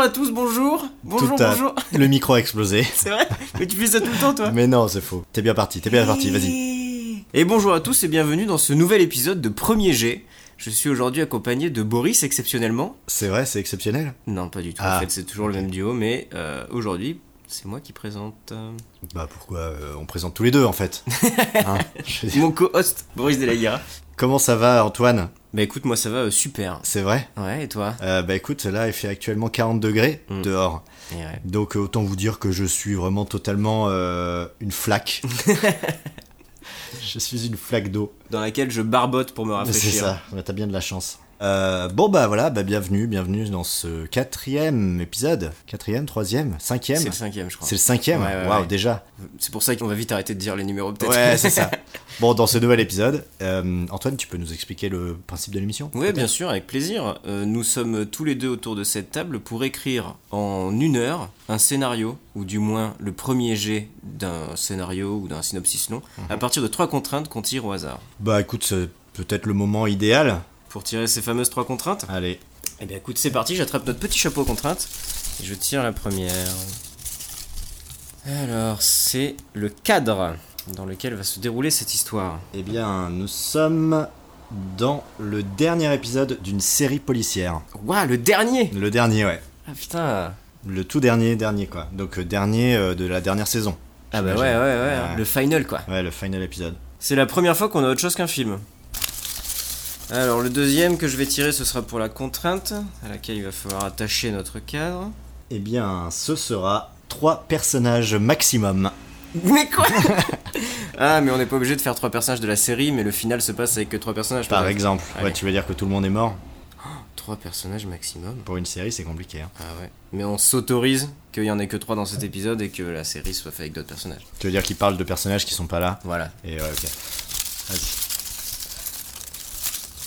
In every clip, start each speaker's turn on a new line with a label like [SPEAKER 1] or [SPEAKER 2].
[SPEAKER 1] à tous, bonjour. Bonjour,
[SPEAKER 2] Tout à-
[SPEAKER 1] bonjour.
[SPEAKER 2] Le micro a explosé.
[SPEAKER 1] C'est vrai Mais tu fais ça tout le temps, toi
[SPEAKER 2] Mais non, c'est faux. T'es bien parti, t'es bien parti, vas-y.
[SPEAKER 1] Et bonjour à tous et bienvenue dans ce nouvel épisode de Premier G. Je suis aujourd'hui accompagné de Boris exceptionnellement.
[SPEAKER 2] C'est vrai, c'est exceptionnel.
[SPEAKER 1] Non, pas du tout. En
[SPEAKER 2] Ah.
[SPEAKER 1] fait, c'est toujours le même duo, mais euh, aujourd'hui, c'est moi qui présente euh,
[SPEAKER 2] Bah pourquoi euh, on présente tous les deux en fait Hein, je veux dire.
[SPEAKER 1] mon co-host Boris Delaguerre.
[SPEAKER 2] Comment ça va Antoine
[SPEAKER 1] Bah écoute, moi ça va euh, super.
[SPEAKER 2] C'est vrai
[SPEAKER 1] Ouais, et toi
[SPEAKER 2] Euh, Bah écoute, là il fait actuellement 40 degrés
[SPEAKER 1] Mm.
[SPEAKER 2] dehors.
[SPEAKER 1] Et ouais.
[SPEAKER 2] Donc euh, autant vous dire que je suis vraiment totalement euh, une flaque. je suis une flaque d'eau.
[SPEAKER 1] Dans laquelle je barbote pour me
[SPEAKER 2] Mais C'est
[SPEAKER 1] rafraîchir.
[SPEAKER 2] ça, bah, t'as bien de la chance. Euh, bon bah voilà, bah bienvenue, bienvenue dans ce quatrième épisode. Quatrième, troisième, cinquième.
[SPEAKER 1] C'est le cinquième, je crois.
[SPEAKER 2] C'est le cinquième,
[SPEAKER 1] Ouais,
[SPEAKER 2] waouh
[SPEAKER 1] ouais, ouais.
[SPEAKER 2] déjà.
[SPEAKER 1] C'est pour ça qu'on va vite arrêter de dire les numéros, peut-être.
[SPEAKER 2] Ouais, c'est ça. Bon, dans ce nouvel épisode, euh, Antoine, tu peux nous expliquer le principe de l'émission
[SPEAKER 1] Oui, bien sûr, avec plaisir. Euh, nous sommes tous les deux autour de cette table pour écrire en une heure un scénario, ou du moins le premier jet d'un scénario ou d'un synopsis long, à partir de trois contraintes qu'on tire au hasard.
[SPEAKER 2] Bah écoute, c'est peut-être le moment idéal.
[SPEAKER 1] Pour tirer ces fameuses trois contraintes,
[SPEAKER 2] Allez.
[SPEAKER 1] eh bien écoute, c'est parti, j'attrape notre petit chapeau contrainte et je tire la première. Alors, c'est le cadre dans lequel va se dérouler cette histoire.
[SPEAKER 2] Eh bien, nous sommes dans le dernier épisode d'une série policière.
[SPEAKER 1] Waouh, le dernier
[SPEAKER 2] Le dernier, ouais.
[SPEAKER 1] Ah putain
[SPEAKER 2] Le tout dernier, dernier quoi. Donc euh, dernier euh, de la dernière saison.
[SPEAKER 1] Ah bah ouais, ouais, ouais,
[SPEAKER 2] J'imagine.
[SPEAKER 1] le final quoi.
[SPEAKER 2] Ouais, le final épisode.
[SPEAKER 1] C'est la première fois qu'on a autre chose qu'un film. Alors le deuxième que je vais tirer, ce sera pour la contrainte, à laquelle il va falloir attacher notre cadre.
[SPEAKER 2] Eh bien, ce sera trois personnages maximum.
[SPEAKER 1] Mais quoi Ah mais on n'est pas obligé de faire trois personnages de la série, mais le final se passe avec que trois personnages.
[SPEAKER 2] Par
[SPEAKER 1] peut-être.
[SPEAKER 2] exemple,
[SPEAKER 1] Allez.
[SPEAKER 2] ouais, tu veux dire que tout le monde est mort
[SPEAKER 1] Trois personnages maximum.
[SPEAKER 2] Pour une série, c'est compliqué. hein.
[SPEAKER 1] Ah ouais. Mais on s'autorise qu'il y en ait que trois dans cet épisode et que la série soit faite avec d'autres personnages.
[SPEAKER 2] Tu veux dire qu'ils parlent de personnages qui sont pas là
[SPEAKER 1] Voilà.
[SPEAKER 2] Et ouais, ok. Vas-y.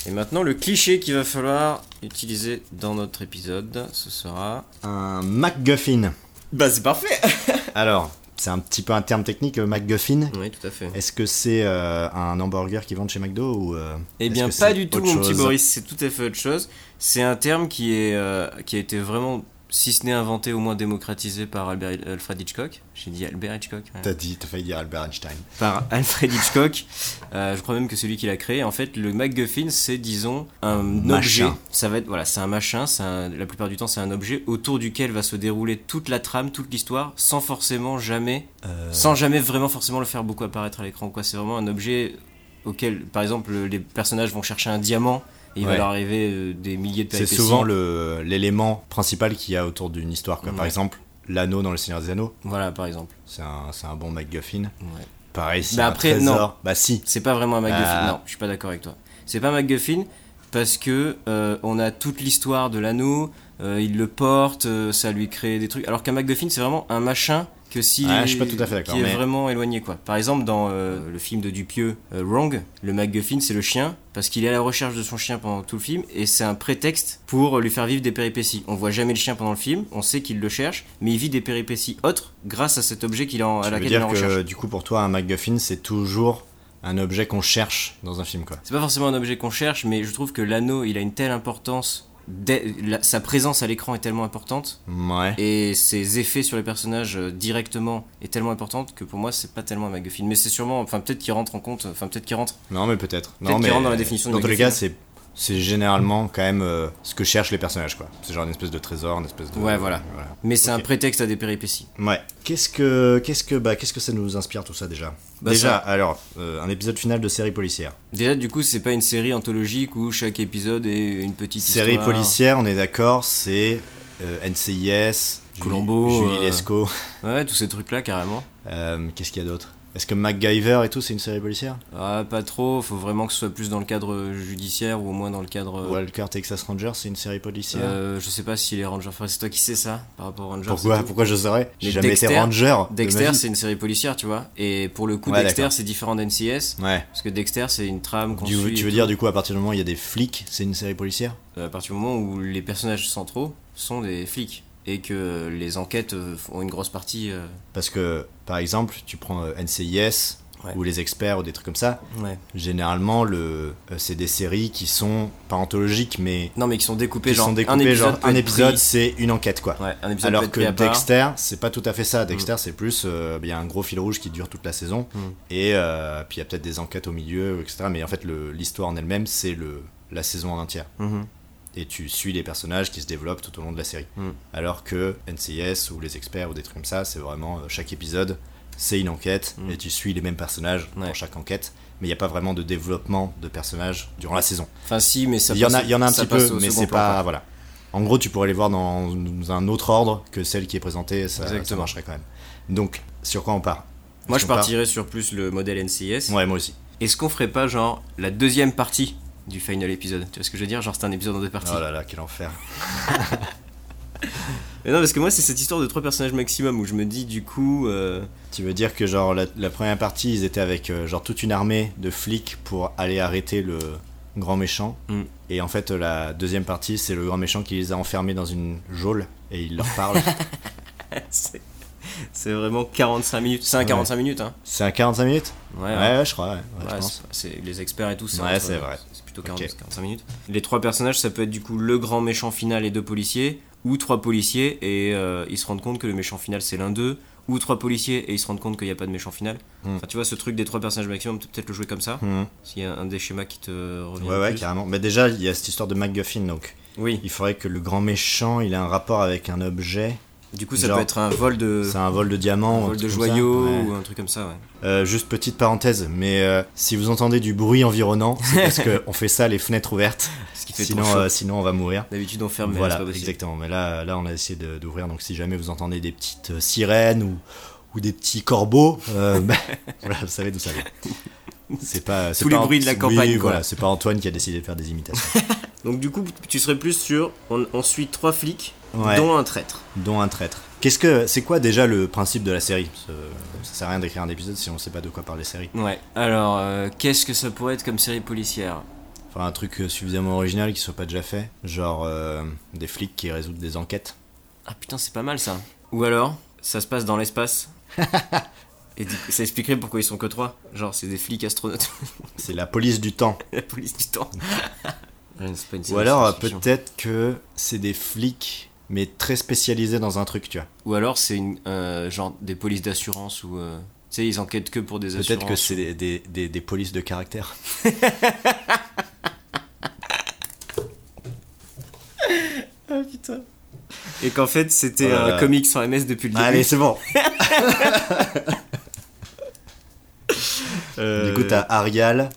[SPEAKER 1] Et maintenant le cliché qu'il va falloir utiliser dans notre épisode, ce sera...
[SPEAKER 2] un MacGuffin.
[SPEAKER 1] Bah c'est parfait
[SPEAKER 2] Alors, c'est un petit peu un terme technique, euh, MacGuffin.
[SPEAKER 1] Oui tout à fait.
[SPEAKER 2] Est-ce que c'est euh, un hamburger qui vendent chez McDo ou euh,
[SPEAKER 1] Eh
[SPEAKER 2] est-ce
[SPEAKER 1] bien,
[SPEAKER 2] que
[SPEAKER 1] pas
[SPEAKER 2] c'est
[SPEAKER 1] du tout,
[SPEAKER 2] autre
[SPEAKER 1] mon petit
[SPEAKER 2] chose
[SPEAKER 1] Boris, c'est tout à fait autre chose. C'est un terme qui, est, euh, qui a été vraiment, si ce n'est inventé, au moins démocratisé par Albert- Alfred Hitchcock. J'ai dit Albert Hitchcock. ouais.
[SPEAKER 2] T'as dit, t'as failli dire Albert Einstein.
[SPEAKER 1] Par Alfred Hitchcock. Euh, je crois même que celui qui l'a créé. En fait, le MacGuffin, c'est, disons, un
[SPEAKER 2] Machin.
[SPEAKER 1] objet. Ça va être, voilà, c'est un machin. c'est un- la plupart du temps, c'est un objet autour duquel va se dérouler toute la trame, toute l'histoire, sans forcément jamais
[SPEAKER 2] Euh,
[SPEAKER 1] sans jamais vraiment forcément le faire beaucoup apparaître à l'écran ou quoi c'est vraiment un objet auquel par exemple les personnages vont chercher un diamant et il va
[SPEAKER 2] Ouais.
[SPEAKER 1] leur arriver euh, des milliers de
[SPEAKER 2] c'est
[SPEAKER 1] péripéties
[SPEAKER 2] souvent le- l'élément principal qu'il y a autour d'une histoire. Quoi. Par
[SPEAKER 1] Ouais.
[SPEAKER 2] exemple, l'anneau dans Le Seigneur des Anneaux,
[SPEAKER 1] voilà par exemple
[SPEAKER 2] c'est un, c'est un bon MacGuffin.
[SPEAKER 1] Ouais.
[SPEAKER 2] Pareil, c'est
[SPEAKER 1] Bah
[SPEAKER 2] un
[SPEAKER 1] après,
[SPEAKER 2] trésor. Bah si.
[SPEAKER 1] c'est pas vraiment un MacGuffin
[SPEAKER 2] Ah.
[SPEAKER 1] non je suis pas d'accord avec toi c'est pas un MacGuffin parce que euh, on a toute l'histoire de l'anneau euh, il le porte euh, ça lui crée des trucs alors qu'un MacGuffin c'est vraiment un machin que si
[SPEAKER 2] Ouais, je suis pas tout à fait d'accord,
[SPEAKER 1] qui est
[SPEAKER 2] mais-
[SPEAKER 1] vraiment éloigné quoi par exemple dans euh, le film de Dupieux euh, Wrong le MacGuffin c'est le chien parce qu'il est à la recherche de son chien pendant tout le film et c'est un prétexte pour lui faire vivre des péripéties on voit jamais le chien pendant le film on sait qu'il le cherche mais il vit des péripéties autres grâce à cet objet qu'il est en, à
[SPEAKER 2] Ça veut
[SPEAKER 1] laquelle il est
[SPEAKER 2] dire
[SPEAKER 1] en recherche
[SPEAKER 2] que du coup, pour toi, un MacGuffin, c'est toujours un objet qu'on cherche dans un film. quoi.
[SPEAKER 1] C'est pas forcément un objet qu'on cherche, mais je trouve que l'anneau, il a une telle importance. dès- la- sa présence à l'écran est tellement importante
[SPEAKER 2] Ouais.
[SPEAKER 1] et ses effets sur les personnages euh, directement est tellement importante que pour moi c'est pas tellement un MacGuffin mais c'est sûrement enfin peut-être qu'il rentre en compte enfin peut-être qu'il rentre
[SPEAKER 2] Non, mais peut-être.
[SPEAKER 1] Peut-être
[SPEAKER 2] Non,
[SPEAKER 1] qu'il
[SPEAKER 2] mais
[SPEAKER 1] rentre dans la définition du
[SPEAKER 2] dans tous les
[SPEAKER 1] MacGuffin.
[SPEAKER 2] cas, c'est c'est généralement quand même euh, ce que cherchent les personnages, quoi. C'est genre une espèce de trésor, une espèce de.
[SPEAKER 1] Ouais, voilà. mais c'est un
[SPEAKER 2] Ok.
[SPEAKER 1] prétexte à des péripéties
[SPEAKER 2] Ouais. Qu'est-ce que, qu'est-ce que, bah, qu'est-ce que ça nous inspire tout ça déjà
[SPEAKER 1] Bah,
[SPEAKER 2] Déjà,
[SPEAKER 1] ça-
[SPEAKER 2] alors, euh, un épisode final de série policière.
[SPEAKER 1] déjà du coup c'est pas une série anthologique où chaque épisode est une petite
[SPEAKER 2] Série
[SPEAKER 1] histoire.
[SPEAKER 2] policière, on est d'accord, c'est euh, NCIS, Julie-
[SPEAKER 1] Columbo,
[SPEAKER 2] Julie,
[SPEAKER 1] euh,
[SPEAKER 2] Lescaut.
[SPEAKER 1] ouais tous ces trucs là carrément
[SPEAKER 2] Euh, qu'est-ce qu'il y a d'autre Est-ce que MacGyver et tout, c'est une série policière
[SPEAKER 1] ah, pas trop faut vraiment que ce soit plus dans le cadre judiciaire ou au moins dans le cadre
[SPEAKER 2] Walker Texas Ranger, c'est une série policière
[SPEAKER 1] Euh, je sais pas si les Rangers. Enfin, c'est toi qui sais ça par rapport aux Rangers.
[SPEAKER 2] Pourquoi
[SPEAKER 1] c'est tout.
[SPEAKER 2] Pourquoi je saurais J'ai
[SPEAKER 1] Mais
[SPEAKER 2] jamais
[SPEAKER 1] Dexter-
[SPEAKER 2] été Ranger. de ma
[SPEAKER 1] Dexter,
[SPEAKER 2] vie.
[SPEAKER 1] c'est une série policière, tu vois. Et pour le coup,
[SPEAKER 2] Ouais,
[SPEAKER 1] Dexter,
[SPEAKER 2] d'accord.
[SPEAKER 1] c'est différent d'NCS.
[SPEAKER 2] Ouais.
[SPEAKER 1] Parce que Dexter, c'est une trame qu'on
[SPEAKER 2] Du-
[SPEAKER 1] suit.
[SPEAKER 2] tu veux
[SPEAKER 1] et
[SPEAKER 2] dire
[SPEAKER 1] tout.
[SPEAKER 2] du coup à partir du moment où il y a des flics, c'est une série policière
[SPEAKER 1] Euh, À partir du moment où les personnages centraux sont des flics. Et que les enquêtes euh, ont une grosse partie. euh,
[SPEAKER 2] Parce que par exemple tu prends euh, NCIS,
[SPEAKER 1] Ouais.
[SPEAKER 2] ou les experts ou des trucs comme ça,
[SPEAKER 1] Ouais.
[SPEAKER 2] généralement le euh, c'est des séries qui sont pas anthologiques mais
[SPEAKER 1] Non, mais qui sont découpés
[SPEAKER 2] qui
[SPEAKER 1] genre
[SPEAKER 2] sont
[SPEAKER 1] un
[SPEAKER 2] découpées
[SPEAKER 1] épisode.
[SPEAKER 2] genre
[SPEAKER 1] peut
[SPEAKER 2] un
[SPEAKER 1] être
[SPEAKER 2] épisode
[SPEAKER 1] pris-
[SPEAKER 2] c'est une enquête quoi.
[SPEAKER 1] Ouais, un épisode. peut
[SPEAKER 2] Alors
[SPEAKER 1] être
[SPEAKER 2] que
[SPEAKER 1] pris à part.
[SPEAKER 2] Dexter, c'est pas tout à fait ça. Dexter, c'est plus, euh, il y a un gros fil rouge qui dure toute la saison,
[SPEAKER 1] Mm.
[SPEAKER 2] et euh, puis il y a peut-être des enquêtes au milieu, etc. Mais en fait, le- l'histoire en elle-même, c'est le la saison en entière.
[SPEAKER 1] Mhm.
[SPEAKER 2] Et tu suis les personnages qui se développent tout au long de la série.
[SPEAKER 1] Mm.
[SPEAKER 2] Alors que NCIS ou les experts ou des trucs comme ça, c'est vraiment euh, chaque épisode, c'est une enquête,
[SPEAKER 1] Mm.
[SPEAKER 2] et tu suis les mêmes personnages
[SPEAKER 1] Ouais.
[SPEAKER 2] pour chaque enquête. Mais il n'y a pas vraiment de développement de personnages durant la saison.
[SPEAKER 1] Enfin, si, mais ça
[SPEAKER 2] Il y, en a,
[SPEAKER 1] passe-
[SPEAKER 2] il y en a un
[SPEAKER 1] ça
[SPEAKER 2] petit
[SPEAKER 1] passe
[SPEAKER 2] peu,
[SPEAKER 1] au
[SPEAKER 2] mais
[SPEAKER 1] second
[SPEAKER 2] c'est
[SPEAKER 1] plan,
[SPEAKER 2] pas.
[SPEAKER 1] quoi.
[SPEAKER 2] Voilà. En gros, tu pourrais les voir dans un autre ordre que celle qui est présentée, ça, ça
[SPEAKER 1] Exactement.
[SPEAKER 2] marcherait quand même. Donc, sur quoi on part
[SPEAKER 1] Moi,
[SPEAKER 2] Est-ce
[SPEAKER 1] je
[SPEAKER 2] qu'on part
[SPEAKER 1] partirais sur plus le modèle NCIS.
[SPEAKER 2] Ouais, moi aussi.
[SPEAKER 1] Est-ce qu'on ferait pas, genre, la deuxième partie du final épisode Tu vois ce que je veux dire Genre, c'est un épisode en deux parties.
[SPEAKER 2] Oh là là, quel enfer.
[SPEAKER 1] Mais non, parce que moi, c'est cette histoire de trois personnages maximum où je me dis, du coup. euh,
[SPEAKER 2] Tu veux dire que, genre, la, la première partie, ils étaient avec, euh, genre, toute une armée de flics pour aller arrêter le grand méchant.
[SPEAKER 1] Mm.
[SPEAKER 2] Et en fait, la deuxième partie, c'est le grand méchant qui les a enfermés dans une geôle et il leur parle.
[SPEAKER 1] c'est- c'est vraiment 45 minutes. C'est un
[SPEAKER 2] Ouais.
[SPEAKER 1] 45 minutes, hein
[SPEAKER 2] c'est à 45 minutes
[SPEAKER 1] Ouais,
[SPEAKER 2] ouais,
[SPEAKER 1] hein.
[SPEAKER 2] ouais, je crois, ouais, ouais, je
[SPEAKER 1] Ouais,
[SPEAKER 2] pense.
[SPEAKER 1] c'est- c'est les experts et tout.
[SPEAKER 2] Ouais,
[SPEAKER 1] entre- euh,
[SPEAKER 2] c'est vrai.
[SPEAKER 1] C'est plutôt 40,
[SPEAKER 2] Ok.
[SPEAKER 1] 45 minutes. Les trois personnages, ça peut être du coup le grand méchant final et deux policiers, ou trois policiers et euh, ils se rendent compte que le méchant final c'est l'un d'eux, ou trois policiers et ils se rendent compte qu'il n'y a pas de méchant final.
[SPEAKER 2] Hmm.
[SPEAKER 1] Enfin, tu vois, ce truc des trois personnages maximum, peut- peut-être le jouer comme ça,
[SPEAKER 2] Mm.
[SPEAKER 1] s'il y a un des schémas qui te revient.
[SPEAKER 2] Ouais,
[SPEAKER 1] le
[SPEAKER 2] ouais,
[SPEAKER 1] plus.
[SPEAKER 2] carrément. Mais déjà, il y a cette histoire de MacGuffin, donc.
[SPEAKER 1] Oui,
[SPEAKER 2] Il faudrait que le grand méchant, il ait un rapport avec un objet.
[SPEAKER 1] du coup, ça
[SPEAKER 2] Genre,
[SPEAKER 1] peut être un vol de.
[SPEAKER 2] C'est un vol de diamant,
[SPEAKER 1] Euh, un vol de joyaux
[SPEAKER 2] joyaux
[SPEAKER 1] ou un truc comme ça, ouais.
[SPEAKER 2] Euh, juste petite parenthèse, mais euh, si vous entendez du bruit environnant, c'est parce qu'on fait ça les fenêtres ouvertes.
[SPEAKER 1] Ce qui fait trop
[SPEAKER 2] Sinon,
[SPEAKER 1] chaud.
[SPEAKER 2] euh, sinon, on va mourir.
[SPEAKER 1] D'habitude, on ferme, mais
[SPEAKER 2] voilà,
[SPEAKER 1] c'est pas possible.
[SPEAKER 2] exactement. Mais là, là, on a essayé de- d'ouvrir. Donc, si jamais vous entendez des petites euh, sirènes ou, ou des petits corbeaux, euh, bah, voilà, vous savez d'où ça vient. C'est pas. c'est
[SPEAKER 1] Tous les
[SPEAKER 2] pas-
[SPEAKER 1] bruits de la
[SPEAKER 2] oui,
[SPEAKER 1] campagne, quoi.
[SPEAKER 2] voilà, c'est pas Antoine qui a décidé de faire des imitations.
[SPEAKER 1] Donc, du coup, tu serais plus sur. On, on suit trois flics,
[SPEAKER 2] Ouais.
[SPEAKER 1] dont un traître.
[SPEAKER 2] dont un traître. Qu'est-ce que c'est quoi déjà le principe de la série Parce que euh, Ça sert à rien d'écrire un épisode si on sait pas de quoi parle la série.
[SPEAKER 1] Ouais. Alors, euh, qu'est-ce que ça pourrait être comme série policière
[SPEAKER 2] Enfin un truc euh, suffisamment original qui soit pas déjà fait, genre euh, des flics qui résolvent des enquêtes.
[SPEAKER 1] Ah putain, c'est pas mal ça. Ou alors, ça se passe dans l'espace. Et du coup, ça expliquerait pourquoi ils sont que trois. Genre, c'est des flics astronautes,
[SPEAKER 2] C'est la police du temps.
[SPEAKER 1] la police du temps. Ouais, c'est pas une série
[SPEAKER 2] Ou alors euh,
[SPEAKER 1] science-fiction.
[SPEAKER 2] peut-être que c'est des flics mais très spécialisés dans un truc, tu vois.
[SPEAKER 1] Ou alors, c'est une, euh, genre des polices d'assurance ou. euh, Tu sais, ils enquêtent que pour des assurances.
[SPEAKER 2] Peut-être que c'est
[SPEAKER 1] hein.
[SPEAKER 2] des, des, des- des polices de caractère.
[SPEAKER 1] Ah putain. Et qu'en fait, c'était
[SPEAKER 2] Oh là
[SPEAKER 1] un
[SPEAKER 2] là.
[SPEAKER 1] comic sans MS depuis le début.
[SPEAKER 2] Allez, c'est bon.
[SPEAKER 1] Euh,
[SPEAKER 2] Euh, Du coup, t'as Arial,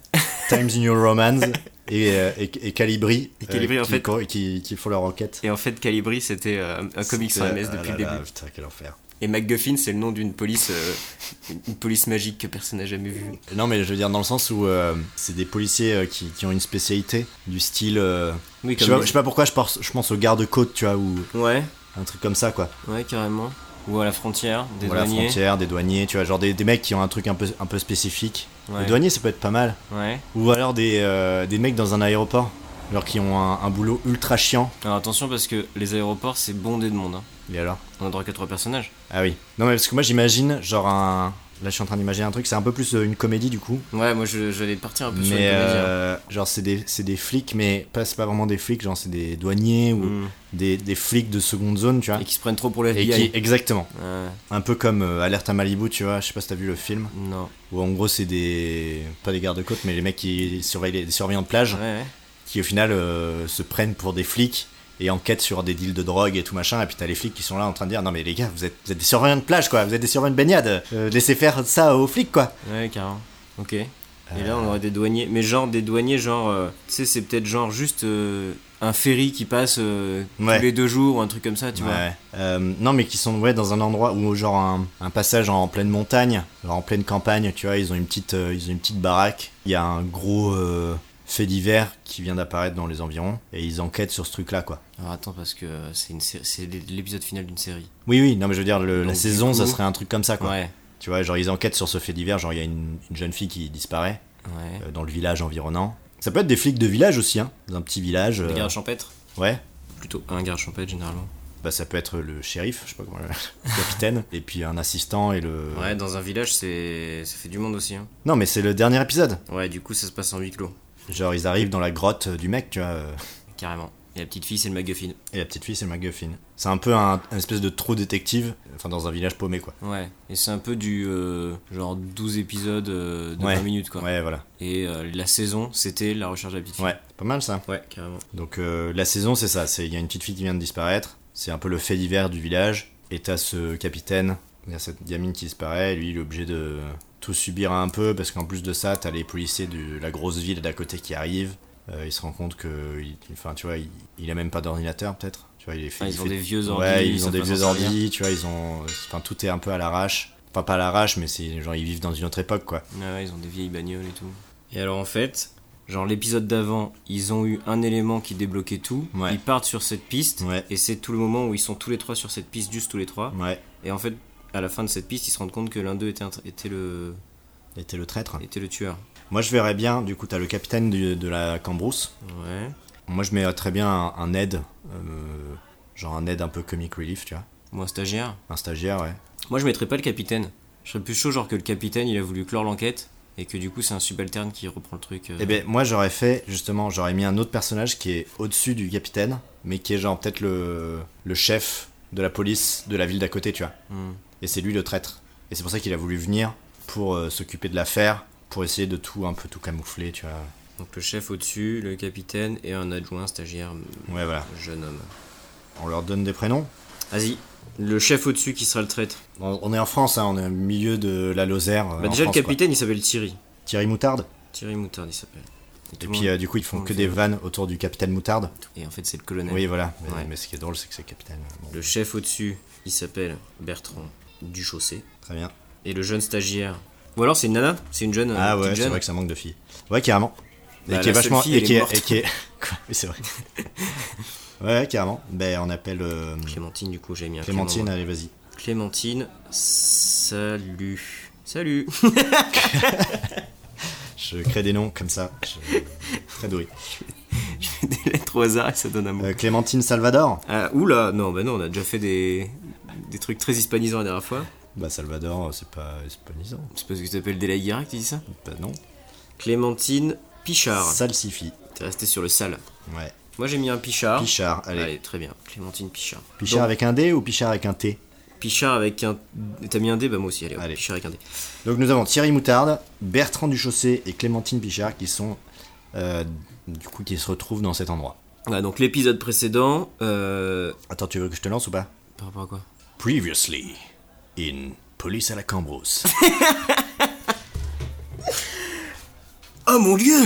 [SPEAKER 2] Times New Romance et, euh, et, et Calibri, euh,
[SPEAKER 1] Et Calibri, en
[SPEAKER 2] qui,
[SPEAKER 1] fait.
[SPEAKER 2] co- qui, qui font leur enquête.
[SPEAKER 1] Et en fait, Calibri, c'était euh, un comic sans
[SPEAKER 2] C'était-
[SPEAKER 1] MS
[SPEAKER 2] ah
[SPEAKER 1] depuis
[SPEAKER 2] là
[SPEAKER 1] le début.
[SPEAKER 2] là, putain, quel enfer.
[SPEAKER 1] Et MacGuffin, c'est le nom d'une police, euh, une police magique que personne n'a jamais vue.
[SPEAKER 2] Non, mais je veux dire, dans le sens où euh, c'est des policiers euh, qui, qui ont une spécialité, du style. euh,
[SPEAKER 1] Oui,
[SPEAKER 2] je, sais pas, je sais pas pourquoi je pense, je pense aux gardes-côtes, tu vois, ou
[SPEAKER 1] Ouais,
[SPEAKER 2] un truc comme ça, quoi.
[SPEAKER 1] ouais, carrément. Ou à la frontière, des
[SPEAKER 2] Voilà,
[SPEAKER 1] douaniers.
[SPEAKER 2] frontières, des douaniers, tu vois, genre des, des mecs qui ont un truc un peu, un peu spécifique.
[SPEAKER 1] Ouais.
[SPEAKER 2] Les douaniers, ça peut être pas mal.
[SPEAKER 1] Ouais.
[SPEAKER 2] Ou alors des, euh, des mecs dans un aéroport, genre qui ont un, un boulot ultra chiant.
[SPEAKER 1] Alors attention parce que les aéroports, c'est bondé de monde. hein.
[SPEAKER 2] Et alors
[SPEAKER 1] On a droit qu'à trois personnages.
[SPEAKER 2] Ah oui. Non, mais parce que moi, j'imagine, genre un. Là, je suis en train d'imaginer un truc, c'est un peu plus euh, une comédie, du coup.
[SPEAKER 1] Ouais, moi je- j'allais partir un peu sur hein. les
[SPEAKER 2] Mais
[SPEAKER 1] comédiens.
[SPEAKER 2] euh, genre c'est des, c'est des flics, mais pas, c'est pas vraiment des flics, genre c'est des douaniers ou
[SPEAKER 1] Mm.
[SPEAKER 2] des, des flics de seconde zone, tu vois.
[SPEAKER 1] Et qui se prennent trop pour la
[SPEAKER 2] euh, Et
[SPEAKER 1] FBI.
[SPEAKER 2] qui, exactement.
[SPEAKER 1] Ouais,
[SPEAKER 2] Un peu comme euh, Alerte à Malibu, tu vois, je sais pas si t'as vu le film,
[SPEAKER 1] non.
[SPEAKER 2] où en gros c'est des... pas des gardes-côtes, mais les mecs qui surveillent les, des surveillants de plage,
[SPEAKER 1] Ouais, ouais.
[SPEAKER 2] qui au final euh, se prennent pour des flics et enquêtent sur des deals de drogue et tout machin, et puis t'as les flics qui sont là en train de dire, non mais les gars, vous êtes, vous êtes des surveillants de plage, quoi, vous êtes des surveillants de baignade, euh, laissez faire ça aux flics, quoi.
[SPEAKER 1] Ouais, carrément. Ok. Et
[SPEAKER 2] Euh.
[SPEAKER 1] là, on aurait des douaniers. Mais genre, des douaniers, genre. euh, tu sais, c'est peut-être genre juste euh, un ferry qui passe euh,
[SPEAKER 2] Ouais.
[SPEAKER 1] tous les deux jours ou un truc comme ça, tu
[SPEAKER 2] Ouais,
[SPEAKER 1] vois.
[SPEAKER 2] ouais. Euh, non, mais qui sont ouais, dans un endroit où, genre, un, un passage en pleine montagne, genre en pleine campagne, tu vois, ils ont une petite, euh, ils ont une petite baraque. Il y a un gros euh, fait divers qui vient d'apparaître dans les environs et ils enquêtent sur ce truc-là, quoi.
[SPEAKER 1] Alors attends, parce que euh, c'est une sé- c'est l'épisode final d'une série.
[SPEAKER 2] Oui, oui, non, mais je veux dire, le-
[SPEAKER 1] Donc,
[SPEAKER 2] la
[SPEAKER 1] du
[SPEAKER 2] saison, ça
[SPEAKER 1] coup-
[SPEAKER 2] serait un truc comme ça, quoi.
[SPEAKER 1] Ouais.
[SPEAKER 2] Tu vois, genre, ils enquêtent sur ce fait divers, genre, il y a une, une jeune fille qui disparaît
[SPEAKER 1] Ouais.
[SPEAKER 2] euh, dans le village environnant. Ça peut être des flics de village aussi, hein, dans un petit village.
[SPEAKER 1] Des
[SPEAKER 2] euh,
[SPEAKER 1] gardes champêtres
[SPEAKER 2] ouais.
[SPEAKER 1] Plutôt un garde champêtre, généralement.
[SPEAKER 2] bah, ça peut être le shérif, je sais pas comment, euh, le capitaine, et puis un assistant et le.
[SPEAKER 1] Ouais, dans un village, c'est ça fait du monde aussi. Hein.
[SPEAKER 2] Non, mais c'est le dernier épisode.
[SPEAKER 1] Ouais, du coup, ça se passe en huis clos,
[SPEAKER 2] Genre, ils arrivent dans la grotte du mec, tu vois. euh,
[SPEAKER 1] carrément. Et la petite fille, c'est le McGuffin.
[SPEAKER 2] Et la petite fille, c'est McGuffin. C'est un peu un, un espèce de trou détective, enfin dans un village paumé quoi.
[SPEAKER 1] Ouais, et c'est un peu du euh, genre 12 épisodes euh, de
[SPEAKER 2] Ouais.
[SPEAKER 1] 20 minutes quoi.
[SPEAKER 2] Ouais, voilà.
[SPEAKER 1] Et euh, la saison, c'était la recherche de la petite fille.
[SPEAKER 2] Ouais, pas mal ça.
[SPEAKER 1] Ouais, carrément.
[SPEAKER 2] Donc euh, la saison, c'est ça. C'est il y a une petite fille qui vient de disparaître. C'est un peu le fait divers du village. Et t'as ce capitaine, il y a cette gamine qui disparaît. Lui, il est obligé de tout subir un peu parce qu'en plus de ça, t'as les policiers de la grosse ville d'à côté qui arrivent. Euh, il se rend compte que, il- enfin, tu vois, il, il a même pas d'ordinateur peut-être. Tu vois, il est fait,
[SPEAKER 1] Ah,
[SPEAKER 2] il
[SPEAKER 1] ils ont
[SPEAKER 2] fait-
[SPEAKER 1] des vieux ordi.
[SPEAKER 2] Ouais, ils
[SPEAKER 1] savent
[SPEAKER 2] ont des
[SPEAKER 1] pas
[SPEAKER 2] vieux
[SPEAKER 1] s'en servir.
[SPEAKER 2] ordi, tu vois, ils ont. Enfin, tout est un peu à l'arrache. Enfin, pas à l'arrache, mais c'est genre, ils vivent dans une autre époque, quoi.
[SPEAKER 1] Ah ouais, ils ont des vieilles bagnoles et tout. Et alors en fait, genre l'épisode d'avant, ils ont eu un élément qui débloquait tout.
[SPEAKER 2] Ouais.
[SPEAKER 1] Ils partent sur cette piste.
[SPEAKER 2] Ouais.
[SPEAKER 1] Et c'est tout le moment où ils sont tous les trois sur cette piste, juste tous les trois.
[SPEAKER 2] Ouais.
[SPEAKER 1] Et en fait, à la fin de cette piste, ils se rendent compte que l'un d'eux était, un tra- était, le...
[SPEAKER 2] Et t'es le traître.
[SPEAKER 1] était le tueur.
[SPEAKER 2] Moi, je verrais bien, du coup, t'as le capitaine du- de la Cambrousse.
[SPEAKER 1] Ouais.
[SPEAKER 2] Moi, je mets euh, très bien un, un aide. euh, genre un aide un peu comic relief, tu vois.
[SPEAKER 1] Moi, stagiaire.
[SPEAKER 2] Un stagiaire, ouais.
[SPEAKER 1] Moi, je mettrais pas le capitaine. Je serais plus chaud, genre que le capitaine, il a voulu clore l'enquête. Et que du coup, c'est un subalterne qui reprend le truc. euh.
[SPEAKER 2] Eh ben, moi, j'aurais fait, justement, j'aurais mis un autre personnage qui est au-dessus du capitaine, mais qui est genre peut-être le, le chef de la police de la ville d'à côté, tu vois.
[SPEAKER 1] Hmm.
[SPEAKER 2] Et c'est lui le traître. Et c'est pour ça qu'il a voulu venir pour euh, s'occuper de l'affaire, pour essayer de tout un peu tout camoufler, tu vois.
[SPEAKER 1] Donc le chef au-dessus, le capitaine et un adjoint, stagiaire, m-
[SPEAKER 2] Ouais, voilà.
[SPEAKER 1] jeune homme.
[SPEAKER 2] On leur donne des prénoms.
[SPEAKER 1] Vas-y. Le chef au-dessus qui sera le traître.
[SPEAKER 2] On, on est en France, hein, on est au milieu de la Lozère. euh,
[SPEAKER 1] Bah déjà,
[SPEAKER 2] en France,
[SPEAKER 1] le
[SPEAKER 2] quoi.
[SPEAKER 1] capitaine, il s'appelle Thierry.
[SPEAKER 2] Thierry Moutarde.
[SPEAKER 1] Thierry Moutarde, il s'appelle. tout
[SPEAKER 2] Et
[SPEAKER 1] le
[SPEAKER 2] puis
[SPEAKER 1] monde-
[SPEAKER 2] euh, du coup, ils font
[SPEAKER 1] tout le
[SPEAKER 2] que
[SPEAKER 1] monde
[SPEAKER 2] des vannes autour du capitaine Moutarde.
[SPEAKER 1] Et en fait, c'est le colonel.
[SPEAKER 2] Oui, voilà. Mais,
[SPEAKER 1] Ouais.
[SPEAKER 2] mais ce qui est drôle, c'est que c'est le capitaine. euh, Bon,
[SPEAKER 1] Le chef au-dessus, il s'appelle Bertrand Duchaussé.
[SPEAKER 2] très bien.
[SPEAKER 1] Et le jeune stagiaire. Ou alors, c'est une nana C'est une jeune.
[SPEAKER 2] Ah
[SPEAKER 1] une petite
[SPEAKER 2] ouais, c'est
[SPEAKER 1] jeune.
[SPEAKER 2] vrai que ça manque de filles. Ouais, carrément.
[SPEAKER 1] Bah,
[SPEAKER 2] et qui est
[SPEAKER 1] la seule
[SPEAKER 2] vachement.
[SPEAKER 1] fille,
[SPEAKER 2] et
[SPEAKER 1] elle
[SPEAKER 2] qui
[SPEAKER 1] est
[SPEAKER 2] est.
[SPEAKER 1] morte.
[SPEAKER 2] et qui est- Quoi Oui, c'est vrai. ouais, carrément. Ben, on appelle euh,
[SPEAKER 1] Clémentine, du coup, j'ai mis un
[SPEAKER 2] Clémentine.
[SPEAKER 1] Clément.
[SPEAKER 2] Allez, vas-y.
[SPEAKER 1] Clémentine, salut. Salut.
[SPEAKER 2] Je crée des noms comme ça. Je- Très doué.
[SPEAKER 1] Des lettres au hasard et ça donne un mot.
[SPEAKER 2] Euh, Clémentine Salvador.
[SPEAKER 1] Ah, oula, non, bah non, on a déjà fait des, des trucs très hispanisants la dernière fois.
[SPEAKER 2] Bah Salvador, euh, c'est pas hispanisant.
[SPEAKER 1] C'est parce que tu t'appelles Delaï qui dit ça
[SPEAKER 2] Bah non.
[SPEAKER 1] Clémentine Pichard.
[SPEAKER 2] Salsifi.
[SPEAKER 1] T'es resté sur le sale.
[SPEAKER 2] Ouais.
[SPEAKER 1] Moi j'ai mis un Pichard.
[SPEAKER 2] Pichard, allez.
[SPEAKER 1] Ah. Allez. très bien. Clémentine Pichard.
[SPEAKER 2] Pichard
[SPEAKER 1] Donc,
[SPEAKER 2] avec un D ou Pichard avec un T
[SPEAKER 1] Pichard avec un. T'as mis un dé Bah moi aussi, allez. hop,
[SPEAKER 2] Allez.
[SPEAKER 1] Pichard avec un dé.
[SPEAKER 2] Donc nous avons Thierry Moutarde, Bertrand Duchaussé et Clémentine Pichard qui sont euh, du coup qui se retrouvent dans cet endroit.
[SPEAKER 1] Ah, donc l'épisode précédent. euh,
[SPEAKER 2] Attends, tu veux que je te lance ou pas
[SPEAKER 1] Par rapport à quoi
[SPEAKER 2] Previously in Police à la Cambrousse.
[SPEAKER 1] Oh mon dieu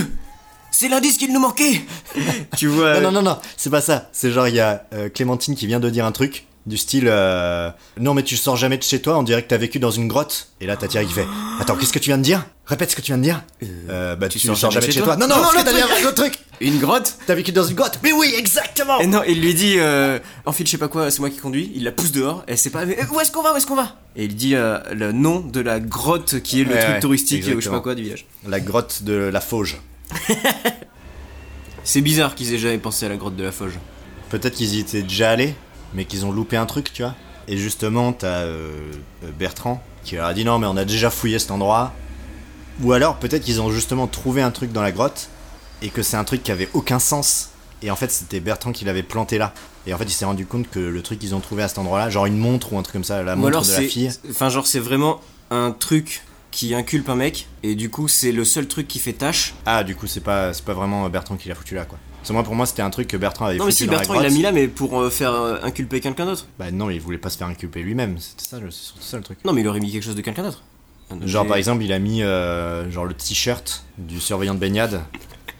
[SPEAKER 1] C'est l'indice qu'il nous manquait Tu vois.
[SPEAKER 2] non non non non, c'est pas ça. C'est genre il y a euh, Clémentine qui vient de dire un truc du style euh, non mais tu sors jamais de chez toi, on dirait que t'as vécu dans une grotte. Et là t'as Thierry qui fait attends qu'est-ce que tu viens de dire Répète ce que tu viens de dire. Euh, bah tu, sors jamais de chez toi. Non non non, t'as dit un autre truc.
[SPEAKER 1] Une grotte
[SPEAKER 2] T'as vécu dans une grotte. Mais oui exactement.
[SPEAKER 1] Et non, il lui dit euh, Enfile, je sais pas quoi, c'est moi qui conduis. Il la pousse dehors. Elle sait pas. mais, euh, où est-ce qu'on va Où est-ce qu'on va Et il dit euh, le nom de la grotte qui est le
[SPEAKER 2] Ouais,
[SPEAKER 1] truc
[SPEAKER 2] ouais,
[SPEAKER 1] touristique ou je sais
[SPEAKER 2] exactement.
[SPEAKER 1] pas quoi du village.
[SPEAKER 2] La grotte de la Fauge.
[SPEAKER 1] C'est bizarre qu'ils aient jamais pensé à la grotte de la Foge.
[SPEAKER 2] Peut-être qu'ils y étaient déjà allés, mais qu'ils ont loupé un truc, tu vois. Et justement, t'as euh, euh, Bertrand qui leur a dit non, mais on a déjà fouillé cet endroit. Ou alors peut-être qu'ils ont justement trouvé un truc dans la grotte et que c'est un truc qui avait aucun sens. Et en fait, c'était Bertrand qui l'avait planté là. Et en fait, il s'est rendu compte que le truc qu'ils ont trouvé à cet endroit-là, genre une montre ou un truc comme ça, la
[SPEAKER 1] Ou
[SPEAKER 2] montre
[SPEAKER 1] alors
[SPEAKER 2] de la
[SPEAKER 1] c'est,
[SPEAKER 2] fille.
[SPEAKER 1] enfin genre c'est vraiment un truc qui inculpe un mec et du coup c'est le seul truc qui fait tâche.
[SPEAKER 2] Ah, du coup, c'est pas, c'est pas vraiment Bertrand qui l'a foutu là, quoi. Parce que moi, pour moi, c'était un truc que Bertrand avait
[SPEAKER 1] Non mais
[SPEAKER 2] foutu
[SPEAKER 1] si
[SPEAKER 2] dans
[SPEAKER 1] Bertrand
[SPEAKER 2] la
[SPEAKER 1] il l'a
[SPEAKER 2] grotte.
[SPEAKER 1] mis là mais pour euh, faire euh, inculper quelqu'un d'autre.
[SPEAKER 2] Bah non, il voulait pas se faire inculper lui-même. C'était ça, le- c'est surtout ça le truc.
[SPEAKER 1] Non mais il aurait mis quelque chose de quelqu'un d'autre. Un
[SPEAKER 2] Genre
[SPEAKER 1] objet-
[SPEAKER 2] par exemple, il a mis euh, genre le t-shirt du surveillant de baignade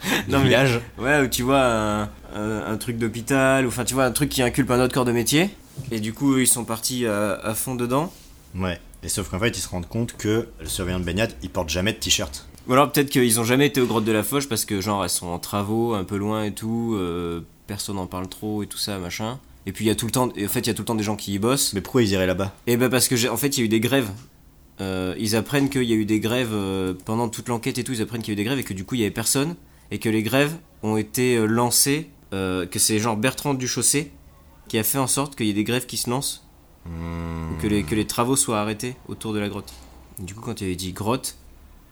[SPEAKER 2] du
[SPEAKER 1] Non, mais-
[SPEAKER 2] village.
[SPEAKER 1] Ouais ou tu vois un, un- un truc d'hôpital ou enfin tu vois un truc qui inculpe un autre corps de métier. Et du coup ils sont partis à, à fond dedans.
[SPEAKER 2] Ouais. Et sauf qu'en fait, ils se rendent compte que le surveillant de baignade, il porte jamais de t-shirt.
[SPEAKER 1] Ou alors peut-être qu'ils ont jamais été aux grottes de la Foge parce que genre elles sont en travaux un peu loin et tout. euh, personne n'en parle trop et tout ça machin. Et puis il y a tout le temps, et en fait il y a tout le temps des gens qui y bossent.
[SPEAKER 2] Mais pourquoi ils iraient là-bas
[SPEAKER 1] Eh ben parce que j'ai- en fait il y a eu des grèves. Euh, ils apprennent qu'il y a eu des grèves euh, pendant toute l'enquête et tout. Ils apprennent qu'il y a eu des grèves et que du coup il y avait personne et que les grèves ont été euh, lancées. euh, que c'est genre Bertrand Duchaussé qui a fait en sorte qu'il y ait des grèves qui se lancent, ou que les, que les travaux soient arrêtés autour de la grotte. Du coup, quand il avait dit grotte,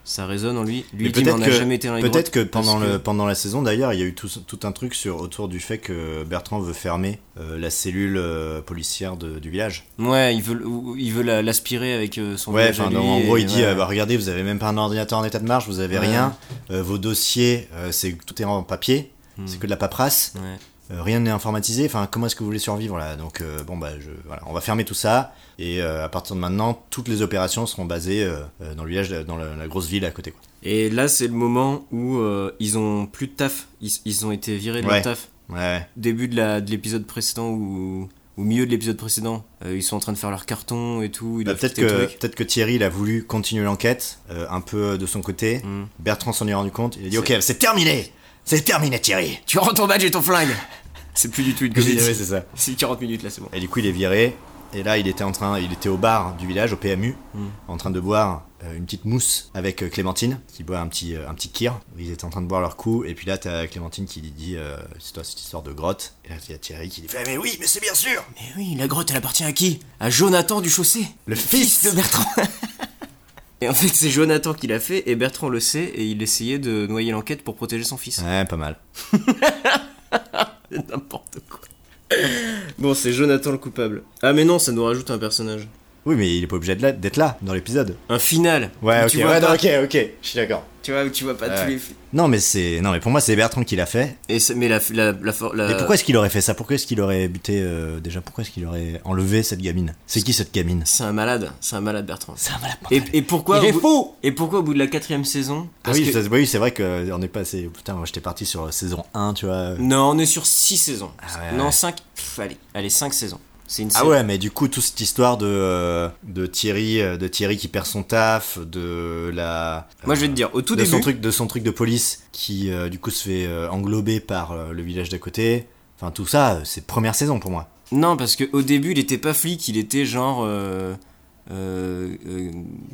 [SPEAKER 1] ça résonne en lui. Lui,
[SPEAKER 2] Mais
[SPEAKER 1] il dit, mais
[SPEAKER 2] peut-être
[SPEAKER 1] on n'a
[SPEAKER 2] que-
[SPEAKER 1] jamais été dans les grottes.
[SPEAKER 2] Peut-être que
[SPEAKER 1] parce
[SPEAKER 2] pendant, le, pendant la saison, d'ailleurs, il y a eu tout, tout un truc sur, autour du fait que Bertrand veut fermer euh, la cellule euh, policière de- du village.
[SPEAKER 1] Ouais, il veut, ou- il veut la- l'aspirer avec euh, son
[SPEAKER 2] Ouais,
[SPEAKER 1] village à
[SPEAKER 2] enfin,
[SPEAKER 1] lui,
[SPEAKER 2] en gros,
[SPEAKER 1] et-
[SPEAKER 2] il dit
[SPEAKER 1] ouais.
[SPEAKER 2] euh, bah, regardez, vous avez même pas un ordinateur en état de marche, vous avez
[SPEAKER 1] Ouais.
[SPEAKER 2] rien, euh, vos dossiers, euh, c'est tout est en papier,
[SPEAKER 1] Hmm.
[SPEAKER 2] c'est que de la paperasse,
[SPEAKER 1] Ouais.
[SPEAKER 2] euh, rien n'est informatisé. Enfin, comment est-ce que vous voulez survivre là Donc, euh, bon, bah, je, voilà, on va fermer tout ça et euh, à partir de maintenant, toutes les opérations seront basées euh, euh, dans le village, dans la, la grosse ville à côté. quoi.
[SPEAKER 1] Et là, c'est le moment où euh, ils ont plus de taf. Ils, ils ont été virés de
[SPEAKER 2] Ouais.
[SPEAKER 1] leur taf.
[SPEAKER 2] Ouais.
[SPEAKER 1] Début de la- de l'épisode précédent ou au milieu de l'épisode précédent, euh, ils sont en train de faire leur carton et tout. Ils
[SPEAKER 2] Bah,
[SPEAKER 1] doivent
[SPEAKER 2] peut-être
[SPEAKER 1] quitter le
[SPEAKER 2] que
[SPEAKER 1] truc.
[SPEAKER 2] peut-être que Thierry il a voulu continuer l'enquête euh, un peu de son côté.
[SPEAKER 1] Hmm.
[SPEAKER 2] Bertrand s'en est rendu compte. Il a dit ok
[SPEAKER 1] C'est-
[SPEAKER 2] c'est terminé, c'est terminé Thierry.
[SPEAKER 1] Tu rends ton badge et ton flingue C'est plus du tout une
[SPEAKER 2] J'ai
[SPEAKER 1] comédie.
[SPEAKER 2] dit, ouais, c'est ça.
[SPEAKER 1] C'est 40 minutes là, c'est bon.
[SPEAKER 2] Et du coup il est viré. Et là il était en train, il était au bar du village au PMU,
[SPEAKER 1] Hmm.
[SPEAKER 2] en train de boire euh, une petite mousse avec euh, Clémentine qui boit un petit euh, un petit kir. Ils étaient en train de boire leur coup. Et puis là t'as Clémentine qui dit euh, c'est toi cette histoire de grotte. Et là il y a Thierry qui dit Ah, mais oui mais c'est bien sûr.
[SPEAKER 1] Mais oui, la grotte, elle appartient à qui À Jonathan du Chaussée
[SPEAKER 2] Le fils
[SPEAKER 1] de Bertrand Et en fait, c'est Jonathan qui l'a fait, et Bertrand le sait, et il essayait de noyer l'enquête pour protéger son fils.
[SPEAKER 2] Ouais pas mal.
[SPEAKER 1] C'est N'importe quoi. Bon, c'est Jonathan le coupable. Ah, mais non, ça nous rajoute un personnage.
[SPEAKER 2] Oui mais il est pas obligé de là- d'être là dans l'épisode.
[SPEAKER 1] Un final.
[SPEAKER 2] Ouais
[SPEAKER 1] Où
[SPEAKER 2] ok
[SPEAKER 1] tu vois
[SPEAKER 2] ouais, non,
[SPEAKER 1] pas-
[SPEAKER 2] ok ok je suis d'accord.
[SPEAKER 1] Tu vois, où tu vois pas
[SPEAKER 2] Ouais.
[SPEAKER 1] tous les films.
[SPEAKER 2] Non mais c'est non mais pour moi c'est Bertrand qui l'a fait.
[SPEAKER 1] Et c'est- mais la, la, la, for- la-
[SPEAKER 2] Mais pourquoi est-ce qu'il aurait fait ça Pourquoi est-ce qu'il aurait buté euh, déjà Pourquoi est-ce qu'il aurait enlevé cette gamine C'est qui cette gamine
[SPEAKER 1] C'est un malade, c'est un malade Bertrand.
[SPEAKER 2] C'est un malade.
[SPEAKER 1] Et, et pourquoi
[SPEAKER 2] Il
[SPEAKER 1] au
[SPEAKER 2] est
[SPEAKER 1] bout-
[SPEAKER 2] fou
[SPEAKER 1] Et pourquoi au bout de la quatrième saison
[SPEAKER 2] Ah
[SPEAKER 1] Parce
[SPEAKER 2] oui,
[SPEAKER 1] que-
[SPEAKER 2] ça- oui, c'est vrai que euh, on est passé. Putain, moi j'étais parti sur saison 1, tu vois.
[SPEAKER 1] Non, on est sur 6 saisons.
[SPEAKER 2] Ah ouais,
[SPEAKER 1] non,
[SPEAKER 2] ouais.
[SPEAKER 1] 5. Allez, allez 5 saisons. C'est une
[SPEAKER 2] Ah
[SPEAKER 1] série.
[SPEAKER 2] ouais, mais du coup toute cette histoire de euh, de Thierry, euh, de Thierry qui perd son taf, de la
[SPEAKER 1] Moi, je vais te dire, au tout
[SPEAKER 2] de
[SPEAKER 1] début.
[SPEAKER 2] son truc de son truc de police qui euh, du coup se fait euh, englober par euh, le village d'à côté. Enfin tout ça, euh, c'est première saison pour moi.
[SPEAKER 1] Non, parce qu'au début, il était pas flic, il était genre. euh, euh, euh,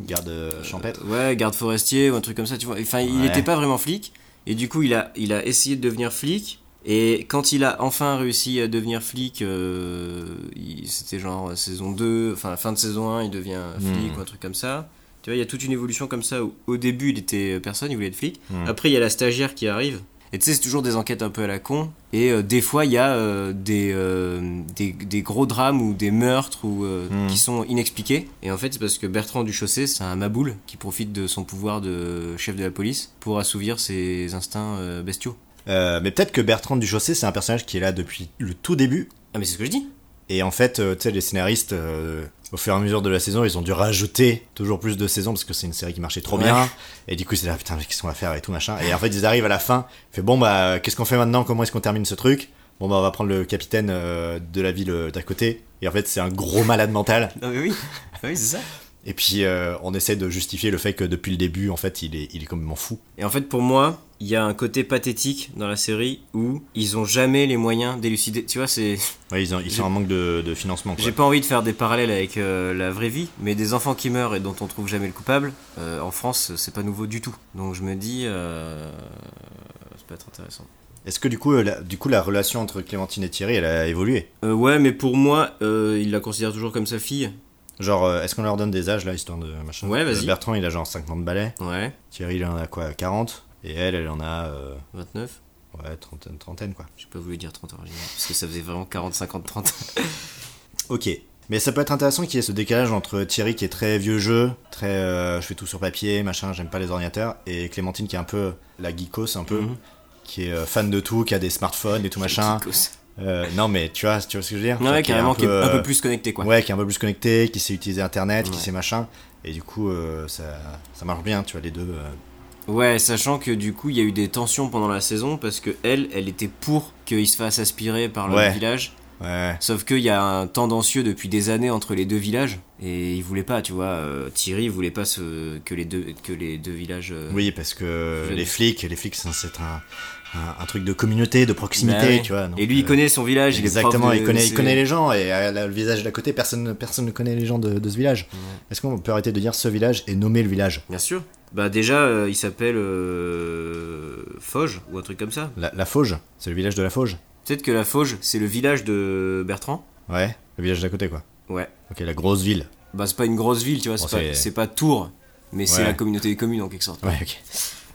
[SPEAKER 2] Garde euh, champêtre.
[SPEAKER 1] ouais, garde forestier ou un truc comme ça, tu vois. Enfin, il
[SPEAKER 2] Ouais.
[SPEAKER 1] était pas vraiment flic. Et du coup, il a, il a essayé de devenir flic. Et quand il a enfin réussi à devenir flic, euh, il- c'était genre euh, saison 2, enfin fin de saison 1, il devient flic
[SPEAKER 2] Hmm.
[SPEAKER 1] ou un truc comme ça. Tu vois, il y a toute une évolution comme ça où au début, il était euh, personne, il voulait être flic.
[SPEAKER 2] Hmm.
[SPEAKER 1] Après, il y a la stagiaire qui arrive. Mm. Et tu sais, c'est toujours des enquêtes un peu à la con. Et euh, des fois, il y a euh, des, euh, des, des gros drames ou des meurtres ou, euh,
[SPEAKER 2] Mm.
[SPEAKER 1] qui sont inexpliqués. Et en fait, c'est parce que Bertrand Duchaussé, c'est un maboule qui profite de son pouvoir de chef de la police pour assouvir ses instincts euh, bestiaux.
[SPEAKER 2] Euh, mais peut-être que Bertrand Duchaussé, c'est un personnage qui est là depuis le tout début.
[SPEAKER 1] Ah, mais c'est ce que je dis
[SPEAKER 2] Et en fait, euh, tu sais, les scénaristes, euh, au fur et à mesure de la saison, ils ont dû rajouter toujours plus de saisons parce que c'est une série qui marchait trop
[SPEAKER 1] Ouais.
[SPEAKER 2] bien. Et du coup, c'est là, ah, putain, mais qu'est-ce qu'on va faire et tout machin. Et en fait, ils arrivent à la fin. Ils font, bon, bah, qu'est-ce qu'on fait maintenant Comment est-ce qu'on termine ce truc Bon, bah, on va prendre le capitaine euh, de la ville euh, d'à côté. Et en fait, c'est un gros malade mental.
[SPEAKER 1] Non, Ah, mais oui, oui c'est ça.
[SPEAKER 2] Et puis, euh, on essaie de justifier le fait que depuis le début, en fait, il est, il est complètement fou.
[SPEAKER 1] Et en fait, pour moi, il y a un côté pathétique dans la série où ils ont jamais les moyens d'élucider. Tu vois, c'est.
[SPEAKER 2] Ouais, ils, ont- ils sont
[SPEAKER 1] J'ai-
[SPEAKER 2] en manque de, de financement. quoi.
[SPEAKER 1] J'ai pas envie de faire des parallèles avec euh, la vraie vie, mais des enfants qui meurent et dont on trouve jamais le coupable, euh, en France, c'est pas nouveau du tout. Donc je me dis, euh, ça peut être intéressant.
[SPEAKER 2] Est-ce que du coup, euh, la, du coup, la relation entre Clémentine et Thierry, elle a évolué
[SPEAKER 1] Euh, ouais, mais pour moi, euh, il la considère toujours comme sa fille.
[SPEAKER 2] Genre, euh, est-ce qu'on leur donne des âges là, histoire de machin
[SPEAKER 1] Ouais, vas-y.
[SPEAKER 2] Euh, Bertrand, il a genre 50 balais.
[SPEAKER 1] Ouais,
[SPEAKER 2] Thierry, il en a quoi 40 Et elle, elle en a. euh,
[SPEAKER 1] 29.
[SPEAKER 2] ouais, trentaine, trentaine quoi.
[SPEAKER 1] J'ai pas voulu dire 30 original, parce que ça faisait vraiment 40, 50, 30.
[SPEAKER 2] Ok. Mais ça peut être intéressant qu'il y ait ce décalage entre Thierry qui est très vieux jeu, très euh, je fais tout sur papier, machin, j'aime pas les ordinateurs, et Clémentine qui est un peu la geekos, un peu,
[SPEAKER 1] Mhm.
[SPEAKER 2] qui est euh, fan de tout, qui a des smartphones et tout machin. Euh, non, mais tu vois, tu vois ce que je veux dire
[SPEAKER 1] Non,
[SPEAKER 2] Enfin,
[SPEAKER 1] ouais, carrément, qui est un
[SPEAKER 2] euh,
[SPEAKER 1] peu plus connecté, quoi.
[SPEAKER 2] Ouais, qui est un peu plus connecté, qui sait utiliser internet, qui
[SPEAKER 1] Ouais.
[SPEAKER 2] sait machin, et du coup, euh, ça, ça marche bien, tu vois, les deux. euh,
[SPEAKER 1] Ouais, sachant que du coup, il y a eu des tensions pendant la saison, parce que elle, elle était pour qu'il se fasse aspirer par le
[SPEAKER 2] Ouais.
[SPEAKER 1] village.
[SPEAKER 2] Ouais.
[SPEAKER 1] Sauf qu'il y a un tendancieux depuis des années entre les deux villages et il voulait pas, tu vois, euh, Thierry voulait pas ce, que les deux que les deux villages. euh,
[SPEAKER 2] Oui, parce que
[SPEAKER 1] Je-
[SPEAKER 2] les flics, les flics, c'est- c'est un, un, un truc de communauté, de proximité,
[SPEAKER 1] Bah ouais.
[SPEAKER 2] tu vois. donc,
[SPEAKER 1] Et lui, il
[SPEAKER 2] euh,
[SPEAKER 1] connaît son village. il est prof
[SPEAKER 2] Exactement,
[SPEAKER 1] de-
[SPEAKER 2] il, connaît,
[SPEAKER 1] c'est-
[SPEAKER 2] il connaît les gens, et euh, là, le visage d'à côté, personne, personne ne connaît les gens de, de ce village. Est-ce qu'on peut arrêter de dire ce village et nommer le village
[SPEAKER 1] Bien sûr. Bah déjà, euh, il s'appelle euh, Foge ou un truc comme ça.
[SPEAKER 2] la, la Fauge, c'est le village de la Fauge.
[SPEAKER 1] Peut-être que la Fauge, c'est le village de Bertrand.
[SPEAKER 2] Ouais, le village d'à côté, quoi.
[SPEAKER 1] Ouais.
[SPEAKER 2] Ok, la grosse ville.
[SPEAKER 1] Bah, c'est pas une grosse ville, tu vois, c'est
[SPEAKER 2] Bon,
[SPEAKER 1] pas,
[SPEAKER 2] c'est-
[SPEAKER 1] c'est pas Tours, mais c'est
[SPEAKER 2] Ouais.
[SPEAKER 1] la communauté des communes en quelque sorte.
[SPEAKER 2] Ouais, ok.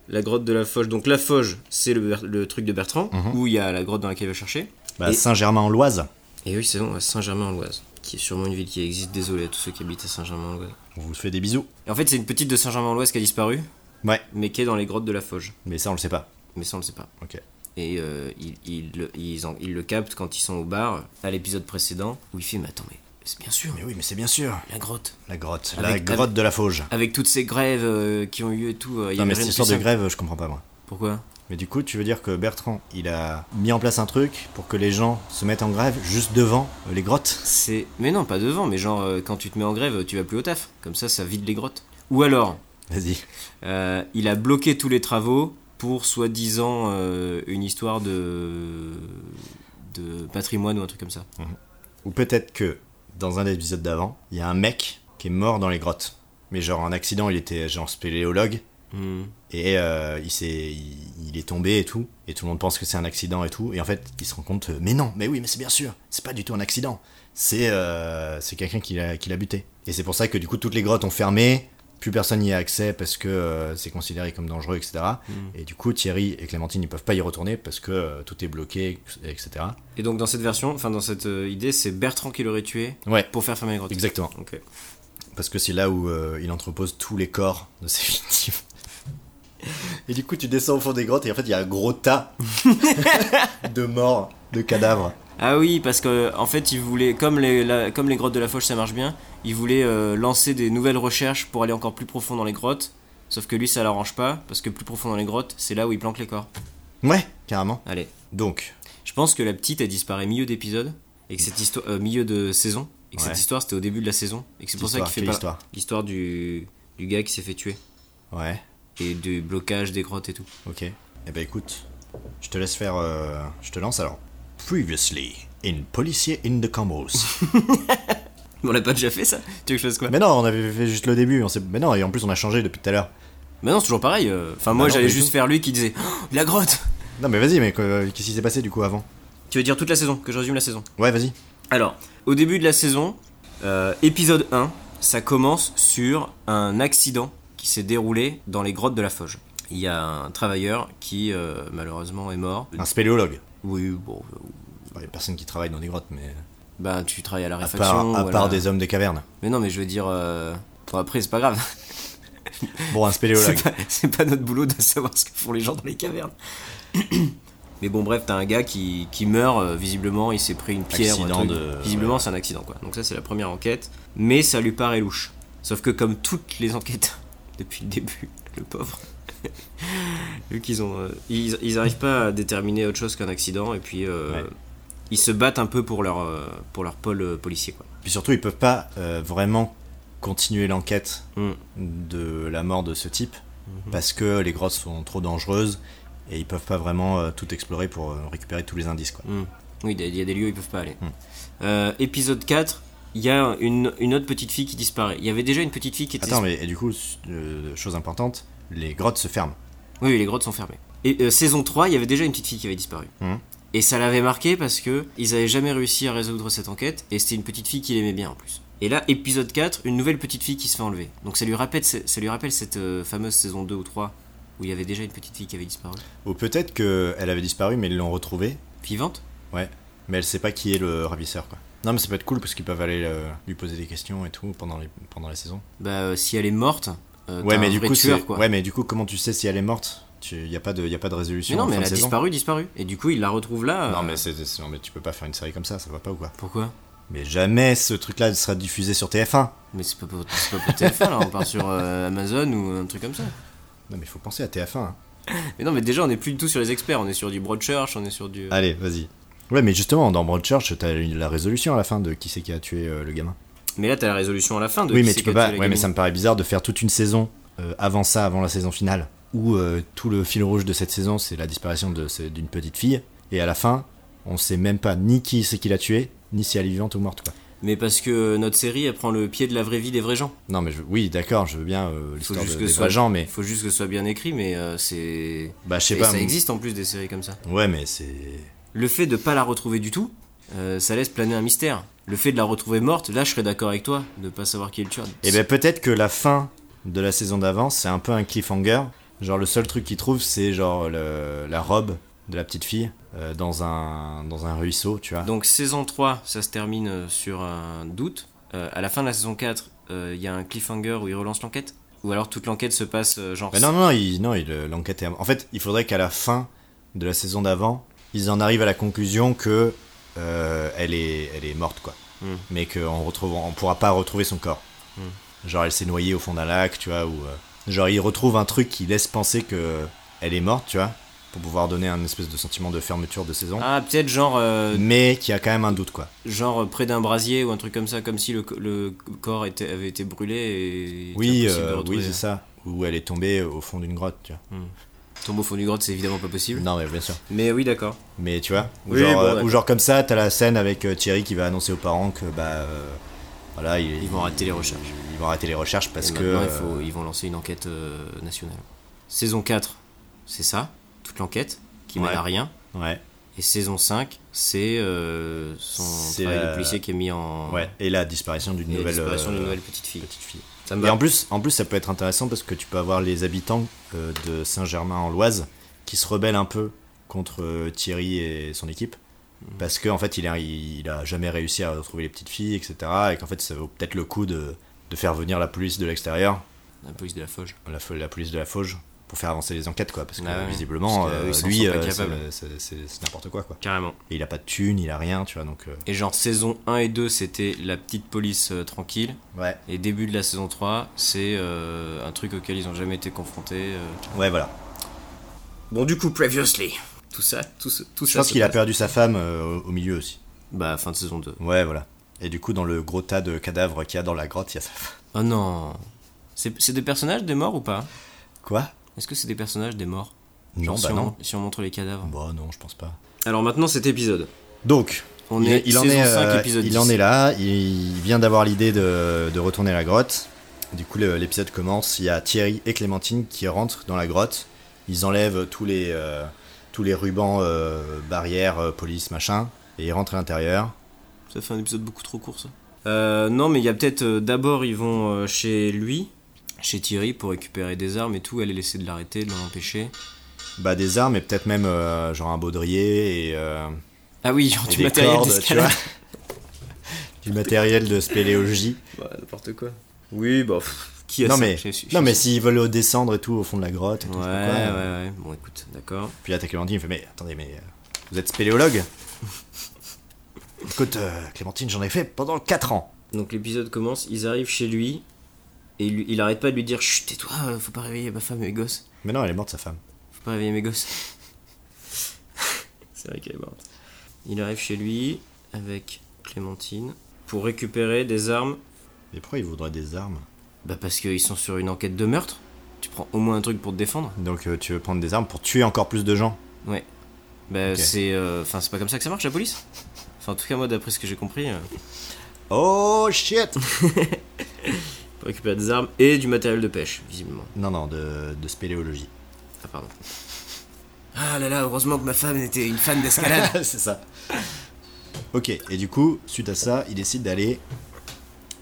[SPEAKER 1] La grotte de la Foge, donc la Foge, c'est le, Ber- le truc de Bertrand,
[SPEAKER 2] Mhm.
[SPEAKER 1] où il y a la grotte dans laquelle il va chercher.
[SPEAKER 2] Bah,
[SPEAKER 1] Et-
[SPEAKER 2] Saint-Germain-en-Loise.
[SPEAKER 1] Et oui, c'est bon, à Saint-Germain-en-Loise, qui est sûrement une ville qui existe, désolé à tous ceux qui habitent à Saint-Germain-en-Loise.
[SPEAKER 2] On vous fait des bisous.
[SPEAKER 1] Et en fait, c'est une petite de Saint-Germain-en-Loise qui a disparu,
[SPEAKER 2] Ouais,
[SPEAKER 1] mais qui est dans les grottes de la Foge.
[SPEAKER 2] mais ça, on le sait pas.
[SPEAKER 1] Mais ça, on le sait pas.
[SPEAKER 2] Ok.
[SPEAKER 1] Et euh, ils, ils le- ils en- ils le captent quand ils sont au bar, à l'épisode précédent, où il fait Mais attends, mais c'est bien sûr,
[SPEAKER 2] Mais oui, mais c'est bien sûr.
[SPEAKER 1] la grotte.
[SPEAKER 2] La grotte. la
[SPEAKER 1] Avec-
[SPEAKER 2] grotte de la Fauge.
[SPEAKER 1] Avec toutes ces grèves euh, qui ont eu lieu et tout, euh, il y
[SPEAKER 2] Non,
[SPEAKER 1] avait rien
[SPEAKER 2] mais cette
[SPEAKER 1] de
[SPEAKER 2] histoire
[SPEAKER 1] plus
[SPEAKER 2] de
[SPEAKER 1] simple.
[SPEAKER 2] grève, je comprends pas, moi.
[SPEAKER 1] Pourquoi
[SPEAKER 2] Mais du coup, tu veux dire que Bertrand, il a mis en place un truc pour que les gens se mettent en grève juste devant euh, les grottes
[SPEAKER 1] C'est. Mais non, pas devant, mais genre, euh, quand tu te mets en grève, tu vas plus au taf. Comme ça, ça vide les grottes. Ou alors,
[SPEAKER 2] Vas-y.
[SPEAKER 1] euh, il a bloqué tous les travaux pour soi-disant euh, une histoire de. de patrimoine ou un truc comme ça.
[SPEAKER 2] Ou peut-être que, dans un épisode d'avant, il y a un mec qui est mort dans les grottes. Mais genre, en accident, il était genre spéléologue.
[SPEAKER 1] Hmm.
[SPEAKER 2] Et euh, il, s'est- il, il est tombé et tout. Et tout le monde pense que c'est un accident et tout. Et en fait, il se rend compte, euh, mais non, mais oui, mais c'est bien sûr. C'est pas du tout un accident. C'est euh, c'est quelqu'un qui l'a qui l'a buté. Et c'est pour ça que du coup, toutes les grottes ont fermé. Plus personne n'y a accès parce que euh, c'est considéré comme dangereux, etc. Et du coup, Thierry et Clémentine, ils peuvent pas y retourner parce que euh, tout est bloqué, etc.
[SPEAKER 1] Et donc, dans cette version, enfin, dans cette euh, idée, c'est Bertrand qui l'aurait tué
[SPEAKER 2] Ouais,
[SPEAKER 1] pour faire fermer les grottes.
[SPEAKER 2] exactement.
[SPEAKER 1] Ok.
[SPEAKER 2] Parce que c'est là où euh, il entrepose tous les corps de ses victimes. Et du coup, tu descends au fond des grottes et en fait, il y a un gros tas de morts, de cadavres.
[SPEAKER 1] Ah oui, parce que en fait, ils voulaient, comme les, la- comme les grottes de la Foch, ça marche bien, ils voulaient euh, lancer des nouvelles recherches pour aller encore plus profond dans les grottes. Sauf que lui, ça l'arrange pas, parce que plus profond dans les grottes, c'est là où il planque les corps.
[SPEAKER 2] Ouais, carrément.
[SPEAKER 1] Allez,
[SPEAKER 2] Donc,
[SPEAKER 1] je pense que la petite, elle disparaît milieu d'épisode, et que cette histoire, euh, milieu de saison, et que
[SPEAKER 2] Ouais.
[SPEAKER 1] cette histoire, c'était au début de la saison, et que c'est pour ça
[SPEAKER 2] l'histoire,
[SPEAKER 1] qu'il fait
[SPEAKER 2] quelle
[SPEAKER 1] pas
[SPEAKER 2] histoire
[SPEAKER 1] l'histoire du, du gars qui s'est fait tuer
[SPEAKER 2] Ouais,
[SPEAKER 1] et du blocage des grottes et tout.
[SPEAKER 2] ok. Eh ben écoute, je te laisse faire. euh, je te lance alors. Previously, in Policier in the Combos.
[SPEAKER 1] Mais on l'a pas déjà fait ça Tu veux que je fasse quoi
[SPEAKER 2] mais non, on avait fait juste le début. On s'est- mais non, et en plus, on a changé depuis tout à l'heure.
[SPEAKER 1] Mais non, c'est toujours pareil. euh. Enfin, moi,
[SPEAKER 2] Bah non,
[SPEAKER 1] j'allais
[SPEAKER 2] pas du
[SPEAKER 1] juste
[SPEAKER 2] tout.
[SPEAKER 1] faire lui qui disait Oh, la grotte.
[SPEAKER 2] Non, mais vas-y, mais euh, qu'est-ce qui s'est passé du coup avant
[SPEAKER 1] Tu veux dire toute la saison Que je résume la saison
[SPEAKER 2] Ouais, vas-y.
[SPEAKER 1] Alors, au début de la saison, euh, épisode 1, ça commence sur un accident qui s'est déroulé dans les grottes de la Foge. Il y a un travailleur qui, euh, malheureusement, est mort.
[SPEAKER 2] Un spéléologue.
[SPEAKER 1] Oui, bon. euh,
[SPEAKER 2] Il y a personne qui travaille dans des grottes, mais.
[SPEAKER 1] Bah, tu travailles à la
[SPEAKER 2] À
[SPEAKER 1] réfaction.
[SPEAKER 2] part, à
[SPEAKER 1] ou à
[SPEAKER 2] part
[SPEAKER 1] la-
[SPEAKER 2] des hommes des cavernes.
[SPEAKER 1] Mais non, mais je veux dire. euh, bon, après, c'est pas grave.
[SPEAKER 2] Bon, un spéléologue.
[SPEAKER 1] C'est pas, c'est pas notre boulot de savoir ce que font les gens dans les cavernes. Mais bon, bref, t'as un gars qui, qui meurt, euh, visiblement, il s'est pris une pierre. un
[SPEAKER 2] Accident
[SPEAKER 1] truc.
[SPEAKER 2] de-
[SPEAKER 1] Visiblement, c'est un accident, quoi. Donc, ça, c'est la première enquête. Mais ça lui paraît louche. Sauf que, comme toutes les enquêtes depuis le début, le pauvre. Vu qu'ils ont. euh, ils, ils arrivent pas à déterminer autre chose qu'un accident, et puis. euh,
[SPEAKER 2] Ouais.
[SPEAKER 1] Ils se battent un peu pour leur, euh, pour leur pôle euh, policier, quoi.
[SPEAKER 2] Puis surtout, ils peuvent pas euh, vraiment continuer l'enquête
[SPEAKER 1] Mm. Mm-hmm.
[SPEAKER 2] de la mort de ce type parce que les grottes sont trop dangereuses et ils peuvent pas vraiment euh, tout explorer pour euh, récupérer tous les indices. Quoi.
[SPEAKER 1] Hmm. Oui, il y a- il y a des lieux où ils peuvent pas aller.
[SPEAKER 2] Hmm.
[SPEAKER 1] Euh, épisode 4, il y a une, une autre petite fille qui disparaît. Il y avait déjà une petite fille qui était.
[SPEAKER 2] Attends, mais et du coup, s- euh, chose importante, les grottes se ferment.
[SPEAKER 1] Oui, oui, les grottes sont fermées. Et euh, saison 3, il y avait déjà une petite fille qui avait disparu.
[SPEAKER 2] Hmm.
[SPEAKER 1] Et ça l'avait marqué parce que ils avaient jamais réussi à résoudre cette enquête et c'était une petite fille qu'il aimait bien en plus. Et là, épisode 4, une nouvelle petite fille qui se fait enlever. Donc ça lui rappelle, ce- ça lui rappelle cette euh, fameuse saison 2 ou 3 où il y avait déjà une petite fille qui avait disparu.
[SPEAKER 2] Ou peut-être qu'elle avait disparu, mais ils l'ont retrouvée,
[SPEAKER 1] Vivante
[SPEAKER 2] mais elle sait pas qui est le ravisseur. Quoi. Non, mais ça peut être cool parce qu'ils peuvent aller euh, lui poser des questions et tout pendant les, pendant les saisons.
[SPEAKER 1] Bah, euh, si elle est morte, euh,
[SPEAKER 2] Ouais
[SPEAKER 1] t'as
[SPEAKER 2] mais,
[SPEAKER 1] un
[SPEAKER 2] du
[SPEAKER 1] vrai
[SPEAKER 2] coup,
[SPEAKER 1] tueur,
[SPEAKER 2] c'est-
[SPEAKER 1] quoi.
[SPEAKER 2] ouais, mais du coup, comment tu sais si elle est morte Il n'y a, pas de- y a pas de résolution.
[SPEAKER 1] mais non,
[SPEAKER 2] en
[SPEAKER 1] mais elle
[SPEAKER 2] fin de
[SPEAKER 1] a
[SPEAKER 2] saison.
[SPEAKER 1] disparu, disparu. Et du coup, il la retrouve là.
[SPEAKER 2] Non
[SPEAKER 1] euh,
[SPEAKER 2] mais, c'est- c'est- non, mais tu peux pas faire une série comme ça, ça va pas ou quoi
[SPEAKER 1] Pourquoi
[SPEAKER 2] Mais jamais ce truc-là sera diffusé sur TF1.
[SPEAKER 1] Mais c'est pas, pour- c'est pas pour TF1, là, on part sur euh, Amazon ou un truc comme ça.
[SPEAKER 2] Non mais faut penser à TF1. hein.
[SPEAKER 1] Mais non, mais déjà, on est plus du tout sur les experts, on est sur du Broadchurch, on est sur du.
[SPEAKER 2] Allez, vas-y. Ouais mais justement, dans Broadchurch, t'as une- la résolution à la fin de qui c'est qui a tué euh, le gamin.
[SPEAKER 1] Mais là, t'as la résolution à la fin de.
[SPEAKER 2] oui
[SPEAKER 1] qui
[SPEAKER 2] mais
[SPEAKER 1] c'est
[SPEAKER 2] tu peux
[SPEAKER 1] qui a
[SPEAKER 2] pas...
[SPEAKER 1] tué la
[SPEAKER 2] Ouais mais
[SPEAKER 1] gamine.
[SPEAKER 2] ça me paraît bizarre de faire toute une saison euh, avant ça, avant la saison finale, où euh, tout le fil rouge de cette saison c'est la disparition de ce- d'une petite fille, et à la fin, on sait même pas ni qui c'est qui l'a tué, ni si elle est vivante ou morte quoi.
[SPEAKER 1] Mais parce que notre série, elle prend le pied de la vraie vie des vrais gens.
[SPEAKER 2] Non mais je... oui d'accord, je veux bien euh, l'histoire de,
[SPEAKER 1] juste que
[SPEAKER 2] des
[SPEAKER 1] ce
[SPEAKER 2] vrais
[SPEAKER 1] soit-
[SPEAKER 2] gens mais...
[SPEAKER 1] Il faut juste que ce soit bien écrit, mais euh, c'est.
[SPEAKER 2] Bah je sais
[SPEAKER 1] Et
[SPEAKER 2] pas...
[SPEAKER 1] ça
[SPEAKER 2] m-
[SPEAKER 1] existe en plus des séries comme ça.
[SPEAKER 2] Ouais mais c'est...
[SPEAKER 1] Le fait de pas la retrouver du tout, euh, ça laisse planer un mystère. Le fait de la retrouver morte, là je serais d'accord avec toi, de pas savoir qui est le tueur.
[SPEAKER 2] Et bien eh ben, peut-être que la fin de la saison d'avant, c'est un peu un cliffhanger. Genre le seul truc qu'ils trouvent, c'est genre le- la robe de la petite fille euh, dans, un, dans un ruisseau, tu vois.
[SPEAKER 1] Donc saison 3, ça se termine euh, sur un doute. Euh, à la fin de la saison 4, euh, il y a un cliffhanger où il relance l'enquête. Ou alors toute l'enquête se passe euh, genre...
[SPEAKER 2] Bah non, non, non, il- non, il- euh, l'enquête est... En fait, il faudrait qu'à la fin de la saison d'avant, ils en arrivent à la conclusion que euh, elle, est, elle est morte, quoi.
[SPEAKER 1] Hmm.
[SPEAKER 2] Mais qu'on retrouve, on pourra pas retrouver son corps.
[SPEAKER 1] Hmm.
[SPEAKER 2] Genre, elle s'est noyée au fond d'un lac, tu vois, ou... euh, genre, ils retrouvent un truc qui laisse penser que elle est morte, tu vois, pour pouvoir donner un espèce de sentiment de fermeture de saison.
[SPEAKER 1] Ah peut-être genre, euh,
[SPEAKER 2] Mais qui a quand même un doute, quoi.
[SPEAKER 1] genre euh, près d'un brasier ou un truc comme ça, comme si le, co- le corps était, avait été brûlé et...
[SPEAKER 2] Oui,
[SPEAKER 1] était impossible de
[SPEAKER 2] euh,
[SPEAKER 1] retrouver. hein.
[SPEAKER 2] oui, c'est ça. Ou elle est tombée au fond d'une grotte, tu vois.
[SPEAKER 1] Tombe au fond du grotte, c'est évidemment pas possible.
[SPEAKER 2] Non, mais bien sûr.
[SPEAKER 1] Mais oui d'accord.
[SPEAKER 2] Mais tu vois, ou,
[SPEAKER 1] Oui,
[SPEAKER 2] genre,
[SPEAKER 1] bon,
[SPEAKER 2] euh,
[SPEAKER 1] ouais.
[SPEAKER 2] ou genre comme ça, t'as la scène avec euh, Thierry qui va annoncer aux parents que bah euh, voilà, ils,
[SPEAKER 1] Ils vont arrêter les recherches.
[SPEAKER 2] ils vont arrêter les recherches parce
[SPEAKER 1] Et
[SPEAKER 2] que
[SPEAKER 1] maintenant, il
[SPEAKER 2] euh,
[SPEAKER 1] faut- ils vont lancer une enquête euh, nationale. Saison 4, c'est ça, toute l'enquête, qui mène
[SPEAKER 2] Ouais.
[SPEAKER 1] à rien.
[SPEAKER 2] ouais,
[SPEAKER 1] Et saison 5, c'est euh, son
[SPEAKER 2] C'est
[SPEAKER 1] travail
[SPEAKER 2] la-
[SPEAKER 1] de policier qui est mis en.
[SPEAKER 2] ouais, et la disparition d'une
[SPEAKER 1] Et la
[SPEAKER 2] nouvelle
[SPEAKER 1] disparition
[SPEAKER 2] euh,
[SPEAKER 1] d'une nouvelle Ah, bah. petite fille.
[SPEAKER 2] petite fille.
[SPEAKER 1] Ça me
[SPEAKER 2] Et
[SPEAKER 1] va.
[SPEAKER 2] en plus, en plus, ça peut être intéressant parce que tu peux avoir les habitants euh, de Saint-Germain-en-Loise qui se rebellent un peu contre euh, Thierry et son équipe.
[SPEAKER 1] Hmm.
[SPEAKER 2] Parce qu'en en fait, il a, il a jamais réussi à retrouver les petites filles, etc. Et qu'en fait, ça vaut peut-être le coup de, de faire venir la police de l'extérieur
[SPEAKER 1] La police de la Foge.
[SPEAKER 2] la, fo- la police de la Fauge pour faire avancer les enquêtes quoi parce que
[SPEAKER 1] Ah ouais.
[SPEAKER 2] visiblement
[SPEAKER 1] Parce que,
[SPEAKER 2] euh,
[SPEAKER 1] eux, ils s'en
[SPEAKER 2] lui
[SPEAKER 1] sont pas
[SPEAKER 2] euh,
[SPEAKER 1] capables.
[SPEAKER 2] c'est- c'est c'est- c'est n'importe quoi quoi
[SPEAKER 1] Carrément.
[SPEAKER 2] et il a pas de thune il a rien tu vois donc euh,
[SPEAKER 1] Et genre saison 1 et 2, c'était la petite police euh, tranquille.
[SPEAKER 2] ouais
[SPEAKER 1] Et début de la saison 3, c'est euh, un truc auquel ils n'ont jamais été confrontés. euh.
[SPEAKER 2] ouais voilà
[SPEAKER 1] Bon, du coup, previously. Tout ça, tout, ce- tout ça.
[SPEAKER 2] je pense
[SPEAKER 1] se
[SPEAKER 2] qu'il a
[SPEAKER 1] passe-
[SPEAKER 2] perdu sa femme euh, au- au milieu aussi
[SPEAKER 1] Bah, fin de saison 2.
[SPEAKER 2] ouais voilà et du coup dans le gros tas de cadavres qu'il y a dans la grotte il y a sa femme
[SPEAKER 1] Oh non C'est c'est des personnages des morts ou pas
[SPEAKER 2] quoi
[SPEAKER 1] Est-ce que c'est des personnages des morts
[SPEAKER 2] non
[SPEAKER 1] Genre,
[SPEAKER 2] bah
[SPEAKER 1] si
[SPEAKER 2] non
[SPEAKER 1] On, si on montre les cadavres.
[SPEAKER 2] bon non je pense pas
[SPEAKER 1] Alors maintenant, cet épisode.
[SPEAKER 2] donc
[SPEAKER 1] On
[SPEAKER 2] il,
[SPEAKER 1] est
[SPEAKER 2] il en
[SPEAKER 1] saison
[SPEAKER 2] est
[SPEAKER 1] 5,
[SPEAKER 2] euh,
[SPEAKER 1] épisode
[SPEAKER 2] il en
[SPEAKER 1] 10.
[SPEAKER 2] est là il vient d'avoir l'idée de, de retourner à la grotte du coup le- l'épisode commence il y a Thierry et Clémentine qui rentrent dans la grotte ils enlèvent tous les euh, tous les rubans euh, barrières euh, police machin et ils rentrent à l'intérieur
[SPEAKER 1] Ça fait un épisode beaucoup trop court, ça. Euh, non, mais il y a peut-être. euh, D'abord, ils vont euh, chez lui, chez Thierry, pour récupérer des armes et tout. Elle est laissée de l'arrêter, de l'en empêcher.
[SPEAKER 2] bah des armes et peut-être même euh, genre un baudrier et, euh,
[SPEAKER 1] Ah oui, genre
[SPEAKER 2] et
[SPEAKER 1] du
[SPEAKER 2] des
[SPEAKER 1] matériel
[SPEAKER 2] cordes tu vois
[SPEAKER 1] d'escalade.
[SPEAKER 2] du matériel de spéléologie
[SPEAKER 1] Bah, n'importe quoi. Oui, bah. pff, qui a
[SPEAKER 2] non
[SPEAKER 1] ça
[SPEAKER 2] mais
[SPEAKER 1] Je sais- je sais-
[SPEAKER 2] non mais s'ils veulent descendre et tout au fond de la grotte et
[SPEAKER 1] Ouais,
[SPEAKER 2] tout,
[SPEAKER 1] ouais,
[SPEAKER 2] je sais pas quoi.
[SPEAKER 1] ouais. Bon, écoute, d'accord.
[SPEAKER 2] Puis là, t'as Clémentine, il fait Mais attendez, mais euh, vous êtes spéléologue Écoute, euh, Clémentine, j'en ai fait pendant 4 ans.
[SPEAKER 1] Donc l'épisode commence, ils arrivent chez lui. Et lui- il arrête pas de lui dire Chut, tais-toi, euh, faut pas réveiller ma femme et mes gosses.
[SPEAKER 2] Mais non, elle est morte, sa femme.
[SPEAKER 1] Faut pas réveiller mes gosses. C'est vrai qu'elle est morte. Il arrive chez lui avec Clémentine pour récupérer des armes.
[SPEAKER 2] Mais pourquoi il voudrait des armes
[SPEAKER 1] Bah parce qu'ils sont sur une enquête de meurtre. Tu prends au moins un truc pour te défendre.
[SPEAKER 2] Donc, euh, tu veux prendre des armes pour tuer encore plus de gens
[SPEAKER 1] Ouais. Bah
[SPEAKER 2] Ok.
[SPEAKER 1] c'est... euh, Enfin c'est pas comme ça que ça marche la police. Enfin en tout cas moi d'après ce que j'ai compris, euh,
[SPEAKER 2] Oh shit
[SPEAKER 1] pour récupérer des armes et du matériel de pêche, visiblement.
[SPEAKER 2] Non, non, de, de spéléologie.
[SPEAKER 1] Ah pardon. Ah là là, heureusement que ma femme était une fan d'escalade.
[SPEAKER 2] C'est ça. Ok, et du coup, suite à ça, il décide d'aller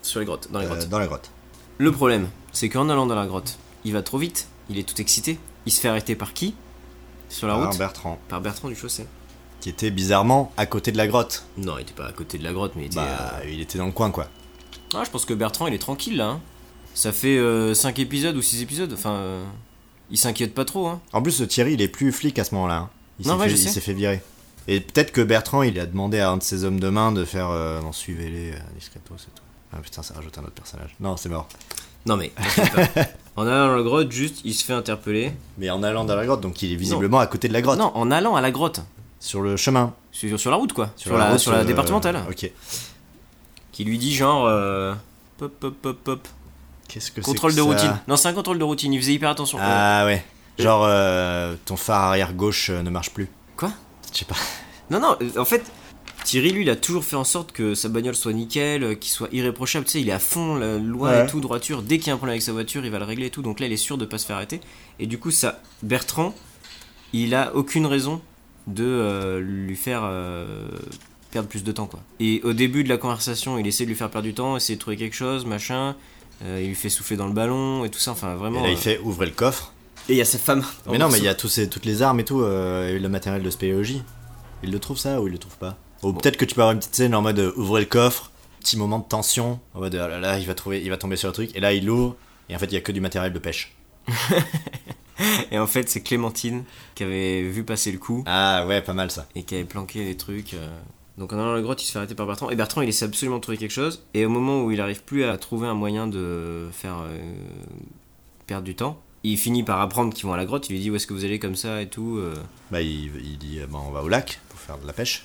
[SPEAKER 1] sur les grottes, dans les
[SPEAKER 2] euh,
[SPEAKER 1] grottes.
[SPEAKER 2] dans la grotte.
[SPEAKER 1] Le problème, c'est qu'en allant dans la grotte, il va trop vite, il est tout excité, il se fait arrêter par qui Sur la
[SPEAKER 2] Par
[SPEAKER 1] route
[SPEAKER 2] Hein, Bertrand,
[SPEAKER 1] Par Bertrand du Chausset.
[SPEAKER 2] qui était bizarrement à côté de la grotte.
[SPEAKER 1] Non, il était pas à côté de la grotte, mais il était...
[SPEAKER 2] Bah, il était dans le coin, quoi.
[SPEAKER 1] euh, Ah, je pense que Bertrand, il est tranquille, là. hein. Ça fait 5 épisodes ou 6 épisodes, enfin... euh, Il s'inquiète pas trop, hein.
[SPEAKER 2] En plus, euh, Thierry, il est plus flic à ce moment-là. hein. Il
[SPEAKER 1] Non,
[SPEAKER 2] s'est
[SPEAKER 1] ouais,
[SPEAKER 2] fait-
[SPEAKER 1] je
[SPEAKER 2] il
[SPEAKER 1] sais.
[SPEAKER 2] s'est fait virer. Et peut-être que Bertrand, il a demandé à un de ses hommes de main de faire. Euh, non, suivez-les, euh, discretos et tout. Ah putain, ça rajoute un autre personnage. Non, c'est mort.
[SPEAKER 1] Non mais... t'inquiète pas. en allant dans la grotte, juste, il se fait interpeller.
[SPEAKER 2] Mais en allant dans la grotte, donc il est visiblement à côté de la grotte.
[SPEAKER 1] Non, en allant à la grotte.
[SPEAKER 2] Sur le chemin.
[SPEAKER 1] Sur, sur la route, euh, quoi. Sur, la,
[SPEAKER 2] route,
[SPEAKER 1] sur la
[SPEAKER 2] le-
[SPEAKER 1] départementale.
[SPEAKER 2] Ok.
[SPEAKER 1] Qui lui dit genre... euh, Pop, pop, pop, pop.
[SPEAKER 2] Qu'est-ce que c'est
[SPEAKER 1] Contrôle
[SPEAKER 2] que
[SPEAKER 1] de
[SPEAKER 2] ça
[SPEAKER 1] routine. Non, c'est un contrôle de routine, il faisait hyper attention.
[SPEAKER 2] Ah ouais. Genre, euh, ton phare arrière gauche euh, ne marche plus.
[SPEAKER 1] Quoi
[SPEAKER 2] Je sais pas.
[SPEAKER 1] Non, non, euh, en fait, Thierry, lui, il a toujours fait en sorte que sa bagnole soit nickel, euh, qu'il soit irréprochable, tu sais, il est à fond, la loi
[SPEAKER 2] Ouais.
[SPEAKER 1] et tout, droiture, dès qu'il y a un problème avec sa voiture, il va le régler et tout, donc là, il est sûr de pas se faire arrêter. Et du coup, ça, Bertrand, il a aucune raison de euh, lui faire euh, perdre plus de temps quoi. Et au début de la conversation, il essaie de lui faire perdre du temps, essayer de trouver quelque chose, machin. Euh, il lui fait souffler dans le ballon et tout ça. Enfin
[SPEAKER 2] Et
[SPEAKER 1] vraiment.
[SPEAKER 2] là, il
[SPEAKER 1] euh,
[SPEAKER 2] fait ouvrir le coffre.
[SPEAKER 1] et il y a sa femme.
[SPEAKER 2] Mais non, mais il y a tous ces- toutes les armes et tout, euh, et le matériel de spéléologie. Il le trouve ça ou il le trouve pas Ou
[SPEAKER 1] Bon.
[SPEAKER 2] peut-être que tu peux avoir une petite scène en mode euh, ouvrez le coffre, petit moment de tension, en mode ah là là, il va, trouver, il va tomber sur le truc, et là il l'ouvre, et en fait il y a que du matériel de pêche.
[SPEAKER 1] Et en fait, c'est Clémentine qui avait vu passer le coup
[SPEAKER 2] Ah ouais, pas mal ça.
[SPEAKER 1] et qui avait planqué les trucs. euh. Donc en allant dans la grotte, il se fait arrêter par Bertrand. Et Bertrand, il essaie absolument de trouver quelque chose. Et au moment où il n'arrive plus à trouver un moyen de faire euh, perdre du temps, il finit par apprendre qu'ils vont à la grotte. Il lui dit où est-ce que vous allez comme ça et tout. euh.
[SPEAKER 2] Bah il, il dit euh, bah, on va au lac pour faire de la pêche.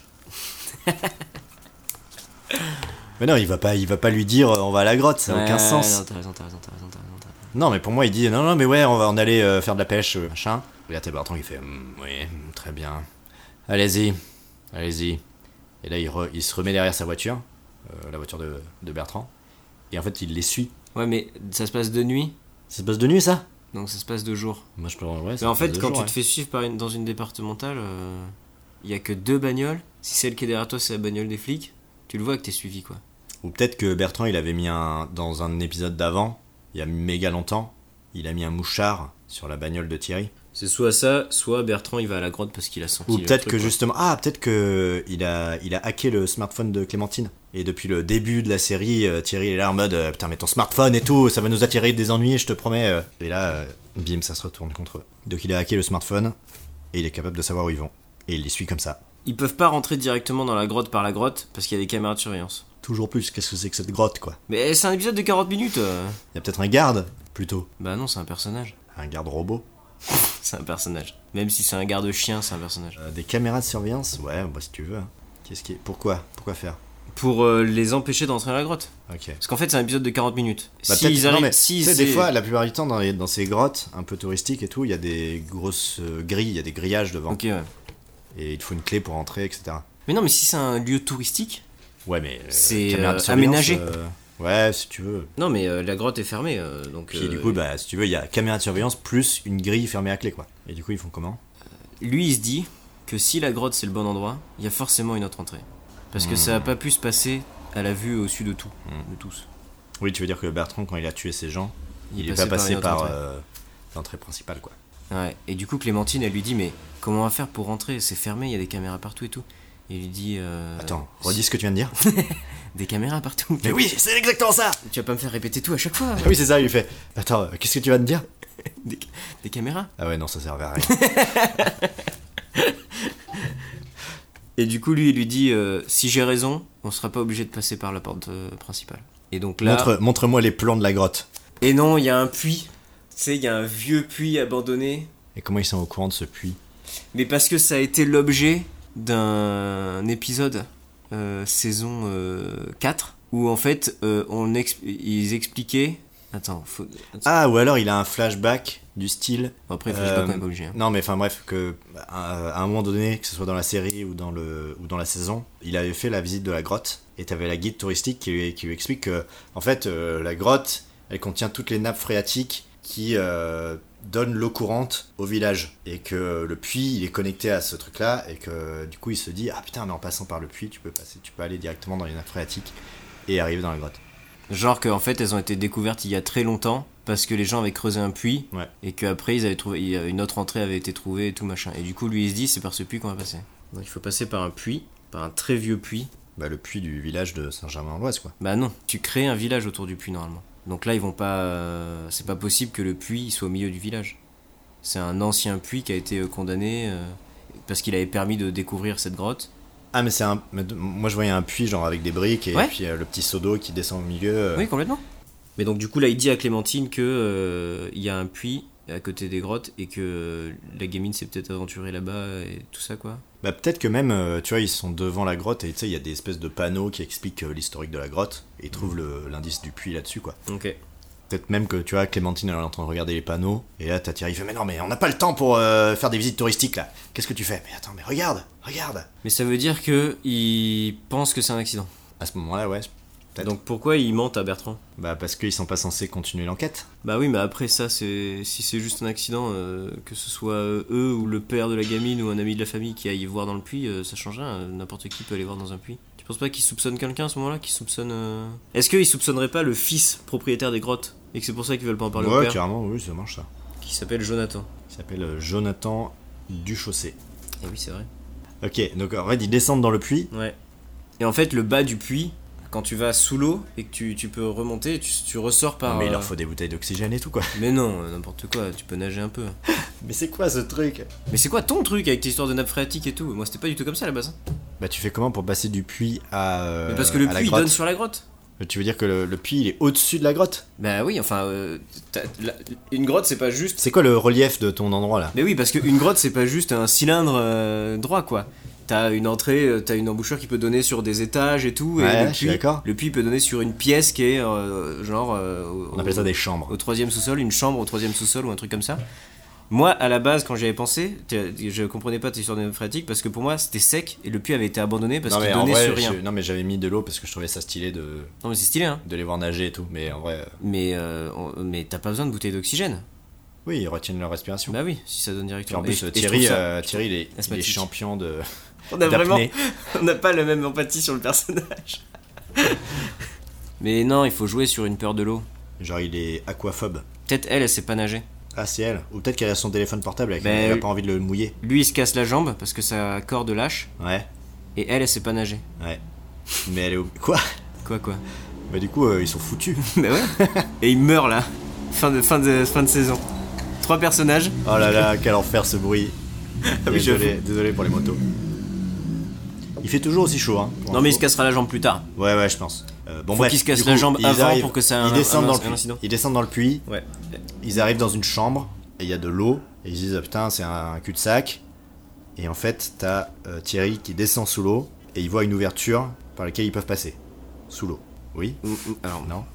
[SPEAKER 2] mais non, il va pas, il va pas lui dire euh, on va à la grotte, ça n'a
[SPEAKER 1] Ouais,
[SPEAKER 2] aucun
[SPEAKER 1] Non,
[SPEAKER 2] sens.
[SPEAKER 1] t'as raison, t'as raison, t'as raison, t'as raison, t'as raison.
[SPEAKER 2] Non. mais pour moi il dit non non mais ouais on va en aller euh, faire de la pêche euh, machin. Regarde t'es Bertrand il fait Hmm, oui hmm, très bien. Allez-y, allez-y. Et là il, re- il se remet derrière sa voiture, euh, la voiture de, de Bertrand. Et en fait il les suit.
[SPEAKER 1] Ouais, mais ça se passe de nuit,
[SPEAKER 2] Ça se passe de nuit ça
[SPEAKER 1] donc ça se passe de jour.
[SPEAKER 2] Moi je peux ouais.
[SPEAKER 1] Mais en fait, quand tu te fais suivre par une, dans une départementale, euh, il y a que deux bagnoles. Si celle qui est derrière toi, c'est la bagnole des flics, tu le vois que t'es suivi, quoi.
[SPEAKER 2] Ou peut-être que Bertrand, il avait mis un. Dans un épisode d'avant, il y a méga longtemps, il a mis un mouchard sur la bagnole de Thierry.
[SPEAKER 1] C'est soit ça, soit Bertrand, il va à la grotte parce qu'il a senti.
[SPEAKER 2] Ou
[SPEAKER 1] le
[SPEAKER 2] peut-être
[SPEAKER 1] truc,
[SPEAKER 2] que
[SPEAKER 1] quoi.
[SPEAKER 2] justement. Ah, peut-être que. Il a, il a hacké le smartphone de Clémentine. Et depuis le début de la série, euh, Thierry est là en mode euh, Putain, mais ton smartphone et tout, ça va nous attirer des ennuis, je te promets. euh. Et là, euh, bim, ça se retourne contre eux. Donc il a hacké le smartphone, et il est capable de savoir où ils vont. Et il les suit comme ça.
[SPEAKER 1] Ils peuvent pas rentrer directement dans la grotte par la grotte parce qu'il y a des caméras de surveillance.
[SPEAKER 2] Toujours plus, qu'est-ce que c'est que cette grotte, quoi
[SPEAKER 1] Mais eh, c'est un épisode de 40 minutes euh.
[SPEAKER 2] Il y a peut-être un garde, plutôt.
[SPEAKER 1] Bah non, c'est un personnage.
[SPEAKER 2] Un garde robot.
[SPEAKER 1] C'est un personnage. Même si c'est un garde-chien, c'est un personnage.
[SPEAKER 2] Euh, des caméras de surveillance Ouais, bah, si tu veux. hein. Qu'est-ce qui... Pourquoi Pourquoi faire
[SPEAKER 1] Pour euh, les empêcher d'entrer dans la grotte.
[SPEAKER 2] Ok.
[SPEAKER 1] Parce qu'en fait, c'est un épisode de 40 minutes.
[SPEAKER 2] Bah,
[SPEAKER 1] si
[SPEAKER 2] peut-être-
[SPEAKER 1] ils
[SPEAKER 2] non,
[SPEAKER 1] arrivent.
[SPEAKER 2] mais,
[SPEAKER 1] si
[SPEAKER 2] tu sais, des
[SPEAKER 1] c'est-
[SPEAKER 2] fois, la plupart du temps, dans, les- dans ces grottes un peu touristiques et tout, il y a des grosses euh, grilles, il y a des grillages devant.
[SPEAKER 1] Ok, ouais.
[SPEAKER 2] Et il faut une clé pour entrer, etc.
[SPEAKER 1] Mais non, mais si c'est un lieu touristique.
[SPEAKER 2] Ouais, mais. euh,
[SPEAKER 1] C'est,
[SPEAKER 2] caméra de
[SPEAKER 1] euh,
[SPEAKER 2] surveillance,
[SPEAKER 1] aménagé.
[SPEAKER 2] euh, Ouais, si tu veux.
[SPEAKER 1] Non, mais euh, la grotte est fermée, euh, donc.
[SPEAKER 2] Puis
[SPEAKER 1] euh,
[SPEAKER 2] du coup, bah, si tu veux, il y a caméra de surveillance plus une grille fermée à clé, quoi. Et du coup, ils font comment
[SPEAKER 1] Lui, il se dit que si la grotte c'est le bon endroit, il y a forcément une autre entrée. Parce
[SPEAKER 2] Hmm.
[SPEAKER 1] que ça a pas pu se passer à la vue au-dessus de tout, de tous.
[SPEAKER 2] Oui, tu veux dire que Bertrand, quand il a tué ces gens, Hmm. il, est
[SPEAKER 1] passait
[SPEAKER 2] pas passé
[SPEAKER 1] une autre
[SPEAKER 2] par
[SPEAKER 1] entrée.
[SPEAKER 2] euh, l'entrée principale, quoi.
[SPEAKER 1] Ouais, et du coup, Clémentine, elle lui dit Mais comment on va faire pour rentrer C'est fermé, il y a des caméras partout et tout. Et il lui dit euh,
[SPEAKER 2] Attends, redis ce que tu viens de dire.
[SPEAKER 1] Des caméras partout.
[SPEAKER 2] mais oui, c'est exactement ça
[SPEAKER 1] Tu vas pas me faire répéter tout à chaque fois
[SPEAKER 2] Ah oui, c'est ça, il lui fait Attends, euh, qu'est-ce que tu vas me dire
[SPEAKER 1] des, des caméras
[SPEAKER 2] Ah ouais, non, ça servait à rien.
[SPEAKER 1] Et du coup, lui, il lui dit euh, Si j'ai raison, on sera pas obligé de passer par la porte euh, principale. Et donc là.
[SPEAKER 2] Montre- Montre-moi les plans de la grotte.
[SPEAKER 1] Et non, il y a un puits. Tu sais, il y a un vieux puits abandonné.
[SPEAKER 2] Et comment ils sont au courant de ce puits
[SPEAKER 1] Mais parce que ça a été l'objet d'un épisode euh, saison euh, 4 où en fait euh, on exp- ils expliquaient. Attends, faut...
[SPEAKER 2] Ah, ou alors il a un flashback du style.
[SPEAKER 1] Bon, après, il faut que je sois
[SPEAKER 2] Euh,
[SPEAKER 1] quand même pas obligé. hein.
[SPEAKER 2] Non, mais enfin bref, que euh, à, à un moment donné, que ce soit dans la série ou dans, le, ou dans la saison, il avait fait la visite de la grotte et t'avais la guide touristique qui lui, qui lui explique que, en fait, euh, la grotte, elle contient toutes les nappes phréatiques qui euh, donnent l'eau courante au village et que le puits, il est connecté à ce truc-là et que du coup, il se dit ah putain, mais en passant par le puits, tu peux passer, tu peux aller directement dans les nappes phréatiques et arriver dans la grotte.
[SPEAKER 1] Genre qu'en fait elles ont été découvertes il y a très longtemps parce que les gens avaient creusé un puits
[SPEAKER 2] Ouais.
[SPEAKER 1] et qu'après ils avaient trouvé il y a- une autre entrée avait été trouvée et tout machin. Et du coup lui il se dit c'est par ce puits qu'on va passer. Donc il faut passer par un puits, par un très vieux puits.
[SPEAKER 2] Bah, le puits du village de Saint-Germain-en-Laye, quoi.
[SPEAKER 1] Bah non, tu crées un village autour du puits normalement. Donc là ils vont pas, euh, c'est pas possible que le puits il soit au milieu du village. C'est un ancien puits qui a été euh, condamné euh, parce qu'il avait permis de découvrir cette grotte.
[SPEAKER 2] Ah mais c'est un... mais de- Moi je voyais un puits genre avec des briques et
[SPEAKER 1] Ouais.
[SPEAKER 2] puis euh, le petit seau d'eau qui descend au milieu. euh.
[SPEAKER 1] Oui, complètement. Mais donc du coup là il dit à Clémentine que euh, il y a un puits à côté des grottes et que euh, la gamine s'est peut-être aventurée là-bas et tout ça quoi.
[SPEAKER 2] Bah peut-être que même, euh, tu vois, ils sont devant la grotte et tu sais, il y a des espèces de panneaux qui expliquent euh, l'historique de la grotte et ils
[SPEAKER 1] Mm.
[SPEAKER 2] trouvent le- l'indice du puits là-dessus quoi.
[SPEAKER 1] Ok.
[SPEAKER 2] Peut-être même que tu vois, Clémentine elle est en train de regarder les panneaux et là t'as Thierry il fait mais non mais on n'a pas le temps pour euh, faire des visites touristiques là. Qu'est-ce que tu fais Mais attends mais regarde, regarde.
[SPEAKER 1] Mais ça veut dire que il pense que c'est un accident.
[SPEAKER 2] À ce moment-là ouais. peut-être.
[SPEAKER 1] Donc pourquoi il mente à Bertrand
[SPEAKER 2] Bah, parce qu'ils sont pas censés continuer l'enquête.
[SPEAKER 1] Bah oui, mais après ça, c'est si c'est juste un accident, euh, que ce soit euh, eux ou le père de la gamine ou un ami de la famille qui aille voir dans le puits, euh, ça change rien. euh, N'importe qui peut aller voir dans un puits. Tu penses pas qu'ils soupçonnent quelqu'un à ce moment-là Qu'ils soupçonnent euh, Est-ce qu'ils soupçonneraient pas le fils propriétaire des grottes et que c'est pour ça qu'ils veulent pas en parler au
[SPEAKER 2] ouais,
[SPEAKER 1] père
[SPEAKER 2] carrément, oui, ça marche ça.
[SPEAKER 1] qui s'appelle Jonathan
[SPEAKER 2] Il s'appelle euh, Jonathan Duchaussé.
[SPEAKER 1] Et Eh oui, c'est vrai.
[SPEAKER 2] Ok, donc en fait, ils descendent dans le puits.
[SPEAKER 1] Ouais. Et en fait, le bas du puits, quand tu vas sous l'eau et que tu, tu peux remonter, tu, tu ressors par.
[SPEAKER 2] mais il
[SPEAKER 1] euh,
[SPEAKER 2] leur faut des bouteilles d'oxygène et tout, quoi.
[SPEAKER 1] Mais non, euh, n'importe quoi, tu peux nager un peu.
[SPEAKER 2] Mais c'est quoi ce truc
[SPEAKER 1] Mais c'est quoi ton truc avec tes histoires de nappe phréatique et tout Moi, c'était pas du tout comme ça à la base.
[SPEAKER 2] Bah, tu fais comment pour passer du puits à. euh,
[SPEAKER 1] Mais parce que le
[SPEAKER 2] à la
[SPEAKER 1] puits il
[SPEAKER 2] grotte
[SPEAKER 1] donne sur la grotte.
[SPEAKER 2] Tu veux dire que le, le puits, il est au-dessus de la grotte
[SPEAKER 1] Bah oui, enfin, euh, t'as- la- une grotte c'est pas juste.
[SPEAKER 2] C'est quoi le relief de ton endroit là
[SPEAKER 1] Mais oui, parce qu'une grotte c'est pas juste un cylindre euh, droit quoi. T'as une entrée, euh, t'as une embouchure qui peut donner sur des étages et tout.
[SPEAKER 2] Ouais,
[SPEAKER 1] et le
[SPEAKER 2] je suis
[SPEAKER 1] puits-
[SPEAKER 2] d'accord.
[SPEAKER 1] Le puits peut donner sur une pièce qui est euh, genre. euh, au-
[SPEAKER 2] On appelle ça des chambres.
[SPEAKER 1] au troisième sous-sol, une chambre au troisième sous-sol ou un truc comme ça. Moi, à la base, quand j'y avais pensé, t'es- je comprenais pas tes histoires de phréatique parce que pour moi c'était sec et le puits avait été abandonné parce
[SPEAKER 2] non,
[SPEAKER 1] qu'il
[SPEAKER 2] mais en
[SPEAKER 1] donnait
[SPEAKER 2] vrai,
[SPEAKER 1] sur rien.
[SPEAKER 2] je- non, mais j'avais mis de l'eau parce que je trouvais ça stylé de,
[SPEAKER 1] Non, mais c'est stylé, hein.
[SPEAKER 2] de les voir nager et tout. Mais en vrai, euh,
[SPEAKER 1] Mais, euh, on- mais t'as pas besoin de bouteille d'oxygène.
[SPEAKER 2] oui, ils retiennent leur respiration.
[SPEAKER 1] Bah oui, si ça donne
[SPEAKER 2] Puis
[SPEAKER 1] directement.
[SPEAKER 2] en
[SPEAKER 1] Et
[SPEAKER 2] plus,
[SPEAKER 1] je- et je
[SPEAKER 2] Thierry,
[SPEAKER 1] trouve ça-
[SPEAKER 2] euh, Thierry, il est, il est
[SPEAKER 1] Asthmatique.
[SPEAKER 2] champion de.
[SPEAKER 1] on a
[SPEAKER 2] d'apnée.
[SPEAKER 1] vraiment, on n'a pas la même empathie sur le personnage. mais non, il faut jouer sur une peur de l'eau.
[SPEAKER 2] Genre, il est aquaphobe.
[SPEAKER 1] Peut-être elle, elle sait pas nager.
[SPEAKER 2] Ah, c'est elle. Ou peut-être qu'elle a son téléphone portable avec
[SPEAKER 1] Mais-
[SPEAKER 2] elle. a pas envie de le mouiller.
[SPEAKER 1] Lui, il se casse la jambe parce que sa corde lâche
[SPEAKER 2] Ouais,
[SPEAKER 1] et elle, elle sait pas nager.
[SPEAKER 2] ouais. Mais elle est au. Quoi
[SPEAKER 1] Quoi, quoi
[SPEAKER 2] Bah, du coup, euh, ils sont foutus.
[SPEAKER 1] Bah ouais. Et il meurt là. Fin de, fin de, fin de saison. Trois personnages.
[SPEAKER 2] Oh là là, quel enfer ce bruit.
[SPEAKER 1] oui, j'avoue.
[SPEAKER 2] désolé, désolé pour les motos. Il fait toujours aussi chaud, hein. pour
[SPEAKER 1] Non mais il
[SPEAKER 2] info.
[SPEAKER 1] se cassera la jambe plus tard.
[SPEAKER 2] Ouais, ouais, je pense. Euh, bon,
[SPEAKER 1] Faut
[SPEAKER 2] bref,
[SPEAKER 1] qu'il se casse
[SPEAKER 2] du
[SPEAKER 1] la jambe
[SPEAKER 2] ils
[SPEAKER 1] avant pour que ça ait un-
[SPEAKER 2] ils descendent
[SPEAKER 1] un-
[SPEAKER 2] dans
[SPEAKER 1] un
[SPEAKER 2] le puits.
[SPEAKER 1] incident.
[SPEAKER 2] Ils descendent dans le puits,
[SPEAKER 1] Ouais.
[SPEAKER 2] ils arrivent dans une chambre, et il y a de l'eau, et ils se disent Ah, putain, c'est un cul-de-sac. Et en fait, t'as euh, Thierry qui descend sous l'eau, et il voit une ouverture par laquelle ils peuvent passer. Sous l'eau. Oui
[SPEAKER 1] Mm, Alors,
[SPEAKER 2] Non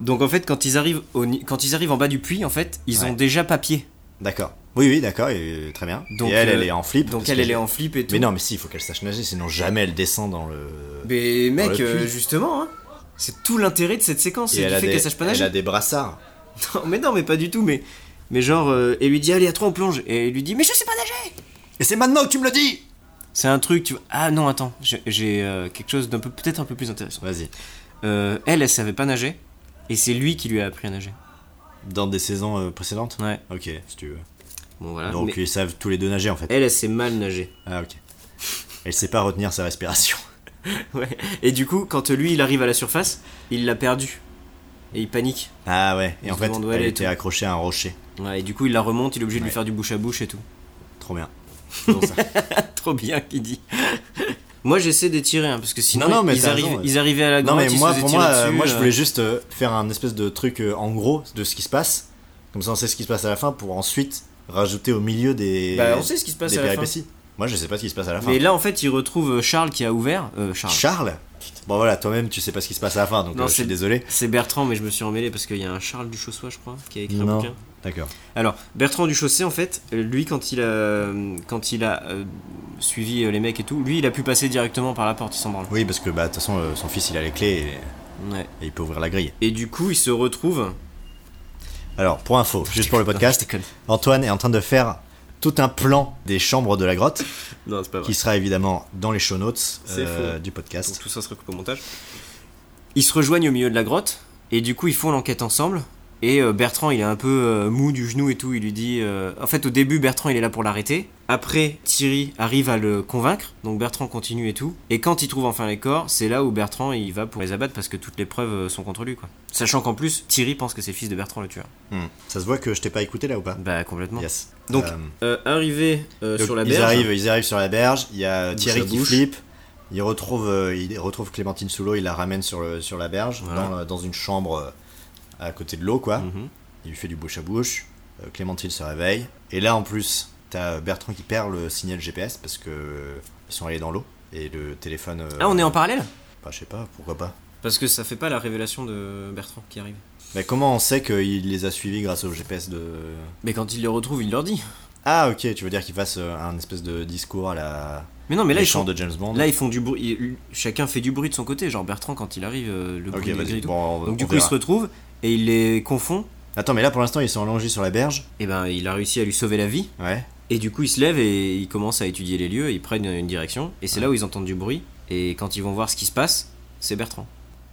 [SPEAKER 1] donc en fait quand ils arrivent au ni- quand ils arrivent en bas du puits en fait ils
[SPEAKER 2] Ouais.
[SPEAKER 1] ont déjà papier.
[SPEAKER 2] D'accord. Oui, oui, d'accord, et- très bien.
[SPEAKER 1] Donc,
[SPEAKER 2] et elle,
[SPEAKER 1] euh,
[SPEAKER 2] elle est en flip.
[SPEAKER 1] Donc
[SPEAKER 2] parce
[SPEAKER 1] elle
[SPEAKER 2] que
[SPEAKER 1] elle
[SPEAKER 2] j'ai-
[SPEAKER 1] est en flip et tout.
[SPEAKER 2] Mais non, mais si, il faut qu'elle sache nager, sinon jamais elle descend dans le.
[SPEAKER 1] Mais
[SPEAKER 2] Dans
[SPEAKER 1] mec
[SPEAKER 2] le
[SPEAKER 1] euh,
[SPEAKER 2] puits.
[SPEAKER 1] justement hein, C'est tout l'intérêt de cette séquence,
[SPEAKER 2] Et
[SPEAKER 1] c'est du
[SPEAKER 2] a
[SPEAKER 1] fait
[SPEAKER 2] des-
[SPEAKER 1] qu'elle sache pas
[SPEAKER 2] elle
[SPEAKER 1] nager.
[SPEAKER 2] a des brassards.
[SPEAKER 1] Non, mais non mais pas du tout mais mais genre euh, et lui dit allez à trois on plonge et il lui dit mais je sais pas nager.
[SPEAKER 2] Et c'est maintenant que tu me le dis
[SPEAKER 1] C'est un truc tu vois- ah non attends j'ai- j'ai euh, quelque chose d'un peu peut-être un peu plus intéressant.
[SPEAKER 2] Vas-y.
[SPEAKER 1] Euh, elle elle savait pas nager et c'est lui qui lui a appris à nager.
[SPEAKER 2] Dans des saisons euh, précédentes
[SPEAKER 1] Ouais.
[SPEAKER 2] Ok, si tu veux.
[SPEAKER 1] Bon voilà.
[SPEAKER 2] Donc
[SPEAKER 1] Mais
[SPEAKER 2] ils savent tous les deux nager en fait.
[SPEAKER 1] elle, elle sait mal nager.
[SPEAKER 2] Ah ok. Elle sait pas retenir sa respiration.
[SPEAKER 1] Ouais. Et du coup, quand lui, il arrive à la surface, il l'a perdu. Et il panique.
[SPEAKER 2] Ah ouais. Et
[SPEAKER 1] On
[SPEAKER 2] en
[SPEAKER 1] se
[SPEAKER 2] fait,
[SPEAKER 1] demande où
[SPEAKER 2] elle
[SPEAKER 1] elle est,
[SPEAKER 2] était
[SPEAKER 1] tout.
[SPEAKER 2] accrochée à un rocher.
[SPEAKER 1] Ouais, et du coup, il la remonte, il est obligé de
[SPEAKER 2] Ouais.
[SPEAKER 1] lui faire du bouche à bouche et tout.
[SPEAKER 2] Trop bien. Faisons ça.
[SPEAKER 1] Trop bien qu'il dit. moi, j'essaie d'étirer, hein, parce que sinon,
[SPEAKER 2] Non, non, mais
[SPEAKER 1] ils,
[SPEAKER 2] t'as
[SPEAKER 1] arrivent,
[SPEAKER 2] raison, ouais.
[SPEAKER 1] ils arrivaient à la
[SPEAKER 2] non
[SPEAKER 1] grotte,
[SPEAKER 2] mais
[SPEAKER 1] ils se
[SPEAKER 2] moi,
[SPEAKER 1] faisaient
[SPEAKER 2] pour
[SPEAKER 1] tirer
[SPEAKER 2] moi, euh,
[SPEAKER 1] dessus,
[SPEAKER 2] moi je
[SPEAKER 1] euh.
[SPEAKER 2] voulais juste euh, faire un espèce de truc euh, en gros de ce qui se passe. Comme ça on sait ce qui se passe à la fin pour ensuite rajouter au milieu des.
[SPEAKER 1] Bah, on sait ce qui se passe
[SPEAKER 2] des
[SPEAKER 1] à la fin.
[SPEAKER 2] péripéties. Moi je sais pas ce qui se passe à la fin.
[SPEAKER 1] Mais là, en fait, il retrouve Charles qui a ouvert. euh, Charles.
[SPEAKER 2] Charles. Bon voilà, toi-même tu sais pas ce qui se passe à la fin donc
[SPEAKER 1] Non,
[SPEAKER 2] euh, je suis
[SPEAKER 1] c'est-
[SPEAKER 2] désolé.
[SPEAKER 1] C'est Bertrand, mais je me suis emmêlé parce qu'il y a un Charles Duchossois, je crois, qui a écrit un
[SPEAKER 2] Non.
[SPEAKER 1] bouquin.
[SPEAKER 2] D'accord.
[SPEAKER 1] Alors, Bertrand Duchaussé, en fait, euh, lui, quand il a, euh, quand il a euh, suivi euh, les mecs et tout, lui, il a pu passer directement par la porte, il s'en branle.
[SPEAKER 2] Oui parce que bah de toute façon euh, son fils il a les clés
[SPEAKER 1] Ouais.
[SPEAKER 2] et, et il peut ouvrir la grille.
[SPEAKER 1] Et du coup, il se retrouve.
[SPEAKER 2] Alors pour info, juste pour le podcast,
[SPEAKER 1] déconne.
[SPEAKER 2] Antoine est en train de faire tout un plan des chambres de la grotte,
[SPEAKER 1] Non, c'est pas vrai.
[SPEAKER 2] qui sera évidemment dans les show notes
[SPEAKER 1] C'est
[SPEAKER 2] euh,
[SPEAKER 1] faux.
[SPEAKER 2] du
[SPEAKER 1] Donc,
[SPEAKER 2] podcast.
[SPEAKER 1] tout ça se recoupe au montage. Ils se rejoignent au milieu de la grotte, et du coup, ils font l'enquête ensemble. Et euh, Bertrand, il est un peu euh, mou du genou et tout. Il lui dit. euh, En fait, au début, Bertrand, il est là pour l'arrêter. Après, Thierry arrive à le convaincre. Donc, Bertrand continue et tout. Et quand il trouve enfin les corps, c'est là où Bertrand, il va pour les abattre parce que toutes les preuves euh, sont contre lui, quoi. Sachant qu'en plus, Thierry pense que c'est le fils de Bertrand le tueur.
[SPEAKER 2] Hmm. Ça se voit que je t'ai pas écouté là ou pas
[SPEAKER 1] Bah, complètement.
[SPEAKER 2] Yes.
[SPEAKER 1] Donc,
[SPEAKER 2] Euh,
[SPEAKER 1] euh, arrivé euh,
[SPEAKER 2] donc,
[SPEAKER 1] sur la
[SPEAKER 2] ils
[SPEAKER 1] berge.
[SPEAKER 2] arrivent, ils arrivent sur la berge. Il y a
[SPEAKER 1] Bouche
[SPEAKER 2] Thierry
[SPEAKER 1] à
[SPEAKER 2] qui
[SPEAKER 1] bouche.
[SPEAKER 2] flippe. Il retrouve, euh, il retrouve Clémentine sous l'eau. Il la ramène sur le sur la berge,
[SPEAKER 1] Voilà.
[SPEAKER 2] dans, la- dans une chambre euh, à côté de l'eau, quoi.
[SPEAKER 1] Mhm.
[SPEAKER 2] Il lui fait du bouche à bouche. euh, Clémentine se réveille. Et là, en plus, t'as Bertrand qui perd le signal GPS parce que euh, ils sont allés dans l'eau et le téléphone. euh,
[SPEAKER 1] Ah, on est en parallèle
[SPEAKER 2] Bah, je sais pas, pourquoi pas.
[SPEAKER 1] Parce que ça fait pas la révélation de Bertrand qui arrive.
[SPEAKER 2] Mais comment on sait qu'il les a suivis grâce au GPS de.
[SPEAKER 1] Mais quand il les retrouve, il leur dit.
[SPEAKER 2] Ah, ok, tu veux dire qu'il fasse euh, un espèce de discours à la.
[SPEAKER 1] Mais non, mais là,
[SPEAKER 2] les
[SPEAKER 1] ils
[SPEAKER 2] chants
[SPEAKER 1] font,
[SPEAKER 2] de James Bond.
[SPEAKER 1] là, ils font du bruit. ils- Chacun fait du bruit de son côté. Genre Bertrand, quand il arrive, euh, le
[SPEAKER 2] ok,
[SPEAKER 1] bruit des grilles
[SPEAKER 2] vas-y.
[SPEAKER 1] et tout.
[SPEAKER 2] Bon, on- on
[SPEAKER 1] Donc, du coup,
[SPEAKER 2] verra.
[SPEAKER 1] ils se retrouvent et il les confond.
[SPEAKER 2] Attends, mais là pour l'instant ils sont allongés sur la berge.
[SPEAKER 1] Et ben, il a réussi à lui sauver la vie.
[SPEAKER 2] Ouais.
[SPEAKER 1] Et du coup, ils se lèvent et ils commencent à étudier les lieux. Ils prennent une direction. Et c'est là où ils entendent du bruit. Et quand ils vont voir ce qui se passe, c'est Bertrand.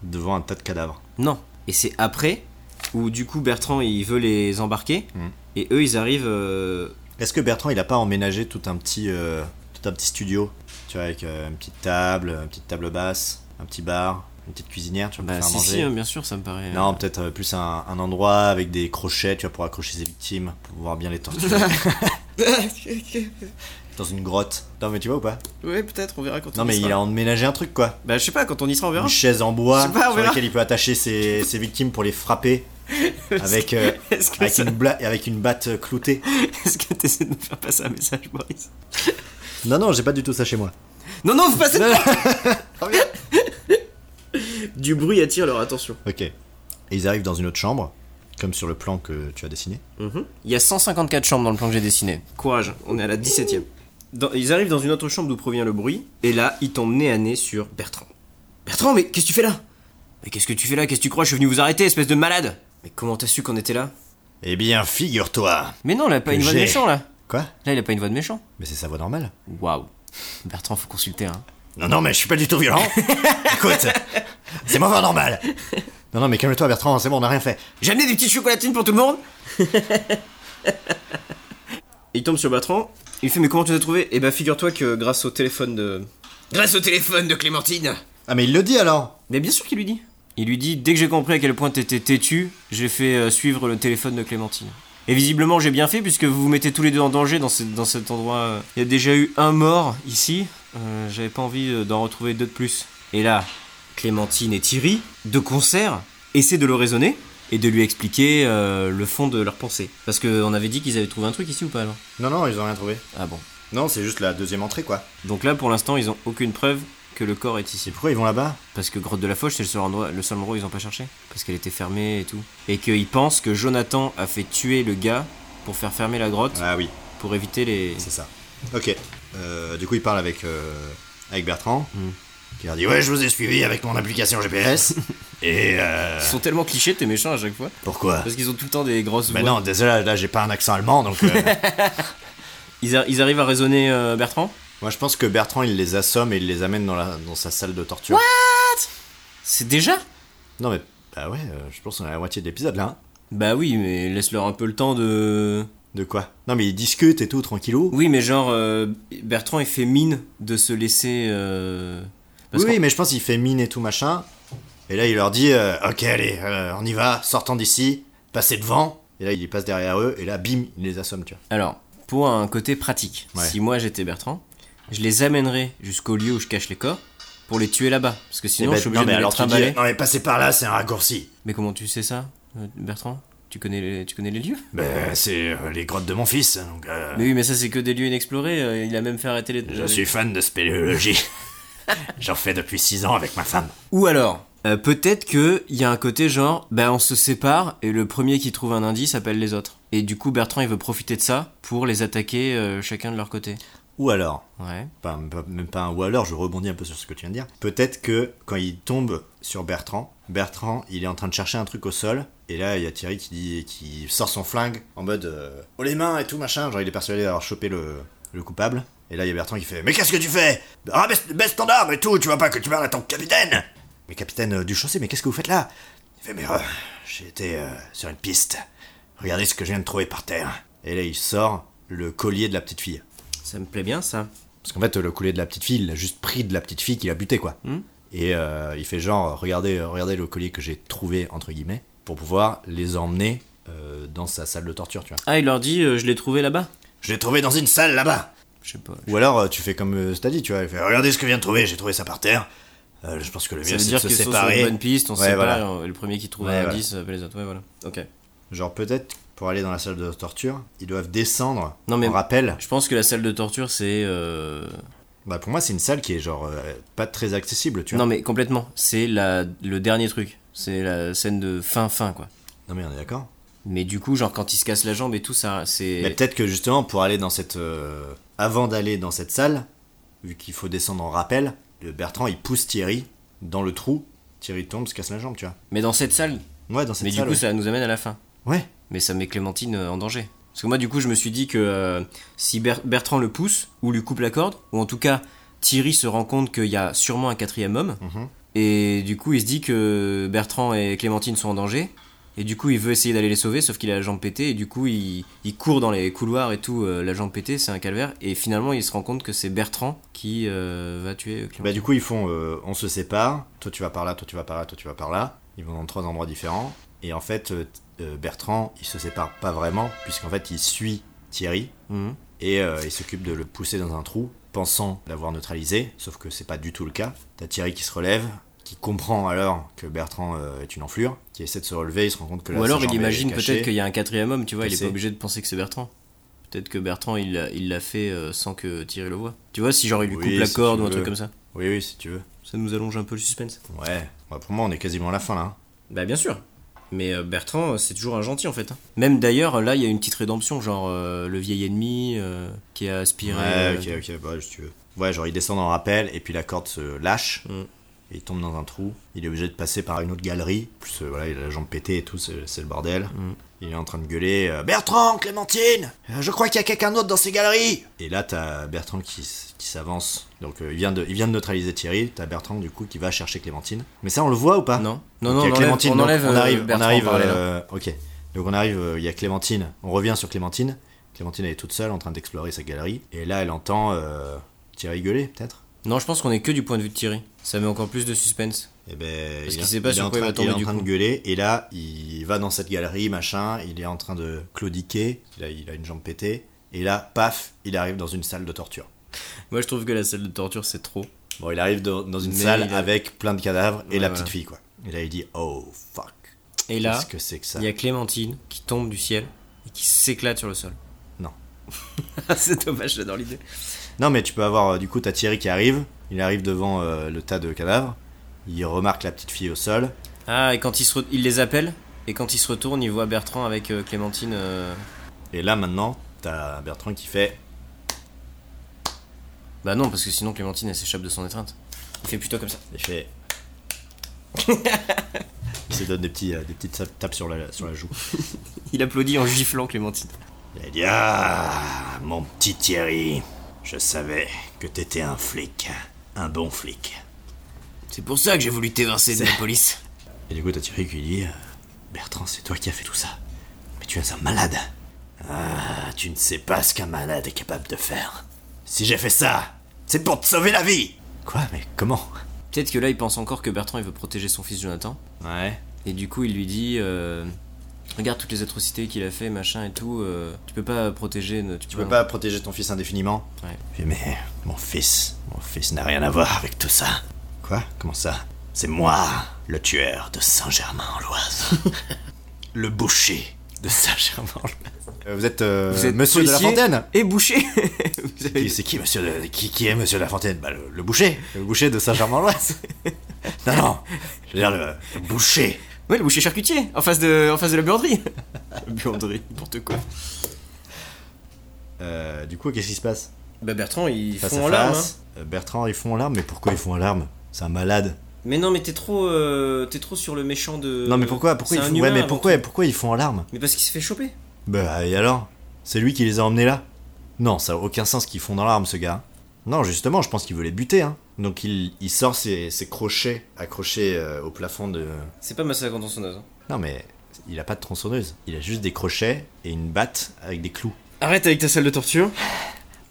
[SPEAKER 2] Devant un tas de cadavres.
[SPEAKER 1] Non. Et c'est après où, du coup, Bertrand, il veut les embarquer.
[SPEAKER 2] Mhm.
[SPEAKER 1] Et eux, ils arrivent. euh,
[SPEAKER 2] Est-ce que Bertrand il a pas emménagé tout un petit, euh, tout un petit studio Tu vois, avec euh, une petite table, une petite table basse, un petit bar, une petite cuisinière, tu vois,
[SPEAKER 1] Bah,
[SPEAKER 2] pour faire
[SPEAKER 1] si,
[SPEAKER 2] manger.
[SPEAKER 1] si, hein, bien sûr, ça me paraît.
[SPEAKER 2] Non, peut-être euh, plus un, un endroit avec des crochets, tu vois, pour accrocher ses victimes, pour pouvoir bien les torturer. Dans une grotte. Non, mais tu vois ou pas
[SPEAKER 1] ouais, peut-être, on verra quand
[SPEAKER 2] Non, mais il a emménagé un truc, quoi.
[SPEAKER 1] Bah, je sais pas, quand on y sera, on verra.
[SPEAKER 2] Une chaise en bois
[SPEAKER 1] Je sais pas, on
[SPEAKER 2] sur
[SPEAKER 1] verra.
[SPEAKER 2] laquelle il peut attacher ses, ses victimes pour les frapper avec, euh,
[SPEAKER 1] Est-ce que,
[SPEAKER 2] avec,
[SPEAKER 1] ça-
[SPEAKER 2] une bla- avec une batte euh, cloutée.
[SPEAKER 1] est-ce que t'essaies de me faire passer un message, Boris
[SPEAKER 2] Non, non, j'ai pas du tout ça chez moi.
[SPEAKER 1] Non, non, vous passez Ah Du bruit attire leur attention.
[SPEAKER 2] Ok. Et ils arrivent dans une autre chambre, comme sur le plan que tu as dessiné.
[SPEAKER 1] Il y a 154 chambres dans le plan que j'ai dessiné. Mhm. Courage, on est à la 17ème. Dans- ils arrivent dans une autre chambre d'où provient le bruit, et là, ils tombent nez à nez sur Bertrand. Bertrand, mais qu'est-ce que tu fais là Mais qu'est-ce que tu fais là Qu'est-ce que tu crois Je suis venu vous arrêter, espèce de malade Mais comment t'as su qu'on était là
[SPEAKER 2] Eh bien, figure-toi
[SPEAKER 1] Mais non, là, pas
[SPEAKER 2] Que
[SPEAKER 1] une voix de
[SPEAKER 2] j'ai.
[SPEAKER 1] méchant, là
[SPEAKER 2] Quoi
[SPEAKER 1] Là, il a pas une voix de méchant.
[SPEAKER 2] Mais c'est sa voix normale
[SPEAKER 1] Waouh. Bertrand, faut consulter, hein.
[SPEAKER 2] Non, non, mais je suis pas du tout violent. Écoute, c'est ma voix normale. Non, non, mais calme-toi, Bertrand, c'est bon, on a rien fait.
[SPEAKER 1] J'ai amené des petites chocolatines pour tout le monde Il tombe sur Bertrand, il fait mais comment tu les as trouvé Eh ben figure-toi que grâce au téléphone de... Grâce au téléphone de Clémentine
[SPEAKER 2] Ah, mais il le dit alors
[SPEAKER 1] Mais bien sûr qu'il lui dit Il lui dit, dès que j'ai compris à quel point t'étais têtu, j'ai fait euh, suivre le téléphone de Clémentine. Et visiblement j'ai bien fait puisque vous vous mettez tous les deux en danger dans, ce- dans cet endroit. euh. Il y a déjà eu un mort ici, euh, j'avais pas envie euh, d'en retrouver deux de plus. Et là, Clémentine et Thierry, de concert, essaient de le raisonner et de lui expliquer euh, le fond de leur pensée. Parce qu'on avait dit qu'ils avaient trouvé un truc ici ou pas alors
[SPEAKER 2] Non, non, ils ont rien trouvé.
[SPEAKER 1] Ah bon.
[SPEAKER 2] Non, c'est juste la deuxième entrée, quoi.
[SPEAKER 1] Donc là pour l'instant ils ont aucune preuve que le corps est
[SPEAKER 2] Et
[SPEAKER 1] ici.
[SPEAKER 2] pourquoi ils vont là-bas
[SPEAKER 1] Parce que Grotte de la Foch, c'est le seul endroit, le seul endroit où ils ont pas cherché. Parce qu'elle était fermée et tout. Et qu'ils pensent que Jonathan a fait tuer le gars pour faire fermer la grotte,
[SPEAKER 2] Ah oui,
[SPEAKER 1] pour éviter les.
[SPEAKER 2] c'est ça. Ok. Euh, du coup, il parle avec, euh, avec Bertrand,
[SPEAKER 1] Hmm.
[SPEAKER 2] qui leur dit Ouais, je vous ai suivi avec mon application GPS. et euh,
[SPEAKER 1] Ils sont tellement clichés, t'es méchant à chaque fois.
[SPEAKER 2] pourquoi
[SPEAKER 1] Parce qu'ils ont tout le temps des grosses
[SPEAKER 2] Bah
[SPEAKER 1] voix.
[SPEAKER 2] non, désolé, là, j'ai pas un accent allemand, donc. euh,
[SPEAKER 1] Ils, a- ils arrivent à raisonner euh, Bertrand
[SPEAKER 2] Moi, je pense que Bertrand, il les assomme et il les amène dans, la, dans sa salle de torture.
[SPEAKER 1] C'est déjà
[SPEAKER 2] non, mais. Bah ouais, euh, je pense qu'on est à la moitié de l'épisode là. hein.
[SPEAKER 1] Bah oui, mais laisse-leur un peu le temps de.
[SPEAKER 2] De quoi Non, mais ils discutent et tout, tranquillou.
[SPEAKER 1] Oui, mais genre, euh, Bertrand, il fait mine de se laisser. euh, parce
[SPEAKER 2] oui,
[SPEAKER 1] qu'en-
[SPEAKER 2] oui, mais je pense qu'il fait mine et tout machin. Et là, il leur dit euh, Ok, allez, euh, on y va, sortons d'ici, passez devant. Et là, il y passe derrière eux, et là, bim, il les assomme, tu vois.
[SPEAKER 1] Alors, pour un côté pratique,
[SPEAKER 2] Ouais.
[SPEAKER 1] si moi j'étais Bertrand, je les amènerais jusqu'au lieu où je cache les corps pour les tuer là-bas. Parce que sinon,
[SPEAKER 2] Et ben,
[SPEAKER 1] je suis obligé
[SPEAKER 2] non, mais
[SPEAKER 1] de les
[SPEAKER 2] alors tu dis, hein.
[SPEAKER 1] trimballer.
[SPEAKER 2] Non, mais passez par là, c'est un raccourci.
[SPEAKER 1] Mais comment tu sais ça, euh, Bertrand tu connais, les, tu connais les lieux
[SPEAKER 2] Ben, c'est euh, les grottes de mon fils, donc. euh,
[SPEAKER 1] Mais oui, mais ça, c'est que des lieux inexplorés. euh, Il a même fait arrêter les. euh,
[SPEAKER 2] Je suis fan de spéléologie. J'en fais depuis 6 ans avec ma femme.
[SPEAKER 1] Ou alors, euh, peut-être qu'il y a un côté genre, ben on se sépare et le premier qui trouve un indice appelle les autres. Et du coup, Bertrand, il veut profiter de ça pour les attaquer euh, chacun de leur côté.
[SPEAKER 2] Ou alors,
[SPEAKER 1] Ouais.
[SPEAKER 2] pas- pas- même pas un ou alors, je rebondis un peu sur ce que tu viens de dire. Peut-être que quand il tombe sur Bertrand, Bertrand, il est en train de chercher un truc au sol, et là, il y a Thierry qui, dit, qui sort son flingue en mode euh, Oh les mains et tout machin, genre il est persuadé d'avoir chopé le, le coupable. Et là, il y a Bertrand qui fait Mais qu'est-ce que tu fais Ah, baisse, baisse ton arme et tout, tu vois pas que tu parles à ton capitaine Mais capitaine euh, du chaussée, mais qu'est-ce que vous faites là Il fait Mais euh, j'ai été euh, sur une piste. Regardez ce que je viens de trouver par terre. Et là, il sort le collier de la petite fille.
[SPEAKER 1] Ça me plaît bien, ça.
[SPEAKER 2] Parce qu'en fait, le collier de la petite fille, il a juste pris de la petite fille qu'il a buté, quoi.
[SPEAKER 1] Hmm.
[SPEAKER 2] Et euh, il fait genre, regardez, euh, regardez le collier que j'ai trouvé, entre guillemets, pour pouvoir les emmener euh, dans sa salle de torture, tu vois.
[SPEAKER 1] Ah, il leur dit, euh, je l'ai trouvé là-bas
[SPEAKER 2] Je l'ai trouvé dans une salle là-bas
[SPEAKER 1] Je sais pas.
[SPEAKER 2] Ou alors, euh, tu fais comme euh, t'as dit, tu vois, il fait, regardez ce que je viens de trouver, j'ai trouvé ça par terre. Euh, je pense que le
[SPEAKER 1] Ça
[SPEAKER 2] mieux,
[SPEAKER 1] veut
[SPEAKER 2] c'est
[SPEAKER 1] dire
[SPEAKER 2] de
[SPEAKER 1] que
[SPEAKER 2] se
[SPEAKER 1] si on est sur
[SPEAKER 2] séparer.
[SPEAKER 1] une bonne piste, on se
[SPEAKER 2] Ouais,
[SPEAKER 1] sépare,
[SPEAKER 2] voilà.
[SPEAKER 1] et on- et le premier qui trouve
[SPEAKER 2] Ouais,
[SPEAKER 1] un
[SPEAKER 2] voilà.
[SPEAKER 1] indice appelle les autres. Ouais, voilà. Ok.
[SPEAKER 2] Genre, peut-être, pour aller dans la salle de torture, ils doivent descendre.
[SPEAKER 1] Non, mais-
[SPEAKER 2] On rappelle,
[SPEAKER 1] Je pense que la salle de torture, c'est. euh,
[SPEAKER 2] bah, pour moi, c'est une salle qui est genre euh, pas très accessible, tu vois.
[SPEAKER 1] Non, mais complètement. C'est la... le dernier truc. C'est la scène de fin-fin, quoi.
[SPEAKER 2] Non, mais on est d'accord.
[SPEAKER 1] Mais du coup, genre, quand il se casse la jambe et tout, ça,
[SPEAKER 2] Mais
[SPEAKER 1] c'est.
[SPEAKER 2] peut-être que justement, pour aller dans cette. euh, avant d'aller dans cette salle, vu qu'il faut descendre en rappel, le Bertrand il pousse Thierry dans le trou. Thierry tombe, se casse la jambe, tu vois.
[SPEAKER 1] Mais dans cette salle.
[SPEAKER 2] Ouais, dans cette
[SPEAKER 1] Mais
[SPEAKER 2] salle.
[SPEAKER 1] du coup,
[SPEAKER 2] ouais.
[SPEAKER 1] ça nous amène à la fin.
[SPEAKER 2] Ouais.
[SPEAKER 1] Mais ça met Clémentine euh, en danger. Parce que moi, du coup, je me suis dit que euh, si Ber- Bertrand le pousse, ou lui coupe la corde, ou en tout cas, Thierry se rend compte qu'il y a sûrement un quatrième homme,
[SPEAKER 2] Mhm.
[SPEAKER 1] et du coup, il se dit que Bertrand et Clémentine sont en danger, et du coup, il veut essayer d'aller les sauver, sauf qu'il a la jambe pétée, et du coup, il, il court dans les couloirs et tout, euh, la jambe pétée, c'est un calvaire, et finalement, il se rend compte que c'est Bertrand qui euh, va tuer Clémentine.
[SPEAKER 2] Bah du coup ils font euh, on se sépare, toi tu vas par là, toi tu vas par là, toi tu vas par là. Ils vont dans trois endroits différents et en fait euh, euh, Bertrand il se sépare pas vraiment puisqu'en fait il suit Thierry
[SPEAKER 1] Mhm.
[SPEAKER 2] et euh, il s'occupe de le pousser dans un trou pensant l'avoir neutralisé sauf que c'est pas du tout le cas. T'as Thierry qui se relève, qui comprend alors que Bertrand euh, est une enflure, qui essaie de se relever, il se rend compte que la
[SPEAKER 1] Ou alors,
[SPEAKER 2] jambe
[SPEAKER 1] il
[SPEAKER 2] est
[SPEAKER 1] imagine
[SPEAKER 2] cachée.
[SPEAKER 1] peut-être qu'il y a un quatrième homme, tu vois, il est
[SPEAKER 2] Cassé.
[SPEAKER 1] pas obligé de penser que c'est Bertrand. Peut-être que Bertrand, il l'a il l'a fait euh, sans que Thierry le voie. Tu vois, si genre il lui
[SPEAKER 2] Oui,
[SPEAKER 1] coupe la
[SPEAKER 2] si
[SPEAKER 1] corde
[SPEAKER 2] tu
[SPEAKER 1] ou un truc
[SPEAKER 2] veux.
[SPEAKER 1] comme ça.
[SPEAKER 2] Oui oui si tu veux.
[SPEAKER 1] Ça nous allonge un peu le suspense.
[SPEAKER 2] Ouais. Bah, pour moi on est quasiment à la fin là. hein.
[SPEAKER 1] Bah, bien sûr. Mais euh, Bertrand, euh, c'est toujours un gentil en fait. hein. Même d'ailleurs, là, il y a une petite rédemption, genre euh, le vieil ennemi euh, qui a aspiré.
[SPEAKER 2] Ouais,
[SPEAKER 1] euh,
[SPEAKER 2] ok, ok, bah, si tu veux. Ouais, genre, il descend en rappel, et puis la corde se lâche,
[SPEAKER 1] Mm.
[SPEAKER 2] et il tombe dans un trou. Il est obligé de passer par une autre galerie, plus, euh, voilà, il a la jambe pétée et tout, c'est c'est le bordel. Il est en train de gueuler euh, Bertrand, Clémentine euh, Je crois qu'il y a quelqu'un d'autre dans ces galeries Et là, t'as Bertrand qui, s- qui s'avance. Donc, euh, il, vient de, il vient de neutraliser Thierry, t'as Bertrand, du coup, qui va chercher Clémentine. Mais ça, on le voit ou pas
[SPEAKER 1] Ah. Non, non,
[SPEAKER 2] Donc,
[SPEAKER 1] non, on
[SPEAKER 2] il y a
[SPEAKER 1] enlève-
[SPEAKER 2] Clémentine,
[SPEAKER 1] on
[SPEAKER 2] donc
[SPEAKER 1] enlève.
[SPEAKER 2] on
[SPEAKER 1] euh,
[SPEAKER 2] arrive, on
[SPEAKER 1] Bertrand
[SPEAKER 2] arrive,
[SPEAKER 1] par là.
[SPEAKER 2] euh, ok. Donc on arrive, euh, il y a Clémentine, on revient sur Clémentine. Clémentine elle est toute seule en train d'explorer sa galerie. Et là elle entend euh, Thierry gueuler peut-être.
[SPEAKER 1] Non, je pense qu'on est que du point de vue de Thierry. Ça met encore plus de suspense.
[SPEAKER 2] Et ben,
[SPEAKER 1] Parce
[SPEAKER 2] il,
[SPEAKER 1] qu'il
[SPEAKER 2] est-
[SPEAKER 1] sait pas
[SPEAKER 2] il est
[SPEAKER 1] sur
[SPEAKER 2] en
[SPEAKER 1] quoi il
[SPEAKER 2] train,
[SPEAKER 1] va tomber,
[SPEAKER 2] il est en
[SPEAKER 1] du
[SPEAKER 2] train
[SPEAKER 1] coup.
[SPEAKER 2] de gueuler. Et là il va dans cette galerie machin. Il est en train de claudiquer. Il a, il a une jambe pétée. Et là paf, il arrive dans une salle de torture.
[SPEAKER 1] Moi, je trouve que la salle de torture, c'est trop.
[SPEAKER 2] Bon, il arrive dans, dans une
[SPEAKER 1] Mais
[SPEAKER 2] salle
[SPEAKER 1] il a-
[SPEAKER 2] avec plein de cadavres et
[SPEAKER 1] Ouais,
[SPEAKER 2] la
[SPEAKER 1] voilà.
[SPEAKER 2] petite fille quoi. Et là il dit oh fuck.
[SPEAKER 1] Et là,
[SPEAKER 2] Qu'est-ce que c'est que ça
[SPEAKER 1] il y a Clémentine qui tombe du ciel et qui s'éclate sur le sol.
[SPEAKER 2] Non.
[SPEAKER 1] c'est dommage, j'adore l'idée.
[SPEAKER 2] Non, mais tu peux avoir, euh, du coup, t'as Thierry qui arrive, il arrive devant euh, le tas de cadavres, il remarque la petite fille au sol,
[SPEAKER 1] Ah, et quand il, se re- il les appelle, et quand il se retourne, il voit Bertrand avec euh, Clémentine. euh,
[SPEAKER 2] et là maintenant, t'as Bertrand qui fait
[SPEAKER 1] Bah non, parce que sinon Clémentine, elle s'échappe de son étreinte. Il fait plutôt comme ça.
[SPEAKER 2] Il fait. il se donne des, petits, euh, des petites tapes- tapes sur la, sur la joue.
[SPEAKER 1] Il applaudit en giflant Clémentine.
[SPEAKER 2] Il dit Ah, mon petit Thierry, je savais que t'étais un flic, un bon flic.
[SPEAKER 1] C'est pour ça que j'ai voulu t'évincer de la police.
[SPEAKER 2] Et du coup, t'as Thierry qui dit euh, Bertrand, c'est toi qui as fait tout ça. Mais tu es un malade. Ah, tu ne sais pas ce qu'un malade est capable de faire. Si j'ai fait ça, c'est pour te sauver la vie Quoi Mais comment
[SPEAKER 1] Peut-être que là, il pense encore que Bertrand, il veut protéger son fils Jonathan.
[SPEAKER 2] Ouais.
[SPEAKER 1] Et du coup, il lui dit euh, Regarde toutes les atrocités qu'il a fait, machin et tout. euh, tu peux pas protéger. ne-
[SPEAKER 2] Tu peux pas protéger ton fils indéfiniment
[SPEAKER 1] Ouais.
[SPEAKER 2] Il fait, Mais mon fils, mon fils n'a rien à voir avec tout ça. Quoi Comment ça C'est moi, le tueur de Saint-Germain-en-Loise. le boucher de Saint-Germain-en-Loise.
[SPEAKER 1] Vous
[SPEAKER 2] vous êtes,
[SPEAKER 1] êtes
[SPEAKER 2] Euh, monsieur de la
[SPEAKER 1] policier
[SPEAKER 2] Fontaine
[SPEAKER 1] Et boucher Vous avez-
[SPEAKER 2] Qui- C'est qui, monsieur de- qui, qui est monsieur Lafontaine bah, le, le boucher, le boucher de Saint-Germain-en-Laye. non, non, je veux dire le, le boucher.
[SPEAKER 1] Ouais, le boucher charcutier, en face de, en face de la buanderie. la buanderie, n'importe quoi.
[SPEAKER 2] Euh, du coup, qu'est-ce qui se passe
[SPEAKER 1] Bah Bertrand, ils
[SPEAKER 2] Face
[SPEAKER 1] font
[SPEAKER 2] à
[SPEAKER 1] en larmes. hein.
[SPEAKER 2] face, euh, Bertrand, ils font en larmes, mais pourquoi ils font en larmes C'est un malade.
[SPEAKER 1] hein. Mais non, mais t'es trop, euh, t'es trop sur le méchant de.
[SPEAKER 2] non, mais pourquoi, pourquoi
[SPEAKER 1] Euh, C'est
[SPEAKER 2] ils
[SPEAKER 1] un
[SPEAKER 2] font...
[SPEAKER 1] humain
[SPEAKER 2] ouais, mais
[SPEAKER 1] avant
[SPEAKER 2] pourquoi,
[SPEAKER 1] tout.
[SPEAKER 2] pourquoi ils font en larmes
[SPEAKER 1] Mais parce qu'il s'est fait choper.
[SPEAKER 2] Bah, et alors C'est lui qui les a emmenés là Non, ça a aucun sens qu'ils font en larmes, ce gars. Non, justement, je pense qu'il veut les buter. Hein. Donc il, il sort ses, ses crochets accrochés euh, au plafond de,
[SPEAKER 1] C'est pas Massacre en tronçonneuse. hein.
[SPEAKER 2] Non mais il a pas de tronçonneuse, il a juste des crochets et une batte avec des clous.
[SPEAKER 1] Arrête avec ta salle de torture.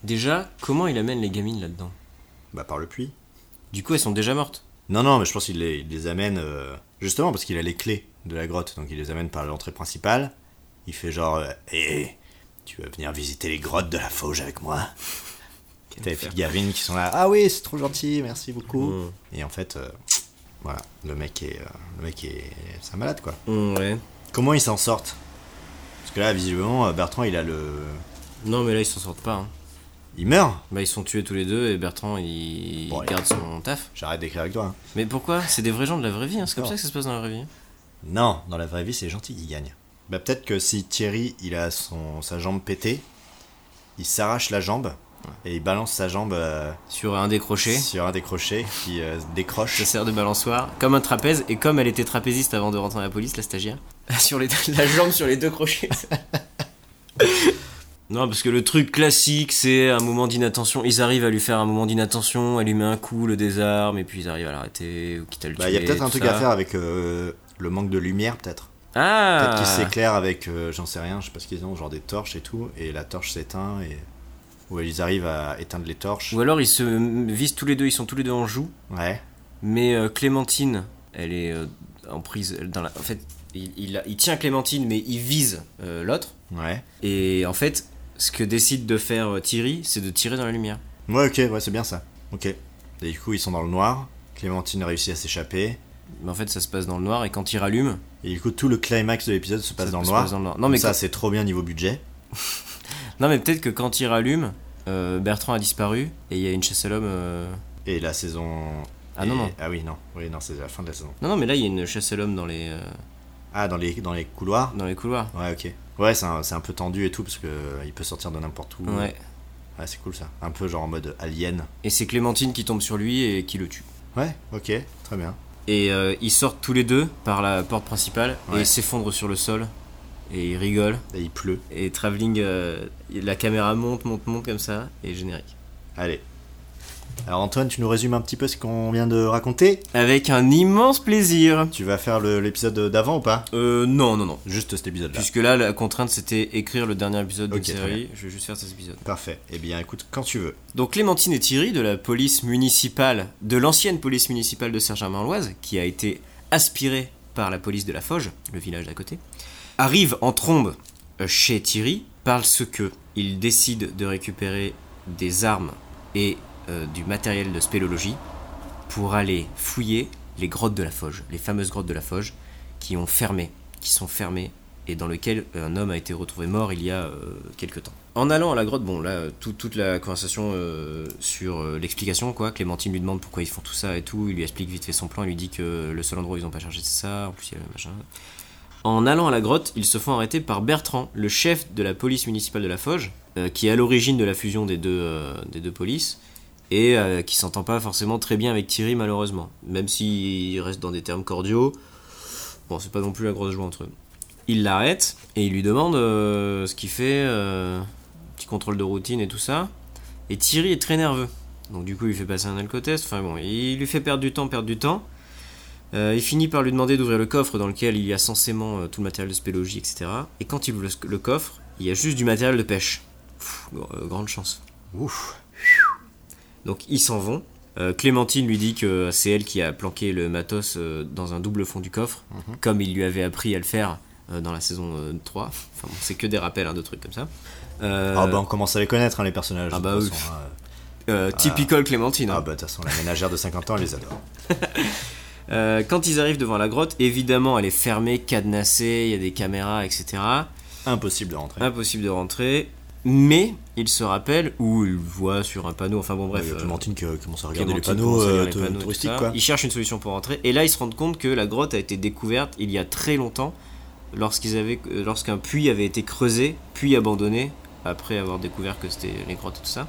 [SPEAKER 1] Déjà, comment il amène les gamines là-dedans
[SPEAKER 2] Bah par le puits.
[SPEAKER 1] Du coup, elles sont déjà mortes.
[SPEAKER 2] Non non mais je pense qu'il les, il les amène euh, justement parce qu'il a les clés de la grotte, donc il les amène par l'entrée principale. Il fait genre euh, Hé, tu veux venir visiter les grottes de la Fauge avec moi T'as les filles de Gavin qui sont là, ah oui c'est trop gentil, merci beaucoup.
[SPEAKER 1] Mm.
[SPEAKER 2] Et en fait, euh, voilà, le mec est, euh, le mec est, c'est un malade quoi.
[SPEAKER 1] Hum, ouais.
[SPEAKER 2] Comment ils s'en sortent Parce que là visiblement euh, Bertrand il a le,
[SPEAKER 1] Non, mais là, ils s'en sortent pas. hein.
[SPEAKER 2] il meurt.
[SPEAKER 1] Bah, ils sont tués tous les deux et Bertrand, il,
[SPEAKER 2] Bon,
[SPEAKER 1] il garde son taf.
[SPEAKER 2] J'arrête d'écrire avec toi. hein.
[SPEAKER 1] Mais pourquoi C'est des vrais gens de la vraie vie. hein. C'est comme
[SPEAKER 2] Non.
[SPEAKER 1] ça que ça se passe dans la vraie vie.
[SPEAKER 2] Non, dans la vraie vie, c'est gentil, il gagne. Bah peut-être que si Thierry, il a son, sa jambe pétée, il s'arrache la jambe, Et il balance sa jambe euh,
[SPEAKER 1] Sur un des crochets,
[SPEAKER 2] sur un des crochets qui euh, se décroche.
[SPEAKER 1] ça sert de balançoire, comme un trapèze, et comme elle était trapéziste avant de rentrer à la police, la stagiaire, sur les, la jambe sur les deux crochets. non, parce que le truc classique, c'est un moment d'inattention. Ils arrivent à lui faire un moment d'inattention, elle lui met un coup, le désarme, et puis ils arrivent à l'arrêter, ou quitte à le
[SPEAKER 2] Bah,
[SPEAKER 1] tuer.
[SPEAKER 2] il y a peut-être un
[SPEAKER 1] tout
[SPEAKER 2] truc
[SPEAKER 1] ça.
[SPEAKER 2] à faire avec euh, le manque de lumière, peut-être. Peut-être
[SPEAKER 1] Ah
[SPEAKER 2] qu'il s'éclaire avec, euh, j'en sais rien, je sais pas ce qu'ils ont, genre des torches et tout, et la torche s'éteint, et... ou ils arrivent à éteindre les torches.
[SPEAKER 1] Ou alors ils se visent tous les deux, ils sont tous les deux en joue,
[SPEAKER 2] Ouais.
[SPEAKER 1] mais euh, Clémentine, elle est euh, en prise. Dans la... En fait, il, il a- il tient Clémentine, mais il vise euh, l'autre.
[SPEAKER 2] Ouais.
[SPEAKER 1] Et en fait, ce que décide de faire euh, Thierry, c'est de tirer dans la lumière.
[SPEAKER 2] Ouais, ok, ouais, c'est bien ça. Ok. Et du coup, ils sont dans le noir. Clémentine réussit à s'échapper.
[SPEAKER 1] Mais en fait, ça se passe dans le noir, et quand il rallume,
[SPEAKER 2] Et du coup, tout le climax de l'épisode se passe
[SPEAKER 1] ça
[SPEAKER 2] dans le
[SPEAKER 1] se
[SPEAKER 2] noir.
[SPEAKER 1] passe dans le noir. Non,
[SPEAKER 2] Non, mais
[SPEAKER 1] mais,
[SPEAKER 2] ça,
[SPEAKER 1] quand-
[SPEAKER 2] c'est trop bien niveau budget.
[SPEAKER 1] non, mais peut-être que quand il rallume, euh, Bertrand a disparu, et il y a une chasse à l'homme. euh,
[SPEAKER 2] Et la saison.
[SPEAKER 1] Ah
[SPEAKER 2] et-
[SPEAKER 1] non, non.
[SPEAKER 2] Ah oui, non. Oui, non, c'est la fin de la saison.
[SPEAKER 1] Non, non, mais là, il y a une chasse à l'homme dans les, euh,
[SPEAKER 2] Ah, dans les, dans les couloirs
[SPEAKER 1] dans les couloirs.
[SPEAKER 2] Ouais, ok. Ouais, c'est un, c'est un peu tendu et tout, parce que euh, il peut sortir de n'importe où.
[SPEAKER 1] Ouais.
[SPEAKER 2] Ouais, c'est cool ça. Un peu genre en mode alien.
[SPEAKER 1] Et c'est Clémentine qui tombe sur lui et qui le tue.
[SPEAKER 2] Ouais, ok, très bien.
[SPEAKER 1] Et euh, ils sortent tous les deux par la porte principale et
[SPEAKER 2] Ouais.
[SPEAKER 1] ils s'effondrent sur le sol. Et ils rigolent.
[SPEAKER 2] Et il pleut.
[SPEAKER 1] Et Travelling, euh, la caméra monte, monte, monte comme ça. Et générique.
[SPEAKER 2] Allez. Alors, Antoine, tu nous résumes un petit peu ce qu'on vient de raconter
[SPEAKER 1] Avec un immense plaisir.
[SPEAKER 2] Tu vas faire le- l'épisode d'avant ou pas
[SPEAKER 1] Euh, non, non, non.
[SPEAKER 2] Juste cet épisode-là.
[SPEAKER 1] Puisque là, la contrainte, c'était écrire le dernier épisode
[SPEAKER 2] Ok,
[SPEAKER 1] d'une
[SPEAKER 2] très
[SPEAKER 1] série. Je vais juste faire cet épisode.
[SPEAKER 2] Parfait. Eh bien, écoute, quand tu veux.
[SPEAKER 1] Donc Clémentine et Thierry de la police municipale, de l'ancienne police municipale de Saint-Germain-en-Loise, qui a été aspirée par la police de la Foge, le village d'à côté, arrivent en trombe euh, chez Thierry parce que ils décident de récupérer des armes et euh, du matériel de spéléologie pour aller fouiller les grottes de la Foge, les fameuses grottes de la Foge qui ont fermé, qui sont fermées et dans lequel euh, un homme a été retrouvé mort il y a quelques temps. En allant à la grotte, bon là, euh, tout- toute la conversation euh, sur euh, l'explication, quoi, Clémentine lui demande pourquoi ils font tout ça et tout, il lui explique vite fait son plan, il lui dit que le seul endroit où ils n'ont pas chargé c'est ça, en plus il y a le machin. En allant à la grotte, ils se font arrêter par Bertrand, le chef de la police municipale de la Foge, euh, qui est à l'origine de la fusion des deux, euh, des deux polices, et euh, qui s'entend pas forcément très bien avec Thierry malheureusement, même s'il reste dans des termes cordiaux, bon c'est pas non plus la grosse joie entre eux. Il l'arrête et il lui demande euh, ce qu'il fait, euh, petit contrôle de routine et tout ça. Et Thierry est très nerveux. Donc du coup, il lui fait passer un alcotest. Enfin bon, il lui fait perdre du temps, perdre du temps. Euh, il finit par lui demander d'ouvrir le coffre dans lequel il y a censément euh, tout le matériel de spéléologie, etc. Et quand il ouvre le, le coffre, il y a juste du matériel de pêche. Pff, gr- euh, grande chance.
[SPEAKER 2] Ouf.
[SPEAKER 1] Donc ils s'en vont. Euh, Clémentine lui dit que c'est elle qui a planqué le matos euh, dans un double fond du coffre,
[SPEAKER 2] Mhm.
[SPEAKER 1] comme il lui avait appris à le faire euh, dans la saison euh, 3. Enfin bon, c'est que des rappels, hein, de trucs comme ça. Euh,
[SPEAKER 2] Ah bah, on commence à les connaître, hein, les personnages.
[SPEAKER 1] Ah
[SPEAKER 2] de
[SPEAKER 1] bah
[SPEAKER 2] toute
[SPEAKER 1] oui.
[SPEAKER 2] façon, hein.
[SPEAKER 1] euh, typical Clémentine. hein.
[SPEAKER 2] Ah bah, de toute façon, la ménagère de 50 ans, elle les adore.
[SPEAKER 1] Euh, quand ils arrivent devant la grotte, évidemment, elle est fermée, cadenassée, il y a des caméras, etc.
[SPEAKER 2] Impossible de rentrer.
[SPEAKER 1] Impossible de rentrer. Mais il se rappelle, ou il voit sur un panneau, enfin bon, bref.
[SPEAKER 2] Il y a
[SPEAKER 1] euh,
[SPEAKER 2] Clémentine qui euh, commence à regarder les
[SPEAKER 1] Clémentine
[SPEAKER 2] panneaux
[SPEAKER 1] commence à lire
[SPEAKER 2] euh,
[SPEAKER 1] les
[SPEAKER 2] tou-
[SPEAKER 1] panneaux et tout
[SPEAKER 2] touristiques,
[SPEAKER 1] ça.
[SPEAKER 2] quoi.
[SPEAKER 1] Ils cherchent une solution pour rentrer. Et là, ils se rendent compte que la grotte a été découverte il y a très longtemps, lorsqu'ils avaient, euh, lorsqu'un puits avait été creusé, puis abandonné, après avoir découvert que c'était les grottes et tout ça.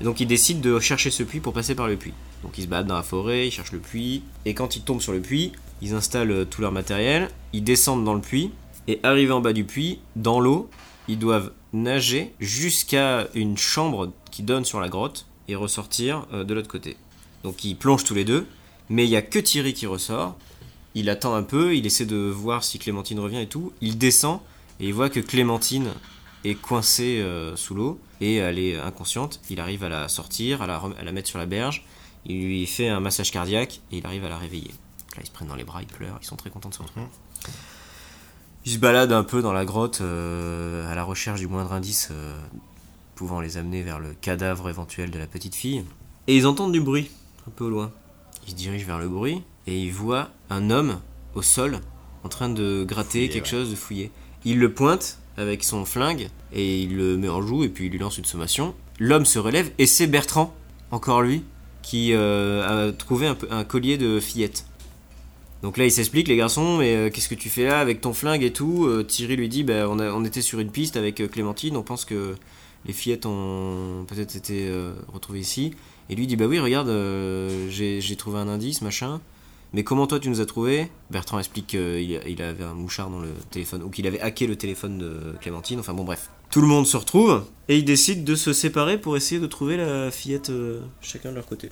[SPEAKER 1] Et donc, ils décident de chercher ce puits pour passer par le puits. Donc, ils se battent dans la forêt, ils cherchent le puits. Et quand ils tombent sur le puits, ils installent euh, tout leur matériel, ils descendent dans le puits. Et arrivés en bas du puits, dans l'eau, ils doivent nager jusqu'à une chambre qui donne sur la grotte et ressortir euh, de l'autre côté. Donc ils plongent tous les deux, mais il y a que Thierry qui ressort. Il attend un peu, il essaie de voir si Clémentine revient et tout. Il descend et il voit que Clémentine est coincée euh, sous l'eau et elle est inconsciente. Il arrive à la sortir, à la, rem- à la mettre sur la berge. Il lui fait un massage cardiaque et il arrive à la réveiller. Donc là, ils se prennent dans les bras, ils pleurent, ils sont très contents de se retrouver. Ils se baladent un peu dans la grotte euh, à la recherche du moindre indice euh, pouvant les amener vers le cadavre éventuel de la petite fille. Et ils entendent du bruit, un peu au loin. Ils se dirigent vers le bruit et ils voient un homme au sol en train de gratter
[SPEAKER 2] Fouiller,
[SPEAKER 1] quelque
[SPEAKER 2] ouais.
[SPEAKER 1] chose, de fouiller. Il le pointe avec son flingue et il le met en joue et puis il lui lance une sommation. L'homme se relève et c'est Bertrand, encore lui, qui euh, a trouvé un, peu- un collier de fillette. Donc là, il s'explique, les garçons, mais euh, qu'est-ce que tu fais ben, là avec ton flingue et tout Euh, Thierry lui dit, bah, on, a- on était sur une piste avec euh, Clémentine, on pense que les fillettes ont peut-être été euh, retrouvées ici. Et lui dit Bah oui, regarde, euh, j'ai j'ai trouvé un indice, machin. Mais comment toi tu nous as trouvé Bertrand explique qu'il il avait un mouchard dans le téléphone, ou qu'il avait hacké le téléphone de Clémentine, enfin bon, bref. Tout le monde se retrouve et ils décident de se séparer pour essayer de trouver la fillette euh, chacun de leur côté.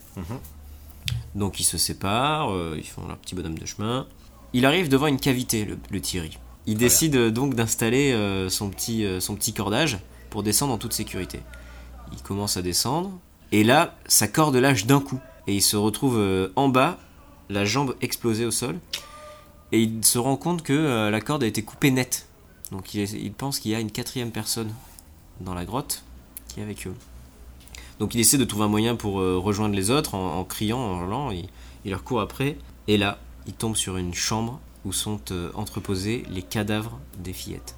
[SPEAKER 1] Donc ils se séparent, euh, ils font leur petit bonhomme de chemin. Il arrive devant une cavité, le, le Thierry. Il décide euh, donc d'installer euh, son, petit, euh, son petit cordage pour descendre en toute sécurité. Il commence à descendre, et là, sa corde lâche d'un coup. Et il se retrouve euh, en bas, la jambe explosée au sol. Et il se rend compte que euh, la corde a été coupée net. Donc il, est- il pense qu'il y a une quatrième personne dans la grotte qui est avec eux. Donc il essaie de trouver un moyen pour euh, rejoindre les autres en, en criant, en hurlant. Il, il leur court après. Et là, il tombe sur une chambre où sont euh, entreposés les cadavres des fillettes.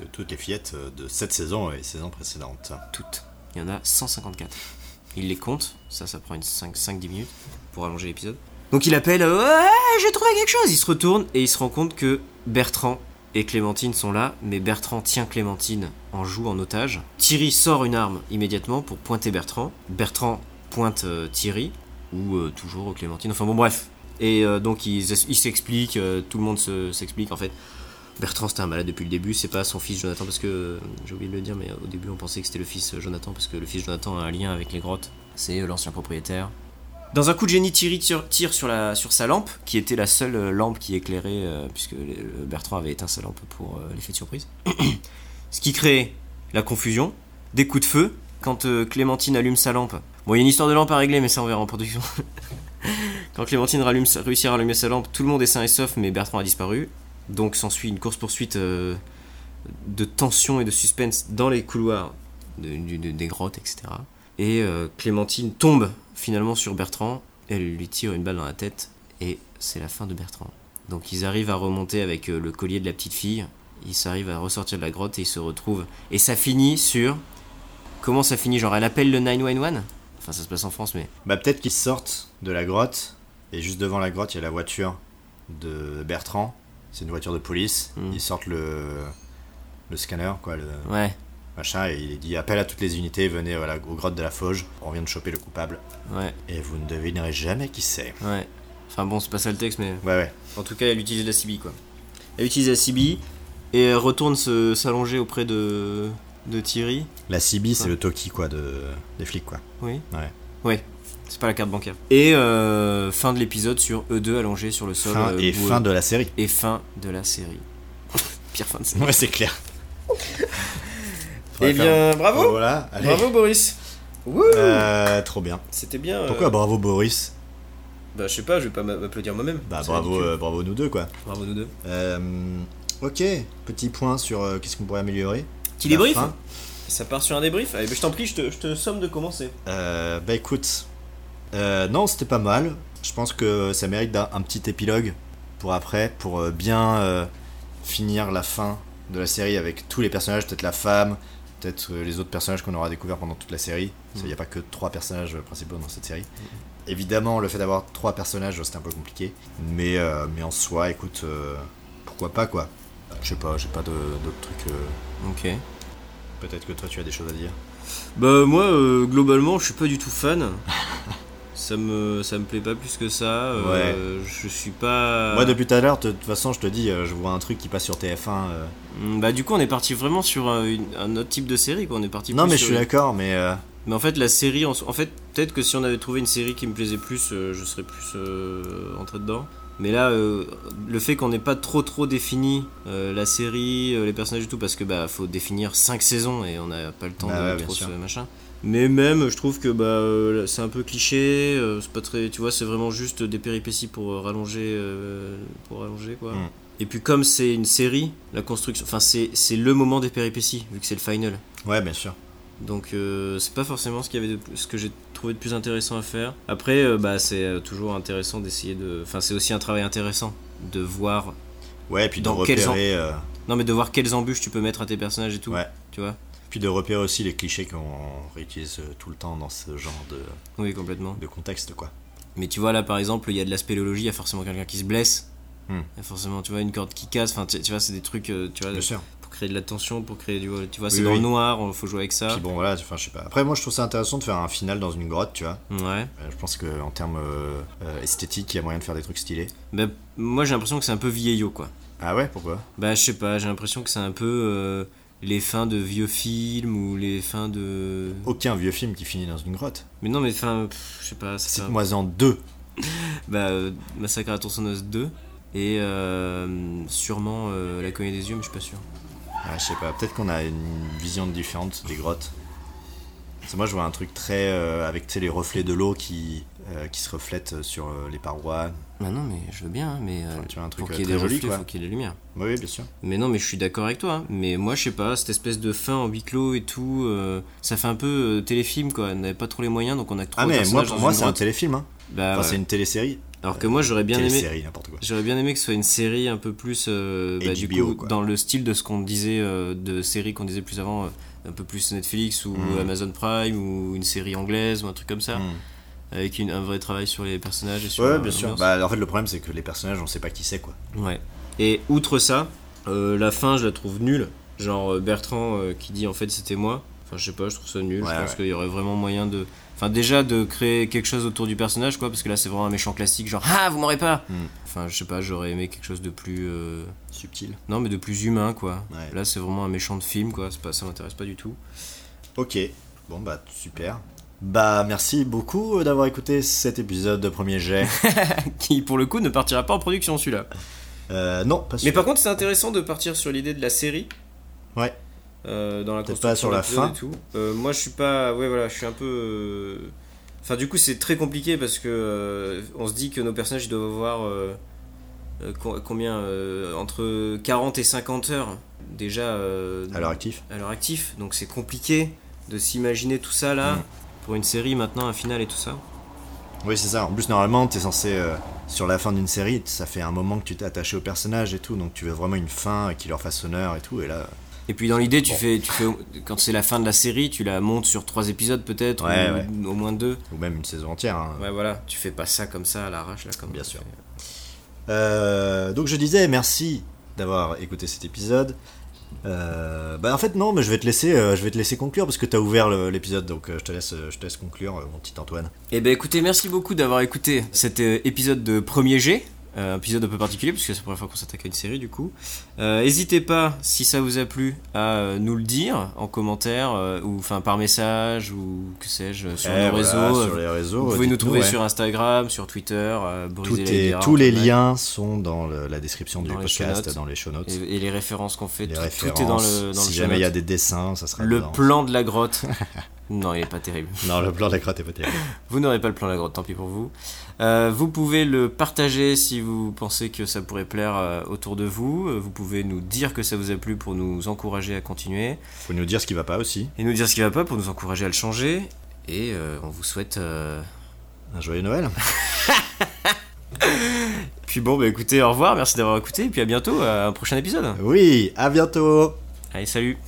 [SPEAKER 2] De toutes les fillettes euh, de cette saison et saison précédente.
[SPEAKER 1] Toutes. Il y en a 154. Il les compte. Ça, ça prend une 5-10 minutes pour allonger l'épisode. Donc il appelle euh, Ouais, j'ai trouvé quelque chose Il se retourne et il se rend compte que Bertrand et Clémentine sont là, mais Bertrand tient Clémentine en joue en otage. Thierry sort une arme immédiatement pour pointer Bertrand. Bertrand pointe euh, Thierry, ou euh, toujours Clémentine, enfin bon, bref. Et euh, donc ils ils s'expliquent, euh, tout le monde se- s'explique en fait. Bertrand c'était un malade depuis le début, c'est pas son fils Jonathan parce que euh, j'ai oublié de le dire, mais au début on pensait que c'était le fils euh, Jonathan parce que le fils Jonathan a un lien avec les grottes. C'est euh, l'ancien propriétaire. Dans un coup de génie, Thierry tire, tire sur, la, sur sa lampe, qui était la seule euh, lampe qui éclairait, euh, puisque le- le Bertrand avait éteint sa lampe pour euh, l'effet de surprise. Ce qui crée la confusion, des coups de feu. Quand euh, Clémentine allume sa lampe, bon, il y a une histoire de lampe à régler, mais ça on verra en production. Quand Clémentine rallume, sa- réussit à rallumer sa lampe, tout le monde est sain et sauf, mais Bertrand a disparu. Donc s'ensuit une course-poursuite euh, de tension et de suspense dans les couloirs de- du- de- des grottes, etc. Et euh, Clémentine tombe finalement sur Bertrand, elle lui tire une balle dans la tête, et c'est la fin de Bertrand. Donc ils arrivent à remonter avec euh, le collier de la petite fille, ils arrivent à ressortir de la grotte et ils se retrouvent. Et ça finit sur... Comment ça finit Genre elle appelle le 911 Enfin ça se passe en France mais...
[SPEAKER 2] Bah peut-être qu'ils sortent de la grotte et juste devant la grotte il y a la voiture de Bertrand. C'est une voiture de police.
[SPEAKER 1] Mm.
[SPEAKER 2] Ils sortent le le scanner quoi le
[SPEAKER 1] Ouais,
[SPEAKER 2] machin et il dit appel à toutes les unités venez voilà, aux grottes de la Fauge. On vient de choper le coupable
[SPEAKER 1] ouais,
[SPEAKER 2] et vous ne devinerez jamais qui c'est.
[SPEAKER 1] ouais. Enfin bon c'est pas ça le texte mais...
[SPEAKER 2] Ouais ouais.
[SPEAKER 1] En tout cas, elle utilise la CB quoi. Elle utilise la CB et elle retourne se- s'allonger auprès de, de Thierry.
[SPEAKER 2] La CB c'est
[SPEAKER 1] Ouais.
[SPEAKER 2] le Toki quoi de des flics quoi.
[SPEAKER 1] Oui.
[SPEAKER 2] Ouais.
[SPEAKER 1] Ouais. C'est pas la carte bancaire. Et euh, fin de l'épisode sur eux deux allongés sur le sol.
[SPEAKER 2] Fin
[SPEAKER 1] euh,
[SPEAKER 2] et
[SPEAKER 1] boueux.
[SPEAKER 2] fin de la série.
[SPEAKER 1] Et fin de la série. Pire fin de série.
[SPEAKER 2] Ouais c'est clair.
[SPEAKER 1] Eh bien, bravo
[SPEAKER 2] Voilà. allez.
[SPEAKER 1] Bravo Boris Wouh
[SPEAKER 2] Euh, trop bien.
[SPEAKER 1] C'était bien. euh,
[SPEAKER 2] Pourquoi bravo Boris
[SPEAKER 1] Bah je sais pas, je vais pas m'a- m'applaudir moi-même.
[SPEAKER 2] Bah
[SPEAKER 1] C'est
[SPEAKER 2] bravo
[SPEAKER 1] ridicule.
[SPEAKER 2] euh, bravo nous deux quoi.
[SPEAKER 1] Bravo nous deux.
[SPEAKER 2] Euh, ok, petit point sur euh, qu'est-ce qu'on pourrait améliorer.
[SPEAKER 1] Petit
[SPEAKER 2] La
[SPEAKER 1] débrief
[SPEAKER 2] fin.
[SPEAKER 1] Ça part sur un débrief Allez, bah, je t'en prie, je te, je te somme de commencer.
[SPEAKER 2] Euh, bah écoute, euh, non, c'était pas mal. Je pense que ça mérite d'un- un, petit épilogue pour après, pour euh, bien euh, finir la fin de la série avec tous les personnages, peut-être la femme, peut-être euh, les autres personnages qu'on aura découvert pendant toute la série. Il n'y a pas que trois personnages principaux dans cette série. Évidemment, le fait d'avoir trois personnages, euh, c'était un peu compliqué. Mais, euh, mais en soi, écoute, euh, pourquoi pas quoi. Euh, Je sais pas, j'ai pas de- d'autres trucs. euh,
[SPEAKER 1] Ok.
[SPEAKER 2] Peut-être que toi tu as des choses à dire.
[SPEAKER 1] Bah moi euh, globalement je suis pas du tout fan. ça me ça me plaît pas plus que ça. euh, Je suis pas.
[SPEAKER 2] Moi depuis tout à l'heure, de toute façon je te dis, euh, je vois un truc qui passe sur TF1. euh.
[SPEAKER 1] Mm, Bah du coup on est parti vraiment sur un, une- un autre type de série quoi. On est parti.
[SPEAKER 2] Non
[SPEAKER 1] plus
[SPEAKER 2] mais je
[SPEAKER 1] sur-
[SPEAKER 2] suis d'accord, mais euh,
[SPEAKER 1] Mais en fait la série en, so- en fait peut-être que si on avait trouvé une série qui me plaisait plus, euh, je serais plus euh, rentré dedans. Mais là, euh, le fait qu'on n'ait pas trop trop défini euh, la série, euh, les personnages et tout, parce que bah faut définir 5 saisons et on n'a pas le temps
[SPEAKER 2] Bah
[SPEAKER 1] de
[SPEAKER 2] ouais, bien
[SPEAKER 1] trop se
[SPEAKER 2] sûr.
[SPEAKER 1] machin. Mais même, je trouve que bah euh, c'est un peu cliché, euh, c'est pas très, tu vois, c'est vraiment juste des péripéties pour euh, rallonger, euh, pour rallonger quoi.
[SPEAKER 2] Mm.
[SPEAKER 1] Et puis comme c'est une série, la construction, enfin c'est c'est le moment des péripéties vu que c'est le final.
[SPEAKER 2] ouais bien sûr.
[SPEAKER 1] Donc euh, c'est pas forcément ce, qu'il y avait de- ce que j'ai trouvé de plus intéressant à faire. Après, euh, bah, c'est euh, toujours intéressant d'essayer de... Enfin, c'est aussi un travail intéressant de voir...
[SPEAKER 2] Ouais, et puis de
[SPEAKER 1] Dans quel
[SPEAKER 2] repérer, euh,
[SPEAKER 1] Non, mais de voir quelles embûches tu peux mettre à tes personnages et tout.
[SPEAKER 2] Ouais.
[SPEAKER 1] Tu vois
[SPEAKER 2] puis de repérer aussi les clichés qu'on réutilise euh, tout le temps dans ce genre de,
[SPEAKER 1] Oui, complètement.
[SPEAKER 2] de contexte quoi.
[SPEAKER 1] Mais tu vois, là, par exemple, il y a de la spéléologie, il y a forcément quelqu'un qui se blesse.
[SPEAKER 2] Hmm.
[SPEAKER 1] Il y a forcément, tu vois, une corde qui casse. Enfin, tu, tu vois, c'est des trucs... euh, tu vois,
[SPEAKER 2] Bien sûr.
[SPEAKER 1] pour créer de la tension, pour créer du. Tu vois, c'est
[SPEAKER 2] Oui,
[SPEAKER 1] dans
[SPEAKER 2] oui.
[SPEAKER 1] le noir, on- faut jouer avec ça.
[SPEAKER 2] Puis bon, voilà, enfin, je sais pas. Après, moi, je trouve ça intéressant de faire un final dans une grotte, tu vois.
[SPEAKER 1] Ouais.
[SPEAKER 2] Euh, Je pense que en termes euh, euh, esthétiques, il y a moyen de faire des trucs stylés.
[SPEAKER 1] Bah, moi, j'ai l'impression que c'est un peu vieillot, quoi.
[SPEAKER 2] Ah ouais, pourquoi
[SPEAKER 1] Bah, je sais pas, j'ai l'impression que c'est un peu euh, les fins de vieux films ou les fins de.
[SPEAKER 2] Aucun vieux film qui finit dans une grotte.
[SPEAKER 1] Mais non, mais enfin, pff, je sais pas. c'est pas-
[SPEAKER 2] Cite-moi en deux.
[SPEAKER 1] Bah, euh, Massacre à la tronçonneuse 2 et euh, sûrement euh, La cognée des yeux, mais je suis pas sûr.
[SPEAKER 2] Ah, je sais pas, peut-être qu'on a une vision différente des grottes. Parce que moi, je vois un truc très. euh, avec tu sais, les reflets de l'eau qui, euh, qui se reflètent sur euh, les parois.
[SPEAKER 1] Bah, non, mais je veux bien, hein, mais euh,
[SPEAKER 2] Enfin, tu vois, un truc
[SPEAKER 1] pour
[SPEAKER 2] euh,
[SPEAKER 1] qu'il y ait des
[SPEAKER 2] très joli,
[SPEAKER 1] reflets,
[SPEAKER 2] quoi.
[SPEAKER 1] faut qu'il y ait de la lumière.
[SPEAKER 2] Oui, oui, bien sûr.
[SPEAKER 1] Mais non, mais je suis d'accord avec toi. hein. Mais moi, je sais pas, cette espèce de fin en huis clos et tout, euh, ça fait un peu euh, téléfilm quoi. On n'avait pas trop les moyens, donc on a que trois
[SPEAKER 2] Ah, mais moi,
[SPEAKER 1] personnages
[SPEAKER 2] pour
[SPEAKER 1] dans
[SPEAKER 2] moi,
[SPEAKER 1] une
[SPEAKER 2] c'est un
[SPEAKER 1] grotte.
[SPEAKER 2] téléfilm. Hein.
[SPEAKER 1] Bah,
[SPEAKER 2] Enfin,
[SPEAKER 1] ouais.
[SPEAKER 2] c'est une télésérie.
[SPEAKER 1] Alors que moi, j'aurais bien aimé.
[SPEAKER 2] télésérie, n'importe quoi.
[SPEAKER 1] J'aurais bien aimé que ce soit une série un peu plus euh, bah, du
[SPEAKER 2] HBO,
[SPEAKER 1] coup,
[SPEAKER 2] quoi.
[SPEAKER 1] dans le style de ce qu'on disait euh, de séries qu'on disait plus avant, euh, un peu plus Netflix ou
[SPEAKER 2] Mm.
[SPEAKER 1] Amazon Prime ou une série anglaise ou un truc comme ça,
[SPEAKER 2] Hmm.
[SPEAKER 1] avec une- un vrai travail sur les personnages et sur
[SPEAKER 2] Ouais,
[SPEAKER 1] euh,
[SPEAKER 2] bien sûr.
[SPEAKER 1] l'ambiance.
[SPEAKER 2] Bah, en fait, le problème, c'est que les personnages, on sait pas qui c'est, quoi.
[SPEAKER 1] Ouais. Et outre ça, euh, la fin, je la trouve nulle. Genre euh, Bertrand euh, qui dit en fait c'était moi. Enfin, je sais pas, je trouve ça nul.
[SPEAKER 2] Ouais,
[SPEAKER 1] je pense
[SPEAKER 2] ouais.
[SPEAKER 1] qu'il y aurait vraiment moyen de. Enfin, déjà de créer quelque chose autour du personnage, quoi, parce que là c'est vraiment un méchant classique, genre Ah, vous m'aurez pas
[SPEAKER 2] Mm.
[SPEAKER 1] Enfin, je sais pas, j'aurais aimé quelque chose de plus. euh,
[SPEAKER 2] Subtil.
[SPEAKER 1] Non, mais de plus humain, quoi.
[SPEAKER 2] Ouais.
[SPEAKER 1] Là, c'est vraiment un méchant de film, quoi. C'est Pas, ça m'intéresse pas du tout.
[SPEAKER 2] Ok, bon bah super. Bah merci beaucoup euh, d'avoir écouté cet épisode de Premier Jet.
[SPEAKER 1] Qui, pour le coup, ne partira pas en production, celui-là.
[SPEAKER 2] Euh, non, pas sûr.
[SPEAKER 1] Mais par contre, c'est intéressant de partir sur l'idée de la série.
[SPEAKER 2] Ouais.
[SPEAKER 1] Euh, dans la
[SPEAKER 2] Peut-être
[SPEAKER 1] construction
[SPEAKER 2] pas sur
[SPEAKER 1] de
[SPEAKER 2] la
[SPEAKER 1] l'épisode
[SPEAKER 2] fin.
[SPEAKER 1] et tout. Euh, moi, je suis pas. Ouais, voilà, je suis un peu. euh, Enfin, du coup, c'est très compliqué parce que euh, on se dit que nos personnages ils doivent avoir euh, euh, co- combien euh, entre 40 et 50 heures déjà euh,
[SPEAKER 2] Alors actif.
[SPEAKER 1] à leur actif. Donc, c'est compliqué de s'imaginer tout ça là
[SPEAKER 2] Mm.
[SPEAKER 1] pour une série maintenant, un final et tout ça.
[SPEAKER 2] Oui c'est ça. En plus normalement t'es censé euh, sur la fin d'une série, ça fait un moment que tu t'es attaché au personnage et tout, donc tu veux vraiment une fin euh, qui leur fasse honneur et tout. Et là,
[SPEAKER 1] Et puis dans l'idée, tu
[SPEAKER 2] Bon.
[SPEAKER 1] fais, tu fais, quand c'est la fin de la série, tu la montes sur trois épisodes peut-être,
[SPEAKER 2] Ouais,
[SPEAKER 1] ou
[SPEAKER 2] ouais.
[SPEAKER 1] au moins deux.
[SPEAKER 2] ou même une saison entière. hein.
[SPEAKER 1] Ouais, voilà, tu fais pas ça comme ça à l'arrache là, comme
[SPEAKER 2] Bien sûr. Euh, donc je disais merci d'avoir écouté cet épisode. Euh, bah en fait non, mais je vais te laisser, euh, je vais te laisser conclure parce que t'as ouvert le- l'épisode, donc euh, je te laisse, je te laisse conclure, euh, mon petit Antoine.
[SPEAKER 1] Eh ben écoutez, merci beaucoup d'avoir écouté cet euh, épisode de Premier G. euh, un épisode un peu particulier puisque c'est la première fois qu'on s'attaque à une série du coup. Euh, N'hésitez pas, si ça vous a plu, à euh, nous le dire en commentaire euh, ou enfin par message ou que sais-je euh, sur
[SPEAKER 2] Eh,
[SPEAKER 1] nos
[SPEAKER 2] voilà,
[SPEAKER 1] réseaux.
[SPEAKER 2] sur les réseaux.
[SPEAKER 1] vous pouvez nous
[SPEAKER 2] dites-nous,
[SPEAKER 1] trouver
[SPEAKER 2] ouais.
[SPEAKER 1] sur Instagram, sur Twitter, euh,
[SPEAKER 2] Tout
[SPEAKER 1] Briser la
[SPEAKER 2] est-
[SPEAKER 1] Hydra,
[SPEAKER 2] tous les
[SPEAKER 1] en fait.
[SPEAKER 2] liens sont dans le- la description
[SPEAKER 1] Dans
[SPEAKER 2] du
[SPEAKER 1] les show
[SPEAKER 2] podcast,
[SPEAKER 1] notes.
[SPEAKER 2] dans les show notes.
[SPEAKER 1] Et, et les références qu'on fait,
[SPEAKER 2] les
[SPEAKER 1] tout, tout
[SPEAKER 2] références.
[SPEAKER 1] est dans le, dans
[SPEAKER 2] si
[SPEAKER 1] le show
[SPEAKER 2] jamais il y a
[SPEAKER 1] notes.
[SPEAKER 2] des dessins, ça sera
[SPEAKER 1] Le
[SPEAKER 2] dedans.
[SPEAKER 1] plan de la grotte. non, il est pas terrible.
[SPEAKER 2] Non, le plan de la grotte est pas terrible.
[SPEAKER 1] Vous n'aurez pas le plan de la grotte, tant pis pour vous. Euh, vous pouvez le partager si vous pensez que ça pourrait plaire euh, autour de vous. Euh, Vous pouvez nous dire que ça vous a plu pour nous encourager à continuer.
[SPEAKER 2] Faut nous dire ce qui va pas aussi.
[SPEAKER 1] Et nous dire ce qui va pas pour nous encourager à le changer. Et euh, on vous souhaite... euh,
[SPEAKER 2] Un joyeux Noël.
[SPEAKER 1] Puis bon, bah euh, écoutez, au revoir, merci d'avoir écouté, et puis à bientôt, à un prochain épisode.
[SPEAKER 2] Oui, à bientôt.
[SPEAKER 1] Allez, salut